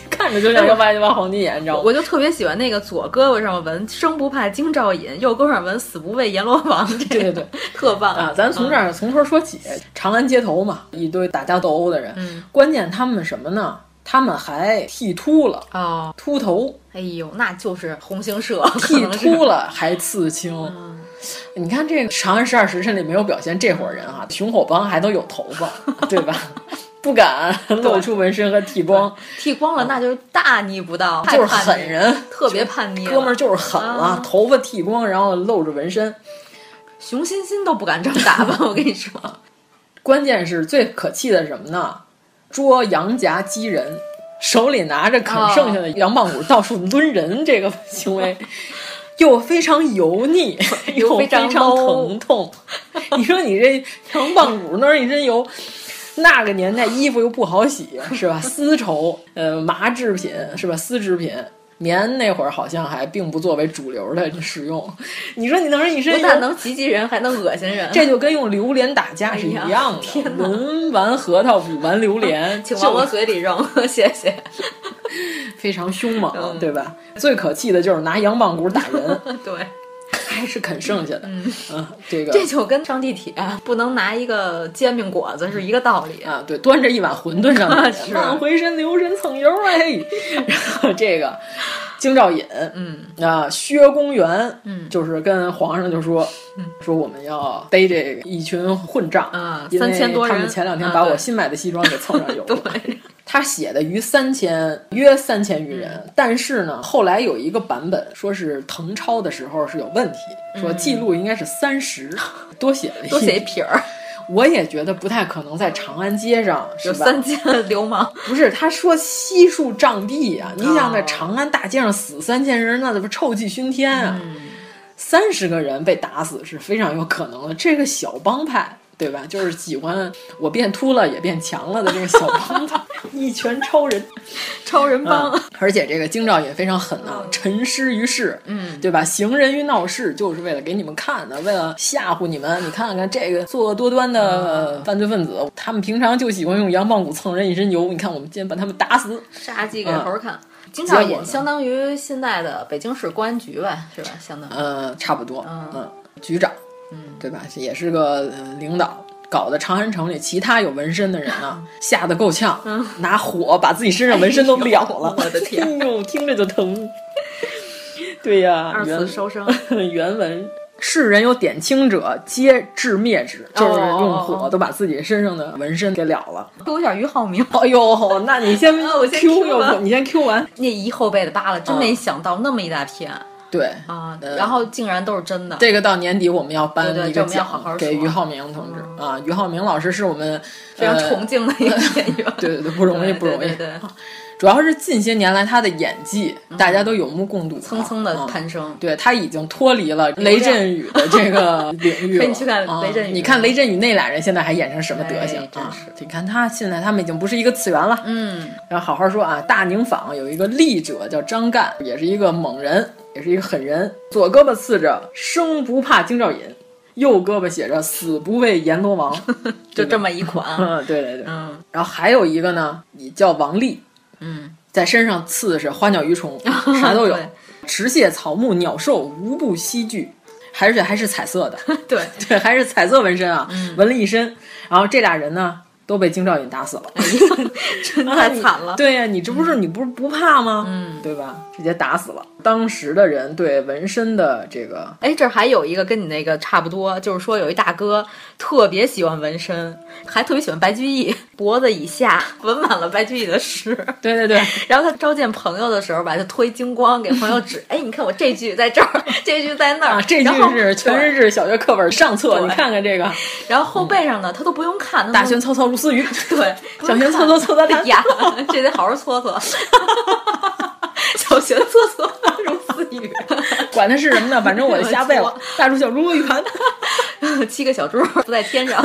Speaker 4: 看着就像幺八幺八黄金眼，你知道
Speaker 5: 物。
Speaker 4: 吗？
Speaker 5: 我就特别喜欢那个左胳膊上纹“生不怕京兆尹”，右胳膊上纹“死不畏阎罗王”，
Speaker 4: 对 对对，
Speaker 5: 特棒
Speaker 4: 啊！咱从这
Speaker 5: 嗯
Speaker 4: 儿从头说起，长安街头嘛，一堆打架斗殴的人，
Speaker 5: 嗯
Speaker 4: 关键他们什么呢？他们还剃秃了，
Speaker 5: 哦，
Speaker 4: 秃头，
Speaker 5: 哎呦，那就是嗯红星社
Speaker 4: 剃秃
Speaker 5: 了。
Speaker 4: 了还刺青。你看这个《长安十二时辰》里没有表现这伙人啊，熊火帮还都有头 发，对吧？不敢露出纹身和剃光，
Speaker 5: 剃光了，那就是大逆不道，太
Speaker 4: 嗯就是
Speaker 5: 叛逆
Speaker 4: 狠人，
Speaker 5: 特别叛逆了。
Speaker 4: 哥们儿就是狠了，
Speaker 5: 啊
Speaker 4: 头发剃光，然后露着纹身。
Speaker 5: 熊欣欣都不敢这么打扮， 我跟你说。
Speaker 4: 关键是最可气的是什么呢？捉羊夹击人，手里拿着啃剩下的羊棒骨到处抡人，这个行为又非常油腻，又非常
Speaker 5: 非常 low
Speaker 4: 疼痛。 你说你这羊棒骨那儿一身油。那个年代衣服又不好洗，是吧？丝绸，呃，麻制品，是吧？丝制品，棉那会儿好像还并不作为主流的使用。你说你弄人一身
Speaker 5: 不
Speaker 4: 油，
Speaker 5: 但能集集人，还能恶心人。
Speaker 4: 这就跟用榴莲打架是一
Speaker 5: 哎
Speaker 4: 样的，文玩核桃，武 玩榴莲，
Speaker 5: 请往我嘴里扔， 谢谢。
Speaker 4: 非常凶猛，
Speaker 5: 嗯
Speaker 4: 对吧？最可气的就是拿羊棒骨打 人，
Speaker 5: 对，
Speaker 4: 还是啃剩下的，嗯，这个
Speaker 5: 这就跟上地铁不能拿一个煎饼果子是一个道理。
Speaker 4: 啊，对，端着一碗馄饨上来
Speaker 5: 是，
Speaker 4: 慢回身，留神蹭油，哎， 然后这个京兆尹，
Speaker 5: 嗯，
Speaker 4: 啊，薛公元，
Speaker 5: 嗯
Speaker 4: 就是跟皇上就说，说我们要逮这个一群混账
Speaker 5: 啊
Speaker 4: 因为
Speaker 5: 3000多人
Speaker 4: 他们前两天
Speaker 5: 啊
Speaker 4: 把我
Speaker 5: 对
Speaker 4: 新买的西装给蹭 上油了。他写的逾三千，约三千余人，
Speaker 5: 嗯
Speaker 4: 但是呢，后来有一个版本说是誊抄的时候是有问题，说记录应该是三十、多写了
Speaker 5: 嗯多写一
Speaker 4: 撇。
Speaker 5: 撇儿，
Speaker 4: 我也觉得不太可能在长安街上 是
Speaker 5: 有
Speaker 4: 吧
Speaker 5: 三千流氓。
Speaker 4: 不是，他说悉数杖毙啊！你想在
Speaker 5: 哦
Speaker 4: 长安大街上死三千人，那怎么臭气熏天啊？
Speaker 5: 嗯
Speaker 4: 三十、个人被打死是非常有可能的。这个小帮派，对吧？就是喜欢我变秃了也变强了的这个小帮派， 一拳超人，
Speaker 5: 超人帮
Speaker 4: 嗯而且这个京兆也非常狠啊，沉尸于世，
Speaker 5: 嗯
Speaker 4: 对吧？行人于闹市，就是为了给你们看的，为了吓唬你们。你看看这个作恶多端的
Speaker 5: 嗯
Speaker 4: 犯罪分子，他们平常就喜欢用羊棒骨蹭人一身油。你看，我们今天把他们打死，
Speaker 5: 杀
Speaker 4: 嗯
Speaker 5: 鸡给猴儿看。京
Speaker 4: 结
Speaker 5: 兆
Speaker 4: 果
Speaker 5: 尹
Speaker 4: 呢
Speaker 5: 相当于现在的北京市公安局吧，是吧？相当于。
Speaker 4: 呃，差不多，
Speaker 5: 嗯
Speaker 4: 嗯，局长，
Speaker 5: 嗯，
Speaker 4: 对吧？也是个呃领导。搞得长安城里其他有纹身的人啊，
Speaker 5: 嗯
Speaker 4: 吓得够呛，拿火把自己身上纹身都燎了。
Speaker 5: 哎呦我的天
Speaker 4: 哎呦，听着就疼。对呀、
Speaker 5: 二次
Speaker 4: 原
Speaker 5: 收生。
Speaker 4: 原文。世人有点清者，皆至灭之，就是用
Speaker 5: 哦
Speaker 4: 火都把自己身上的纹身给了了。
Speaker 5: 有点俞灏明，
Speaker 4: 哎呦，那你 先
Speaker 5: 啊我先
Speaker 4: Q
Speaker 5: Q
Speaker 4: 又
Speaker 5: 吧
Speaker 4: 不你先 Q 完。
Speaker 5: 那一后背的疤了，真没想到那么一大片
Speaker 4: 嗯对，
Speaker 5: 啊！
Speaker 4: 呃
Speaker 5: 然后竟然都是真的。
Speaker 4: 这个到年底我们要颁
Speaker 5: 对对
Speaker 4: 一
Speaker 5: 这
Speaker 4: 个
Speaker 5: 我们要
Speaker 4: 奖
Speaker 5: 好好说
Speaker 4: 给俞灏明同志啊。俞灏明老师是我们
Speaker 5: 非常
Speaker 4: 呃，
Speaker 5: 崇敬的一个演员
Speaker 4: 对对对，不容易，不容
Speaker 5: 对。
Speaker 4: 易
Speaker 5: 对对对
Speaker 4: 主要是近些年来他的演技，大家都有目共睹，
Speaker 5: 蹭蹭的
Speaker 4: 嗯
Speaker 5: 攀升。
Speaker 4: 对他已经脱离了雷震宇的 这个领域了。
Speaker 5: 可以去看雷震宇
Speaker 4: 啊你看雷震宇那俩人现在还演成什么德行
Speaker 5: 哎真
Speaker 4: 啊
Speaker 5: 是？
Speaker 4: 你看他现在他们已经不是一个次元了。
Speaker 5: 嗯，
Speaker 4: 然后好好说啊，大宁坊有一个吏者叫张干，也是一个猛人，也是一个狠人，左胳膊刺着“生不怕京兆尹”，右胳膊写着“死不畏阎罗王”，
Speaker 5: 就这
Speaker 4: 么。
Speaker 5: 么一款。
Speaker 4: 嗯，对对对。
Speaker 5: 嗯
Speaker 4: 然后还有一个呢，也叫王丽，
Speaker 5: 嗯，
Speaker 4: 在身上刺的是花鸟鱼 虫，啥都有
Speaker 5: 对，
Speaker 4: 池蟹、草木、鸟兽无不悉具，而 且还是彩色的，
Speaker 5: 对，嗯
Speaker 4: 对，还是彩色纹身啊，纹了一身。然后这俩人呢，都被京兆尹打死了，
Speaker 5: 哎真太惨了。嗯
Speaker 4: 对呀、 你这不是你不是不怕吗？嗯，对吧？直接打死了。当时的人对纹身的这 个，
Speaker 5: 哎，这儿还有一个跟你那个差不多，就是说有一大哥特别喜欢纹身，还特别喜欢白居易， 脖子以下 纹满了白居易的诗。
Speaker 4: 对对对。
Speaker 5: 然后他召见朋友的时候吧，把他推精光给朋友指， 哎，你看我这句在这儿， 这句在那儿，
Speaker 4: 啊，这
Speaker 5: 然后
Speaker 4: 就是全日制小学课本上册，
Speaker 5: 对嗯
Speaker 4: 你看看这个
Speaker 5: 然后后背上呢，他都不用看，
Speaker 4: 嗯大轩搓搓如丝鱼，
Speaker 5: 对，
Speaker 4: 小轩搓搓搓搓
Speaker 5: 他
Speaker 4: 他
Speaker 5: 呀，这得好好搓 搓。小学搓搓如丝语，
Speaker 4: 管它是什么呢，反正我就瞎背 了
Speaker 5: 我。
Speaker 4: 大猪小猪圆，
Speaker 5: 七个小猪不在天 上。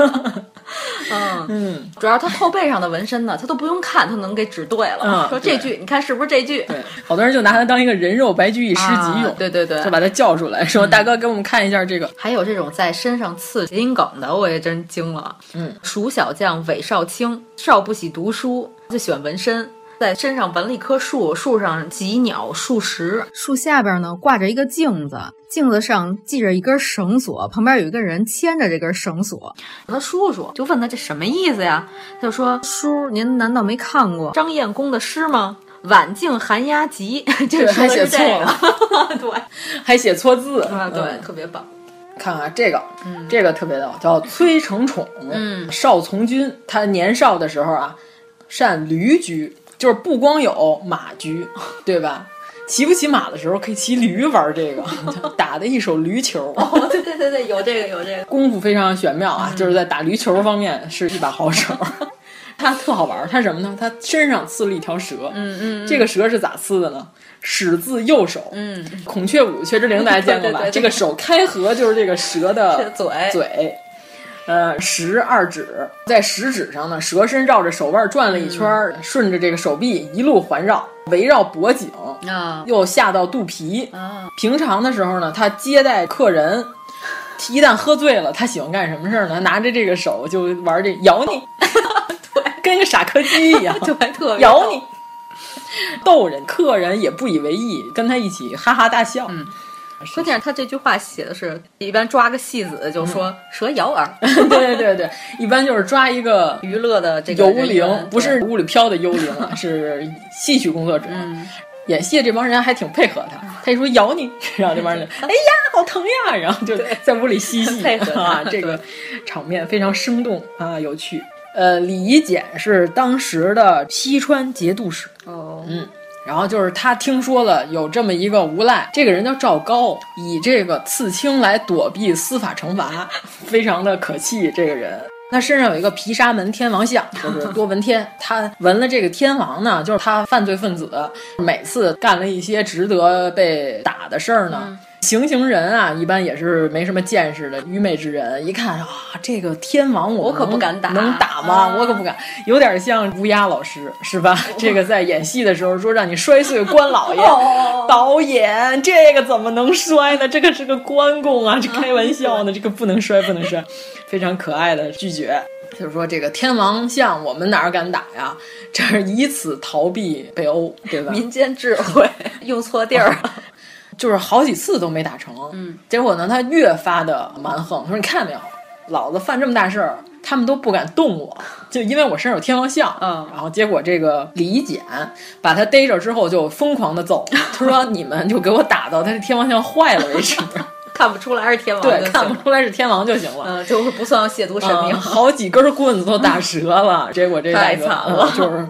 Speaker 5: 嗯
Speaker 4: 嗯，
Speaker 5: 主要他后背上的纹身呢，他都不用看，他能给指对了。
Speaker 4: 嗯
Speaker 5: 说这句，你看是不是这句？
Speaker 4: 对，好多人就拿它当一个人肉白居易诗集用
Speaker 5: 啊，对对对嗯
Speaker 4: 就把它叫出来，说大哥给我们看一下这个，
Speaker 5: 还有这种在身上刺谐音梗的，我也真惊了。
Speaker 4: 嗯，
Speaker 5: 蜀小将韦少卿，少不喜读书，就喜欢纹身，在身上纹了一棵树，树上几鸟数十，
Speaker 10: 树下边呢挂着一个镜子，镜子上系着一根绳索，旁边有一个人牵着这根绳索。
Speaker 5: 他叔叔就问他这什么意思呀？他就说：“
Speaker 10: 叔，您难道没看过
Speaker 5: 张燕公的诗吗？晚镜寒鸦集， 这
Speaker 4: 还
Speaker 5: 说的
Speaker 4: 写
Speaker 5: 是
Speaker 4: 错
Speaker 5: 这个。
Speaker 4: 了， 对，还写错字，
Speaker 5: 啊，对，
Speaker 4: 嗯
Speaker 5: 特别棒。
Speaker 4: 看看这个，这个特别逗，叫崔成宠，
Speaker 5: 嗯
Speaker 4: 邵从军，他年少的时候啊，善驴驹，就是不光有马 驹，对吧？骑不骑马的时候可以骑驴玩这 个，打的一手驴球，
Speaker 5: 哦，对对对对，有这个有这个。
Speaker 4: 功夫非常玄妙
Speaker 5: 嗯
Speaker 4: 啊，就是在打驴球方面是一把好手。 他特好玩儿，他什么呢？他身上刺了一条蛇，
Speaker 5: 嗯嗯嗯
Speaker 4: 这个蛇是咋刺的呢？始自右手，
Speaker 5: 嗯，
Speaker 4: 孔雀舞雀之灵大家见过吧？
Speaker 5: 对对对对
Speaker 4: 这个手开合就是这个蛇的
Speaker 5: 嘴
Speaker 4: 嘴，呃，食二指，在食指上呢，蛇身绕着手腕转了一圈儿，
Speaker 5: 嗯
Speaker 4: 顺着这个手臂一路环绕，围绕脖颈，
Speaker 5: 啊
Speaker 4: 又下到肚皮。
Speaker 5: 啊，
Speaker 4: 平常的时候呢，他接待客人。一旦喝醉了，他喜欢干什么事儿呢？拿着这个手就玩这咬你， 对，跟个傻柯基一样，
Speaker 5: 对，特别
Speaker 4: 咬你，逗人，客人也不以为意，跟他一起哈哈大笑。嗯，
Speaker 5: 关键是他这句话写的是，一般抓个戏子就
Speaker 4: 嗯
Speaker 5: 说蛇咬饵，
Speaker 4: 对对对对，一般就是抓一个
Speaker 5: 娱乐的这个
Speaker 4: 幽
Speaker 5: 人
Speaker 4: 灵
Speaker 5: 员，
Speaker 4: 不是屋里飘的 幽灵啊，是戏曲工作者。
Speaker 5: 嗯
Speaker 4: 演戏的这帮人还挺配合他，他一说咬你，然后这帮人就哎呀好疼呀，然后就在屋里 嬉戏，
Speaker 5: 配合他
Speaker 4: 啊，这个场面非常生动啊，有趣。呃，李夷简是当时的西川节度使，
Speaker 5: 哦，
Speaker 4: 嗯，然后就是他听说了有这么一个无赖，这个人叫赵高，以这个刺青来躲避司法惩罚， 非常的可气。这个人，他身上有一个毗沙门天 王像，就是多闻天。他纹了这个天王呢，就是他犯罪分子，每次干了一些值得被打的事儿呢。
Speaker 5: 嗯
Speaker 4: 行刑人啊，一般也是没什么见识的愚昧之人，一看啊，这个天王我
Speaker 5: 我可不
Speaker 4: 能
Speaker 5: 敢打啊
Speaker 4: 能打吗？我可不敢，有点像乌鸦老师是吧？ 这个在演戏的时候说让你摔碎关老爷，导演这个怎么能摔呢？这个是个关公啊，这开玩笑呢，这个不能摔，不能摔，非常可爱的拒绝。就是说，这个天王像我们哪儿敢打呀？这是以此逃避北欧，对吧？
Speaker 5: 民间智慧， 用错地 儿了。
Speaker 4: 就是好几次都没打成。嗯，结果呢，他越发的蛮横，说你看没有，老子犯这么大事儿，他们都不敢动我，就因为我身上有天王像。嗯，然后结果这个李简把他逮着之后就疯狂的揍，他说你们就给我打到他这天王像坏 哦了为止。
Speaker 5: 看不出来是天王就行，
Speaker 4: 对，看不出来是天王就行了。
Speaker 5: 嗯，就是不算亵渎神明
Speaker 4: 嗯。好几根棍子都打 折了，结果这大哥
Speaker 5: 太惨了嗯
Speaker 4: 嗯就是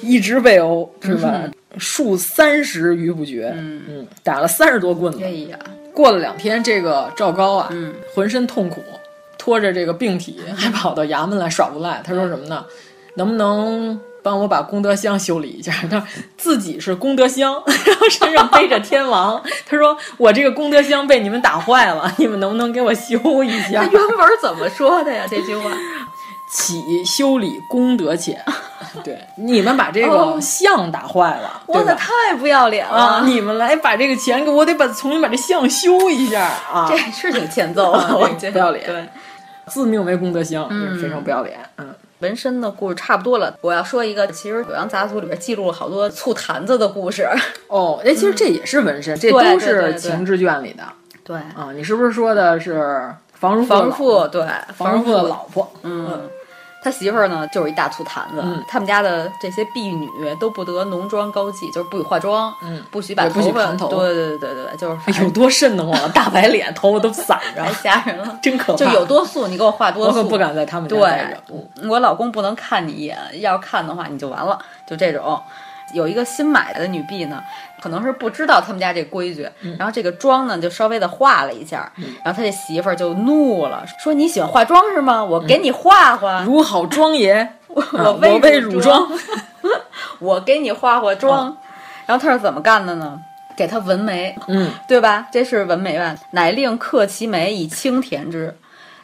Speaker 4: 一直被殴，是吧？数三十余不绝，嗯打了三十多棍
Speaker 5: 哎
Speaker 4: 子。过了两天，这个赵高啊，
Speaker 5: 嗯
Speaker 4: 浑身痛苦，拖着这个病 体，还跑到衙门来耍无赖。他
Speaker 5: 嗯
Speaker 4: 说什么呢？能不能帮我把功德箱修理一下？ 他说自己是功德箱， 然后身上背着天王。他说我这个功德箱被你们打坏了， 你们能不能给我修一
Speaker 5: 他
Speaker 4: 下？
Speaker 5: 哎原文怎么说的呀？这句话，
Speaker 4: 起修理功德 且，对，你们把这个像打坏了，
Speaker 5: 哦我
Speaker 4: 对
Speaker 5: 的
Speaker 4: 吧？
Speaker 5: 太不要脸
Speaker 4: 啊
Speaker 5: 了！！
Speaker 4: 你们来把这个钱给我，得把重新把这像修一下啊！
Speaker 5: 这是挺欠揍
Speaker 4: 啊
Speaker 5: 的，我
Speaker 4: 这
Speaker 5: 觉得
Speaker 4: 不要脸
Speaker 5: 对，
Speaker 4: 自命为功德箱，
Speaker 5: 嗯
Speaker 4: 非常不要脸。嗯，
Speaker 5: 纹身的故事差不多了，我要说一个，其实《九阳杂俎》里边记录了好多醋坛子的故事。
Speaker 4: 哦，哎，其实这也是纹身，这
Speaker 5: 对
Speaker 4: 都
Speaker 5: 对对
Speaker 4: 是
Speaker 5: 对
Speaker 4: 情志卷里的
Speaker 5: 对，
Speaker 4: 啊。你是不是说的是房如
Speaker 5: 房
Speaker 4: 父
Speaker 5: 父
Speaker 4: 的老婆
Speaker 5: 对
Speaker 4: 房如父的老婆？
Speaker 5: 嗯，他媳妇儿呢就是一大醋坛子，
Speaker 4: 嗯
Speaker 5: 他们家的这些婢女都不得浓妆高髻，就是不许化妆，
Speaker 4: 嗯
Speaker 5: 不许把
Speaker 4: 也不许
Speaker 5: 头发，
Speaker 4: 盘头哎
Speaker 5: 对对对对对，就是
Speaker 4: 有多瘆得慌，啊大白脸，头发都散 着，
Speaker 5: 太吓人了，
Speaker 4: 啊真可怕。
Speaker 5: 就有多素你给我化多
Speaker 4: 我
Speaker 5: 素，
Speaker 4: 可不敢在他们家
Speaker 5: 对
Speaker 4: 待着。，嗯
Speaker 5: 我老公不能看你一眼，要看的话你就完了，就这种。有一个新买的女婢呢，可能是不知道他们家这规矩，
Speaker 4: 嗯
Speaker 5: 然后这个妆呢就稍微的化了一下，然后他这媳妇儿就怒了，说你喜欢化妆是吗？
Speaker 4: 嗯
Speaker 5: 我给你化化，
Speaker 4: 如好妆也，
Speaker 5: 我
Speaker 4: 我为
Speaker 5: 乳
Speaker 4: 乳妆，
Speaker 5: 我给你化化妆。
Speaker 4: 哦
Speaker 5: 然后他是怎么干的呢？给他纹眉，
Speaker 4: 嗯，
Speaker 5: 对吧？这是纹眉吧？乃令刻其眉以清填之，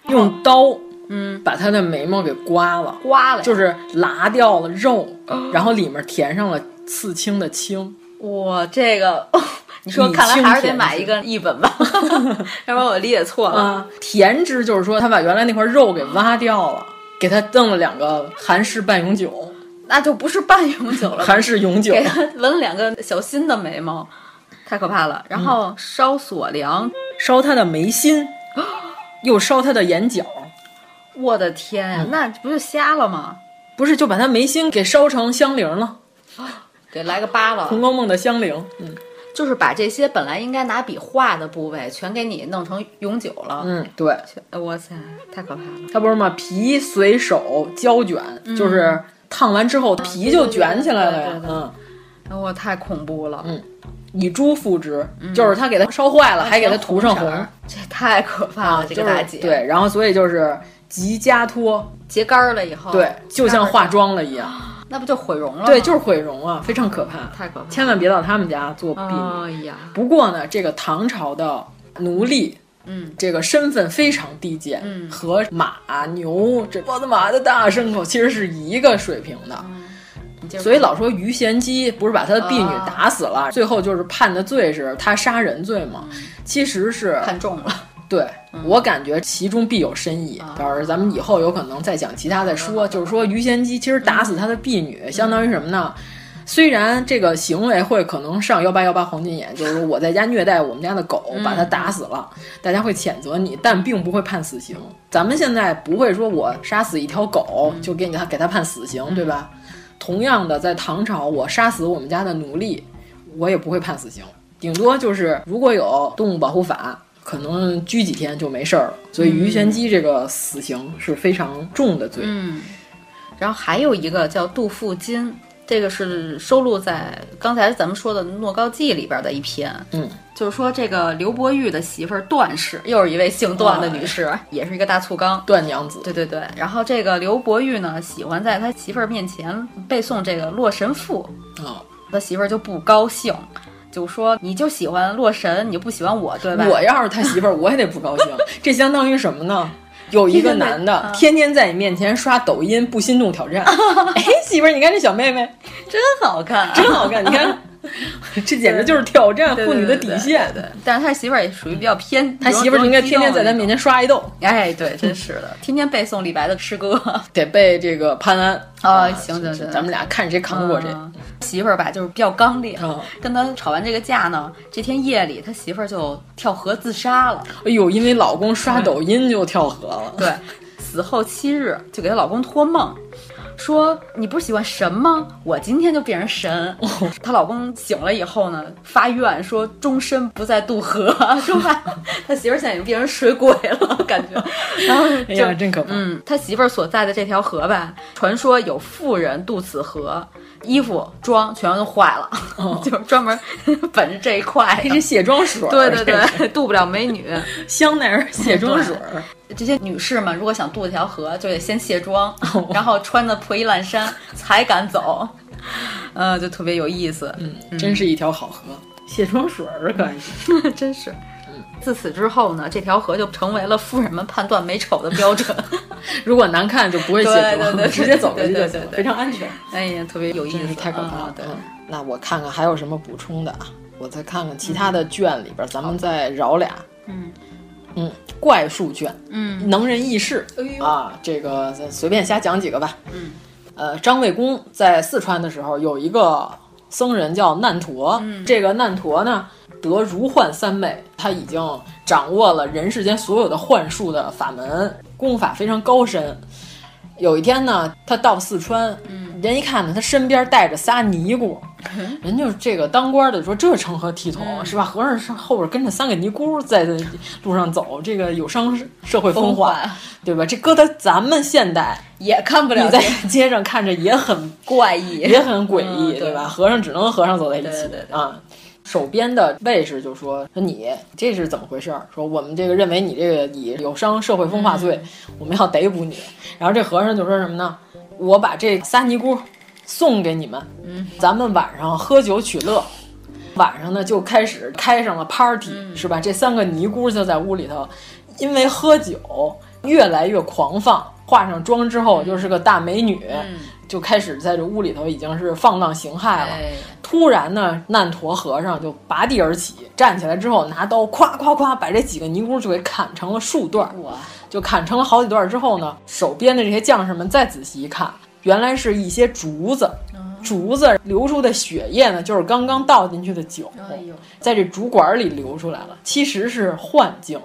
Speaker 4: 用刀，
Speaker 5: 嗯，
Speaker 4: 把他的眉毛给刮了，
Speaker 5: 刮了呀啊
Speaker 4: 就是剌掉了肉，然后里面填上了刺青的青。
Speaker 5: 哇，这个， 你说
Speaker 4: 以
Speaker 5: 看来
Speaker 4: 清
Speaker 5: 还是得
Speaker 4: 填
Speaker 5: 买
Speaker 4: 之
Speaker 5: 一个译 本吧，要不然我理解错了。
Speaker 4: 啊，填之就是说他把原来那块肉给挖掉了，给他弄了两个韩式半永久，
Speaker 5: 那就不是半永久了，
Speaker 4: 韩式永久
Speaker 5: 啊给他纹了两个小心的眉毛，太可怕了。然后烧锁
Speaker 4: 嗯
Speaker 5: 梁，
Speaker 4: 烧他的眉心， 又烧他的眼角，
Speaker 5: 我的天
Speaker 4: 嗯
Speaker 5: 呀，那不就瞎了吗？
Speaker 4: 不是就把他眉心给烧成香菱了，
Speaker 5: 得来个疤了，
Speaker 4: 红高梦的香菱。嗯
Speaker 5: 就是把这些本来应该拿笔画的部位，全给你弄成永久了。
Speaker 4: 嗯，对，
Speaker 5: 嗯，哇塞，太可怕了。
Speaker 4: 他不是嘛，皮随手胶卷，
Speaker 5: 嗯
Speaker 4: 就是烫完之后皮就卷起来了呀。
Speaker 5: 对对对对
Speaker 4: 嗯，
Speaker 5: 哎我太恐怖了，
Speaker 4: 嗯，以珠复之，
Speaker 5: 嗯
Speaker 4: 就是他给它烧坏了，还给它涂上红，
Speaker 5: 这太可怕了，这
Speaker 4: 啊就
Speaker 5: 个
Speaker 4: 是
Speaker 5: 大姐。
Speaker 4: 对，然后所以就是集加脱，
Speaker 5: 结干儿了以后，
Speaker 4: 对，就像化妆了一样，
Speaker 5: 那不就毁容了吗？
Speaker 4: 对，就是毁容啊，非常可怕，
Speaker 5: 哦太可怕了
Speaker 4: 千万别到他们家做婢
Speaker 5: 哎
Speaker 4: 女。
Speaker 5: 呀，
Speaker 4: 不过呢，这个唐朝的奴隶。
Speaker 5: 嗯，
Speaker 4: 这个身份非常低贱，嗯，和马牛这我的马的大牲口其实是一个水平的，所以老说于贤基不是把他的婢女打死了，最后就是判的罪是他杀人罪嘛，其实是
Speaker 5: 看中了。
Speaker 4: 对、我感觉其中必有深意，到时候咱们以后有可能再讲其他再说。就是说于贤基其实打死他的婢女，相当于什么呢？虽然这个行为会可能上幺八幺八黄金眼，就是说我在家虐待我们家的狗，
Speaker 5: 嗯
Speaker 4: 把它打死了，大家会谴责你，但并不会判死刑。咱们现在不会说我杀死一条狗就给你他给他判死刑，对吧？同样的，在唐朝，我杀死我们家的奴隶，我也不会判死刑，顶多就是如果有动物保护法，可能拘几天就没事儿了。所以于玄机这个死刑是非常重的罪。
Speaker 5: 嗯，然后还有一个叫杜甫金，这个是收录在刚才咱们说的《诺高记》里边的一篇。
Speaker 4: 嗯，
Speaker 5: 就是说这个刘伯玉的媳妇儿段氏，又是一位姓段的女士，也是一个大醋缸。
Speaker 4: 段娘子，
Speaker 5: 对对对。然后这个刘伯玉呢，喜欢在他媳妇儿面前背诵这个《洛神赋》，
Speaker 4: 啊、
Speaker 5: 他媳妇儿就不高兴，就说你就喜欢洛神，你就不喜欢我，对吧？
Speaker 4: 我要是他媳妇儿，我也得 不高兴。这相当于什么呢？有一个男
Speaker 5: 嗯
Speaker 4: 的天天在你面前刷抖音不心动 挑战，哎，媳妇儿，你看这小妹妹
Speaker 5: 真好看、啊
Speaker 4: 真好看，你 看，这简直就是挑战妇女的底线。
Speaker 5: 但是他媳妇儿也属于比较偏，
Speaker 4: 他媳妇儿就应该天天在他面前刷一动，
Speaker 5: 哎，对，真是的，天天背诵李白的诗歌。
Speaker 4: 得被这个潘安
Speaker 5: 啊，行行行，
Speaker 4: 咱们俩看谁扛得过谁。
Speaker 5: 嗯媳妇儿吧，就是比较刚烈
Speaker 4: 啊。
Speaker 5: 跟他吵完这个架呢，这天夜里他媳妇儿就跳河自杀了。
Speaker 4: 哎呦，因为老公刷抖音就跳河 了。
Speaker 5: 对，死后七日就给她老公托梦，说你不是喜欢神吗？我今天就变成神。
Speaker 4: 哦
Speaker 5: 她老公醒了以后呢，发愿说终身不再渡河， 说吧，他媳妇儿现在已经变成水鬼了，感觉。然后就
Speaker 4: 哎呀，真可怕！
Speaker 5: 嗯，他媳妇儿所在的这条河吧，传说有妇人渡此河，衣服妆全都坏了，
Speaker 4: 哦
Speaker 5: 就是专门本着这一块的。
Speaker 4: 这是卸妆水儿，
Speaker 5: 对对对，渡不了美女。
Speaker 4: 香奈儿卸妆水儿，
Speaker 5: 这些女士们如果想渡这条河，就得先卸 妆，
Speaker 4: 哦
Speaker 5: 然后穿的破衣烂衫才敢走。 呃，就特别有意 思。嗯
Speaker 4: 真是一条好河。嗯卸妆水儿可以，
Speaker 5: 真是。嗯自此之后呢，这条河就成为了富人们判断美丑的标 准。
Speaker 4: 如果难看就不会卸
Speaker 5: 对对
Speaker 4: 妆，
Speaker 5: 对对
Speaker 4: 直接走过去就
Speaker 5: 对对
Speaker 4: 行
Speaker 5: 对，对
Speaker 4: 非常安全。
Speaker 5: 哎呀，特别有意
Speaker 4: 真
Speaker 5: 思，
Speaker 4: 是太可怕了
Speaker 5: 嗯。对
Speaker 4: 嗯那我看看还有什么补充的啊？我再看看其他的卷里边儿，咱们再饶俩。
Speaker 5: 嗯
Speaker 4: 嗯，怪术卷，
Speaker 5: 嗯
Speaker 4: 能人异士、
Speaker 5: 哎呦
Speaker 4: 啊，这个咱随便瞎讲几个吧。
Speaker 5: 嗯，
Speaker 4: 呃，张卫公在四川的时候有一个僧人叫难陀，
Speaker 5: 嗯
Speaker 4: 这个难陀呢得如幻三昧，他已经掌握了人世间所有的幻术的法门，功法非常高深。有一天呢，他到四川，人一看呢，他身边带着仨尼姑，人就是这个当官的说这成何体统、是吧？和尚是后边跟着三个尼姑在这路上走，这个有伤社会风化，
Speaker 9: 风化
Speaker 4: 对吧？这搁在咱们现代
Speaker 9: 也看不了
Speaker 4: 你在街上看着也很
Speaker 9: 怪异
Speaker 4: 也很诡
Speaker 9: 嗯
Speaker 4: 异，
Speaker 9: 对
Speaker 4: 对吧？和尚只能和和尚走在一起
Speaker 9: 对对
Speaker 4: 啊。手边的卫士就说：“说你这是怎么回事儿？说我们这个认为你这个以有伤社会风化罪，
Speaker 9: 嗯
Speaker 4: 我们要逮捕你。”然后这和尚就说什么呢？我把这仨尼姑送给你们，
Speaker 9: 嗯
Speaker 4: 咱们晚上喝酒取乐。晚上呢就开始开上了 party，、是吧？这三个尼姑就在屋里头，因为喝酒越来越狂放，化上妆之后就是个大美女，就开始在这屋里头已经是放浪形骸了。
Speaker 5: 哎
Speaker 4: 突然呢，难陀和尚就拔地而起，站起来之后拿刀咵咵咵把这几个尼姑就给砍成了数段儿。就砍成了好几段儿之后呢，手边的这些将士们再仔细一看，原来是一些竹子，竹子流出的血液呢，就是刚刚倒进去的酒，在这竹管里流出来了，其实是幻境。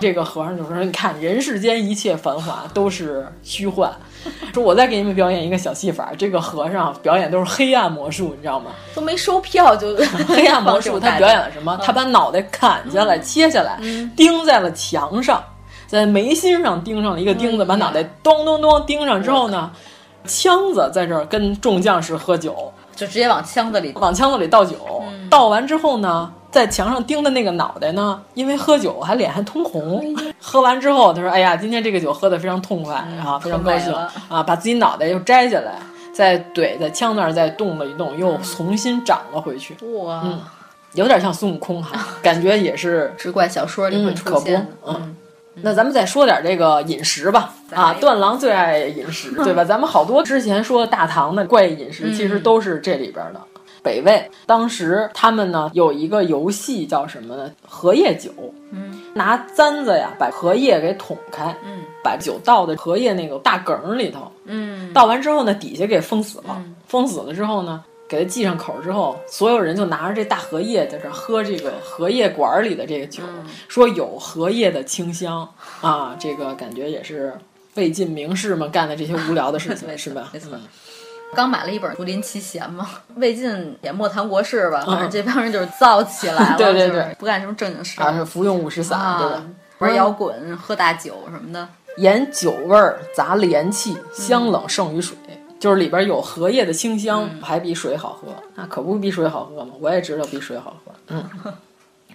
Speaker 4: 这个和尚就说：“你看，人世间一切繁华都是虚幻。” 说：“我再给你们表演一个小戏法，这个和尚表演都是黑暗魔术，你知道吗？
Speaker 9: 都没收票就
Speaker 4: 黑暗魔 术，他表演了
Speaker 9: 么？
Speaker 4: 什么？他把脑袋砍下来、切下来，钉在了墙上，在眉心上钉上了一个钉子，把脑袋咚咚咚钉上之后呢，枪子在这儿跟众将士喝酒，
Speaker 9: 就直接往箱子里
Speaker 4: 往枪子里倒酒，倒完之后呢。在墙上钉的那个脑袋呢，因为喝酒还脸还通红，喝完之后他说：“哎呀，今天这个酒喝得非常痛快啊，非常高兴
Speaker 9: 喝美了
Speaker 4: 啊！”把自己脑袋又摘下来，再怼在枪那儿再动了一动，又重新长了回去。
Speaker 9: 哇，
Speaker 4: 嗯，有点像孙悟空哈，感觉也是
Speaker 9: 只怪小说里会出现的
Speaker 4: 嗯，可不，嗯。那咱们再说点这个饮食吧，啊，段郎最爱饮食，对吧？咱们好多之前说大唐的怪异饮食，
Speaker 9: 嗯
Speaker 4: 其实都是这里边的。北魏当时他们呢有一个游戏叫什么呢？荷叶酒，
Speaker 9: 嗯，
Speaker 4: 拿簪子呀把荷叶给捅开，
Speaker 9: 嗯，
Speaker 4: 把酒倒到荷叶那个大梗儿里头，
Speaker 9: 嗯，
Speaker 4: 倒完之后呢，底下给封死了，封死了之后呢，给它系上口儿之后，所有人就拿着这大荷叶在这儿喝这个荷叶管儿里的这个酒，说有荷叶的清香啊，这个感觉也是魏晋名士们干的这些无聊的事情，是吧？ 嗯没错。
Speaker 9: 刚买了一本《竹林七贤》嘛， 魏晋也莫谈国事吧，
Speaker 4: 嗯
Speaker 9: 反正这帮人就是造起来了，
Speaker 4: 对对
Speaker 9: 就是
Speaker 4: 对
Speaker 9: 不干什么正经事
Speaker 4: 啊，是服用五石散，对吧
Speaker 9: 啊？，玩摇滚、喝大酒什么的，
Speaker 4: 沿酒味儿杂连气，香冷胜于水，就是里边有荷叶的清香，还比水好喝。那可不比水好喝吗？我也知道比水好喝。嗯。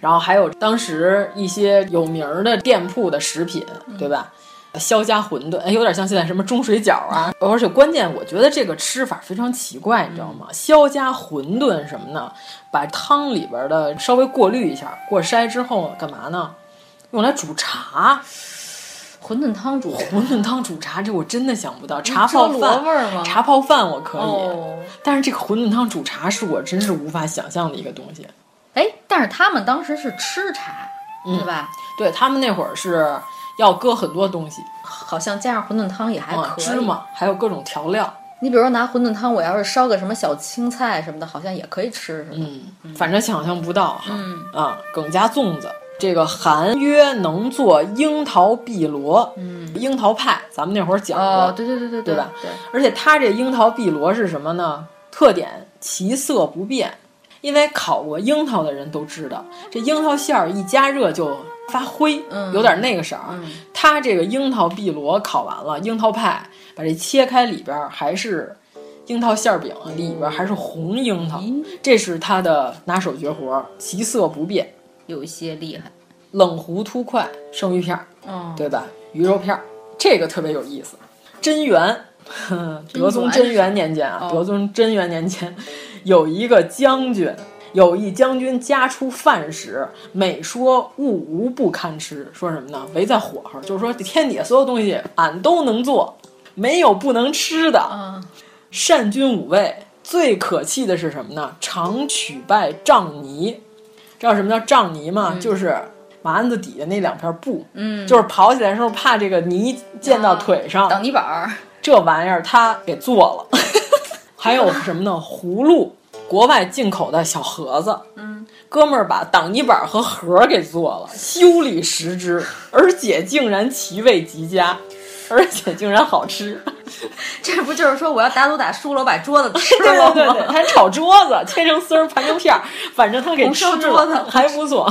Speaker 4: 然后还有当时一些有名儿的店铺的食品，对吧？肖家馄饨，哎，有点像现在什么钟水饺啊。而且关键，我觉得这个吃法非常奇怪，你知道吗？肖家馄饨是什么呢？把汤里边的稍微过滤一下，过筛之后干嘛呢？用来煮茶。
Speaker 9: 馄饨汤 煮
Speaker 4: 馄饨汤煮茶，这我真的想不到。茶
Speaker 9: 烧
Speaker 4: 泡
Speaker 9: 萝
Speaker 4: 饭
Speaker 9: 卜儿吗
Speaker 4: 茶泡饭我可以，
Speaker 9: 哦
Speaker 4: 但是这个馄饨汤煮茶是我真是无法想象的一个东西。
Speaker 9: 哎，但是他们当时是吃茶，
Speaker 4: 嗯
Speaker 9: 对吧？
Speaker 4: 对他们那会儿是要搁很多东西，
Speaker 9: 好像加上馄饨汤也还
Speaker 4: 啊
Speaker 9: 可以。
Speaker 4: 芝麻，还有各种调料。
Speaker 9: 你比如说拿馄饨汤，我要是烧个什么小青菜什么的，好像也可以吃。
Speaker 4: 嗯，反正想象不到哈。
Speaker 9: 嗯
Speaker 4: 啊，耿家粽子，这个韩曰能做樱桃碧螺，嗯，樱桃派，咱们那会儿讲过，
Speaker 9: 哦，对对对对
Speaker 4: 对吧
Speaker 9: 对，
Speaker 4: 而且它这樱桃碧螺是什么呢？特点其色不变，因为烤过樱桃的人都知道，这樱桃馅儿一加热就发灰，有点那个色儿。它这个樱桃碧螺烤完了，樱桃派把这切开，里边儿还是樱桃馅儿饼，里边儿还是红樱桃，这是它的拿手绝活儿，其色不变，
Speaker 9: 有一些厉害。
Speaker 4: 冷糊突块生鱼片儿。
Speaker 9: 哦，
Speaker 4: 对吧？鱼肉片儿，这个特别有意思。贞元，哼德宗贞元年间啊，
Speaker 9: 哦
Speaker 4: 德宗贞元年间有一个将军，有一将军家出饭食，每说物无不堪吃，说什么呢？唯在火候，就是说天底下所有东西俺都能做，没有不能吃的。
Speaker 9: 嗯
Speaker 4: 善君五味，最可气的是什么呢？常取败瘴泥，知道什么叫瘴泥吗？就是马鞍子底下那两片布，
Speaker 9: 嗯
Speaker 4: 就是跑起来的时候怕这个泥溅到腿上，
Speaker 9: 挡泥板儿。
Speaker 4: 这玩意儿他给做了。还有什么呢？葫芦，国外进口的小盒子，
Speaker 9: 嗯，
Speaker 4: 哥们儿把挡泥板和盒儿给做了，修理十只，而且竟然其味极佳，而且竟然好吃。
Speaker 5: 这不就是说我要打赌打输了，我把桌子吃
Speaker 4: 对
Speaker 5: 了吗？
Speaker 4: 对对对，他炒桌子，切成丝儿盘成片儿，反正他给
Speaker 5: 红
Speaker 4: 吃
Speaker 5: 烧桌子
Speaker 4: 了，还不错。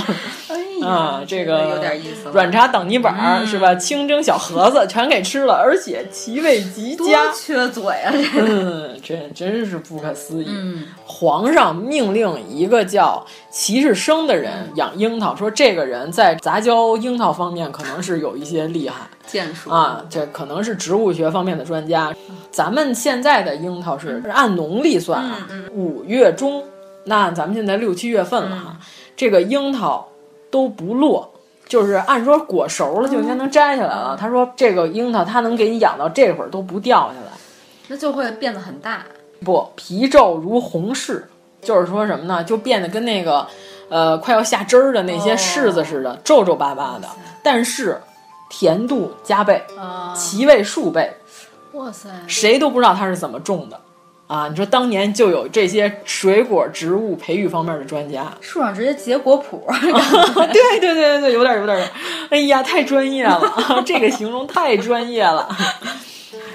Speaker 5: 哎
Speaker 4: 啊、
Speaker 5: 呀，
Speaker 4: 这个
Speaker 5: 有点意思了。嗯
Speaker 4: 软炸挡泥板儿、是吧？清蒸小盒子全给吃了，而且其味极
Speaker 5: 多
Speaker 4: 佳。
Speaker 5: 缺嘴啊！这个
Speaker 4: 嗯，真真是不可思议。
Speaker 5: 嗯
Speaker 4: 皇上命令一个叫齐士生的人养樱桃，说这个人在杂交樱桃方面可能是有一些厉害。
Speaker 5: 剑术
Speaker 4: 啊，这可能是植物学方面的专家。咱们现在的樱桃是是按农历算啊，五月中，那咱们现在六七月份了啊，这个樱桃都不落。就是按说果熟了就应该能摘下来了。他说这个樱桃他能给你养到这会儿都不掉下来，
Speaker 5: 那就会变得很大。
Speaker 4: 不，皮皱如红柿，就是说什么呢？就变得跟那个，呃，快要下汁儿的那些柿子似的，皱皱巴巴的。但是，甜度加倍，
Speaker 5: 啊
Speaker 4: 其味数倍，
Speaker 5: 哇塞，
Speaker 4: 谁都不知道它是怎么种的，啊！你说当年就有这些水果植物培育方面的专家，
Speaker 5: 树上直接结果谱，
Speaker 4: 对对对对对，有点儿有点儿，哎呀，太专业了， 这个形容太专业了。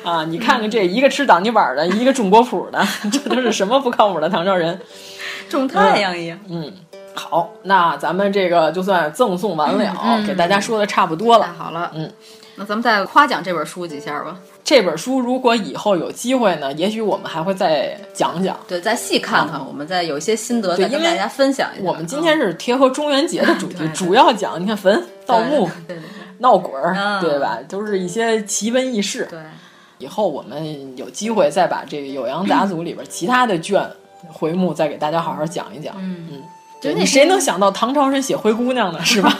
Speaker 4: 啊，你看看这一个吃挡泥板儿的，一个种果脯儿的， 这都是什么不靠谱的唐朝人？
Speaker 5: 种太阳一样。
Speaker 4: 嗯，好，那咱们这个就算赠送完了，
Speaker 5: 嗯嗯
Speaker 4: 给大家说的差不多了。
Speaker 5: 好了，
Speaker 4: 嗯，
Speaker 5: 那咱们再夸奖这本书几下吧。
Speaker 4: 这本书如果以后有机会呢，也许我们还会再讲讲。
Speaker 5: 对，再细看看，我们再有一些心得，
Speaker 4: 嗯对
Speaker 5: 再跟
Speaker 4: 因为
Speaker 5: 大家分享一下。嗯
Speaker 4: 我们今天是贴合中元节的主题，主要讲你看坟、盗墓、
Speaker 5: 对对对
Speaker 4: 闹鬼儿，
Speaker 5: 嗯
Speaker 4: 对吧？都是一些奇闻异事。对，以后我们有机会再把这个《酉阳杂俎》里边其他的卷回目再给大家好好讲一讲。嗯嗯，
Speaker 5: 就
Speaker 4: 对
Speaker 5: 那
Speaker 4: 你谁能想到唐朝人写灰姑娘 呢？是吧？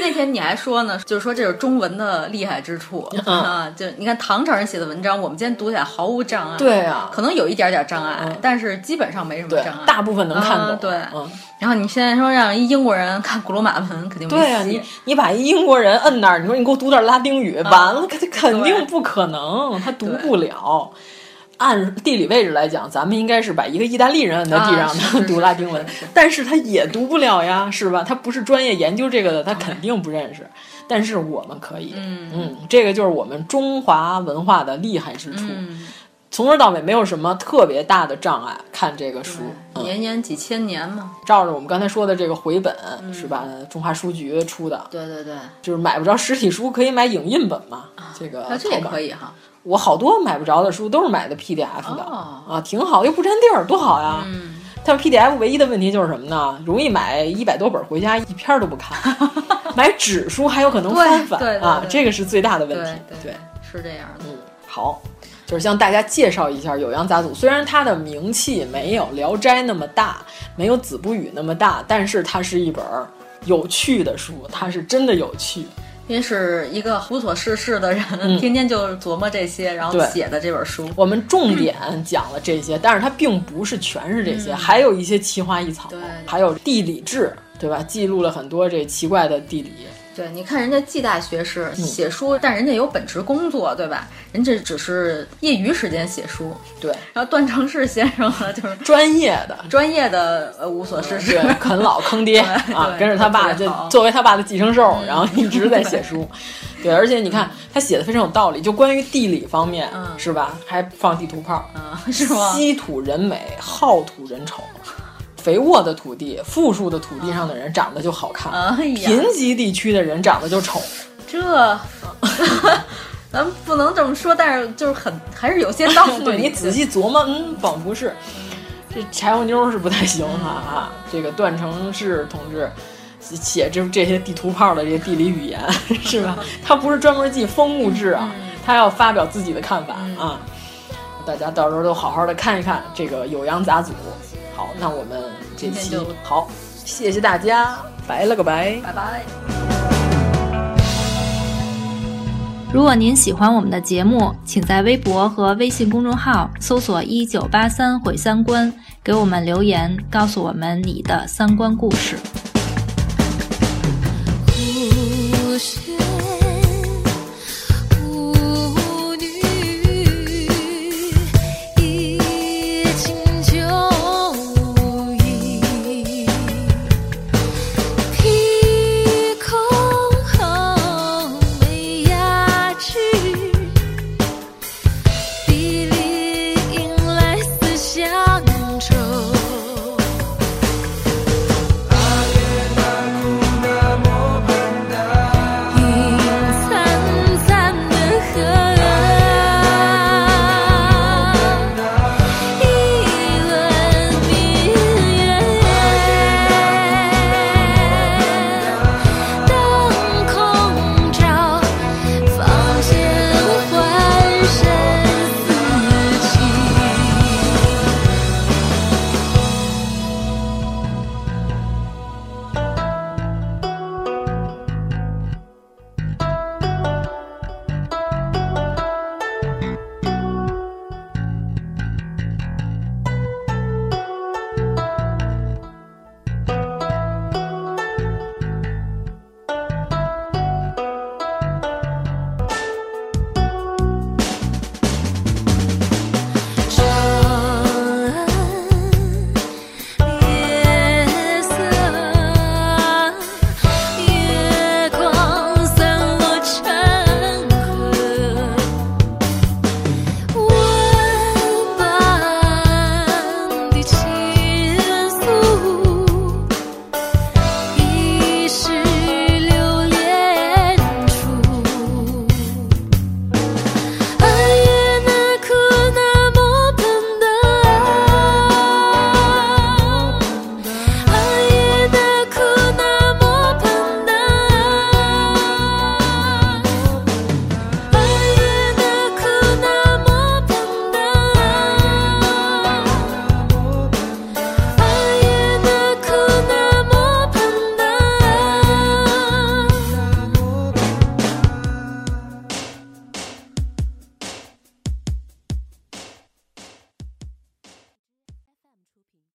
Speaker 5: 那天你还说呢，就是说这是中文的厉害之处、
Speaker 4: 嗯
Speaker 5: 啊！就你看唐朝人写的文章，我们今天读起来毫无障碍。
Speaker 4: 对啊嗯
Speaker 5: 可能有一点点障碍，但是基本上没什么障碍，
Speaker 4: 大部分能看懂
Speaker 5: 啊对，
Speaker 4: 嗯
Speaker 5: 然后你现在说让一英国人看古罗马文，肯定没
Speaker 4: 对啊，
Speaker 5: 戏
Speaker 4: 你你把一英国人摁那儿，你说你给我读点拉丁语，完了，肯肯定不可能，他读不了。按地理位置来讲，咱们应该是把一个意大利人摁在地
Speaker 5: 啊
Speaker 4: 上，
Speaker 5: 是
Speaker 4: 他
Speaker 5: 是
Speaker 4: 读拉丁文，但是他也读不了呀，是吧？他不是专业研究这个的，他肯定不认识。但是我们可以，
Speaker 5: 嗯
Speaker 4: 嗯，这个就是我们中华文化的厉害之处，从头到尾没有什么特别大的障碍。看这个书，嗯
Speaker 5: 年年几千年嘛。
Speaker 4: 照着我们刚才说的这个回本、是吧？中华书局出的，
Speaker 5: 对对对，
Speaker 4: 就是买不着实体书，可以买影印本嘛。这个
Speaker 5: 啊那这也
Speaker 4: 淘宝
Speaker 5: 可以。哈。
Speaker 4: 我好多买不着的书都是买的 PDF 的、
Speaker 5: 哦
Speaker 4: 啊，挺好，又不占地儿，多好呀。嗯。但是 PDF 唯一的问题就是什么呢？容易买一百多本回家一篇都 不看，买纸书还有可能翻
Speaker 5: 对对
Speaker 4: 反
Speaker 5: 对
Speaker 4: 啊，
Speaker 5: 对
Speaker 4: 这个是最大的问题。嗯
Speaker 5: 对是这样的。
Speaker 4: 好，就是向大家介绍一下《酉阳杂俎》。虽然它的名气没有《聊斋》那么大，没有《子不语》那么大，但是它是一本儿有趣的书，它是真的有趣。
Speaker 5: 因为是一个无所事事的人，
Speaker 4: 嗯
Speaker 5: 天天就琢磨这些，然后
Speaker 4: 对
Speaker 5: 写的这本书。
Speaker 4: 我们重点讲了这些，但是它并不是全是这些，
Speaker 5: 嗯
Speaker 4: 还有一些奇花异草，还有地理志，对吧？记录了很多这奇怪的地理。
Speaker 5: 对，你看人家暨大学士
Speaker 4: 嗯
Speaker 5: 写书，但人家有本职工作，对吧？人这只是业余时间写书。
Speaker 4: 对，
Speaker 5: 然后段成式先生呢，就是
Speaker 4: 专业的
Speaker 5: 专业的呃无所事 事，
Speaker 4: 对，啃老坑爹啊，跟着他爸就作为他爸的寄生兽，
Speaker 5: 嗯
Speaker 4: 然后一直在写书。对，而且你看他写的非常有道理，就关于地理方面，是吧？还放地图炮，
Speaker 5: 嗯啊是吗
Speaker 4: 稀土人美，好土人丑。肥沃的土地，富庶的土地上的人长得就好看，
Speaker 5: 哎呀
Speaker 4: 贫瘠地区的人长得 就丑。
Speaker 5: 这。咱们不能这么说，但是就是很还是有些道理。
Speaker 4: 啊 对你仔细琢磨，嗯，仿佛是这柴火妞儿是不太行啊啊！这个段成式同志写这这些地图炮的这些地理语言 是吧？
Speaker 5: 嗯
Speaker 4: 他不是专门记风物志啊，他要发表自己的看法
Speaker 5: 嗯
Speaker 4: 啊。大家到时候都好好的看一看这个《酉阳杂俎》。好，那我们这
Speaker 5: 今天
Speaker 4: 期
Speaker 5: 就
Speaker 4: 好，谢谢大家，拜了个拜。
Speaker 5: 拜拜。
Speaker 11: 如果您喜欢我们的节目，请在微博和微信公众号搜索“一九八三毁三观”，给我们留言，告诉我们你的三观故事。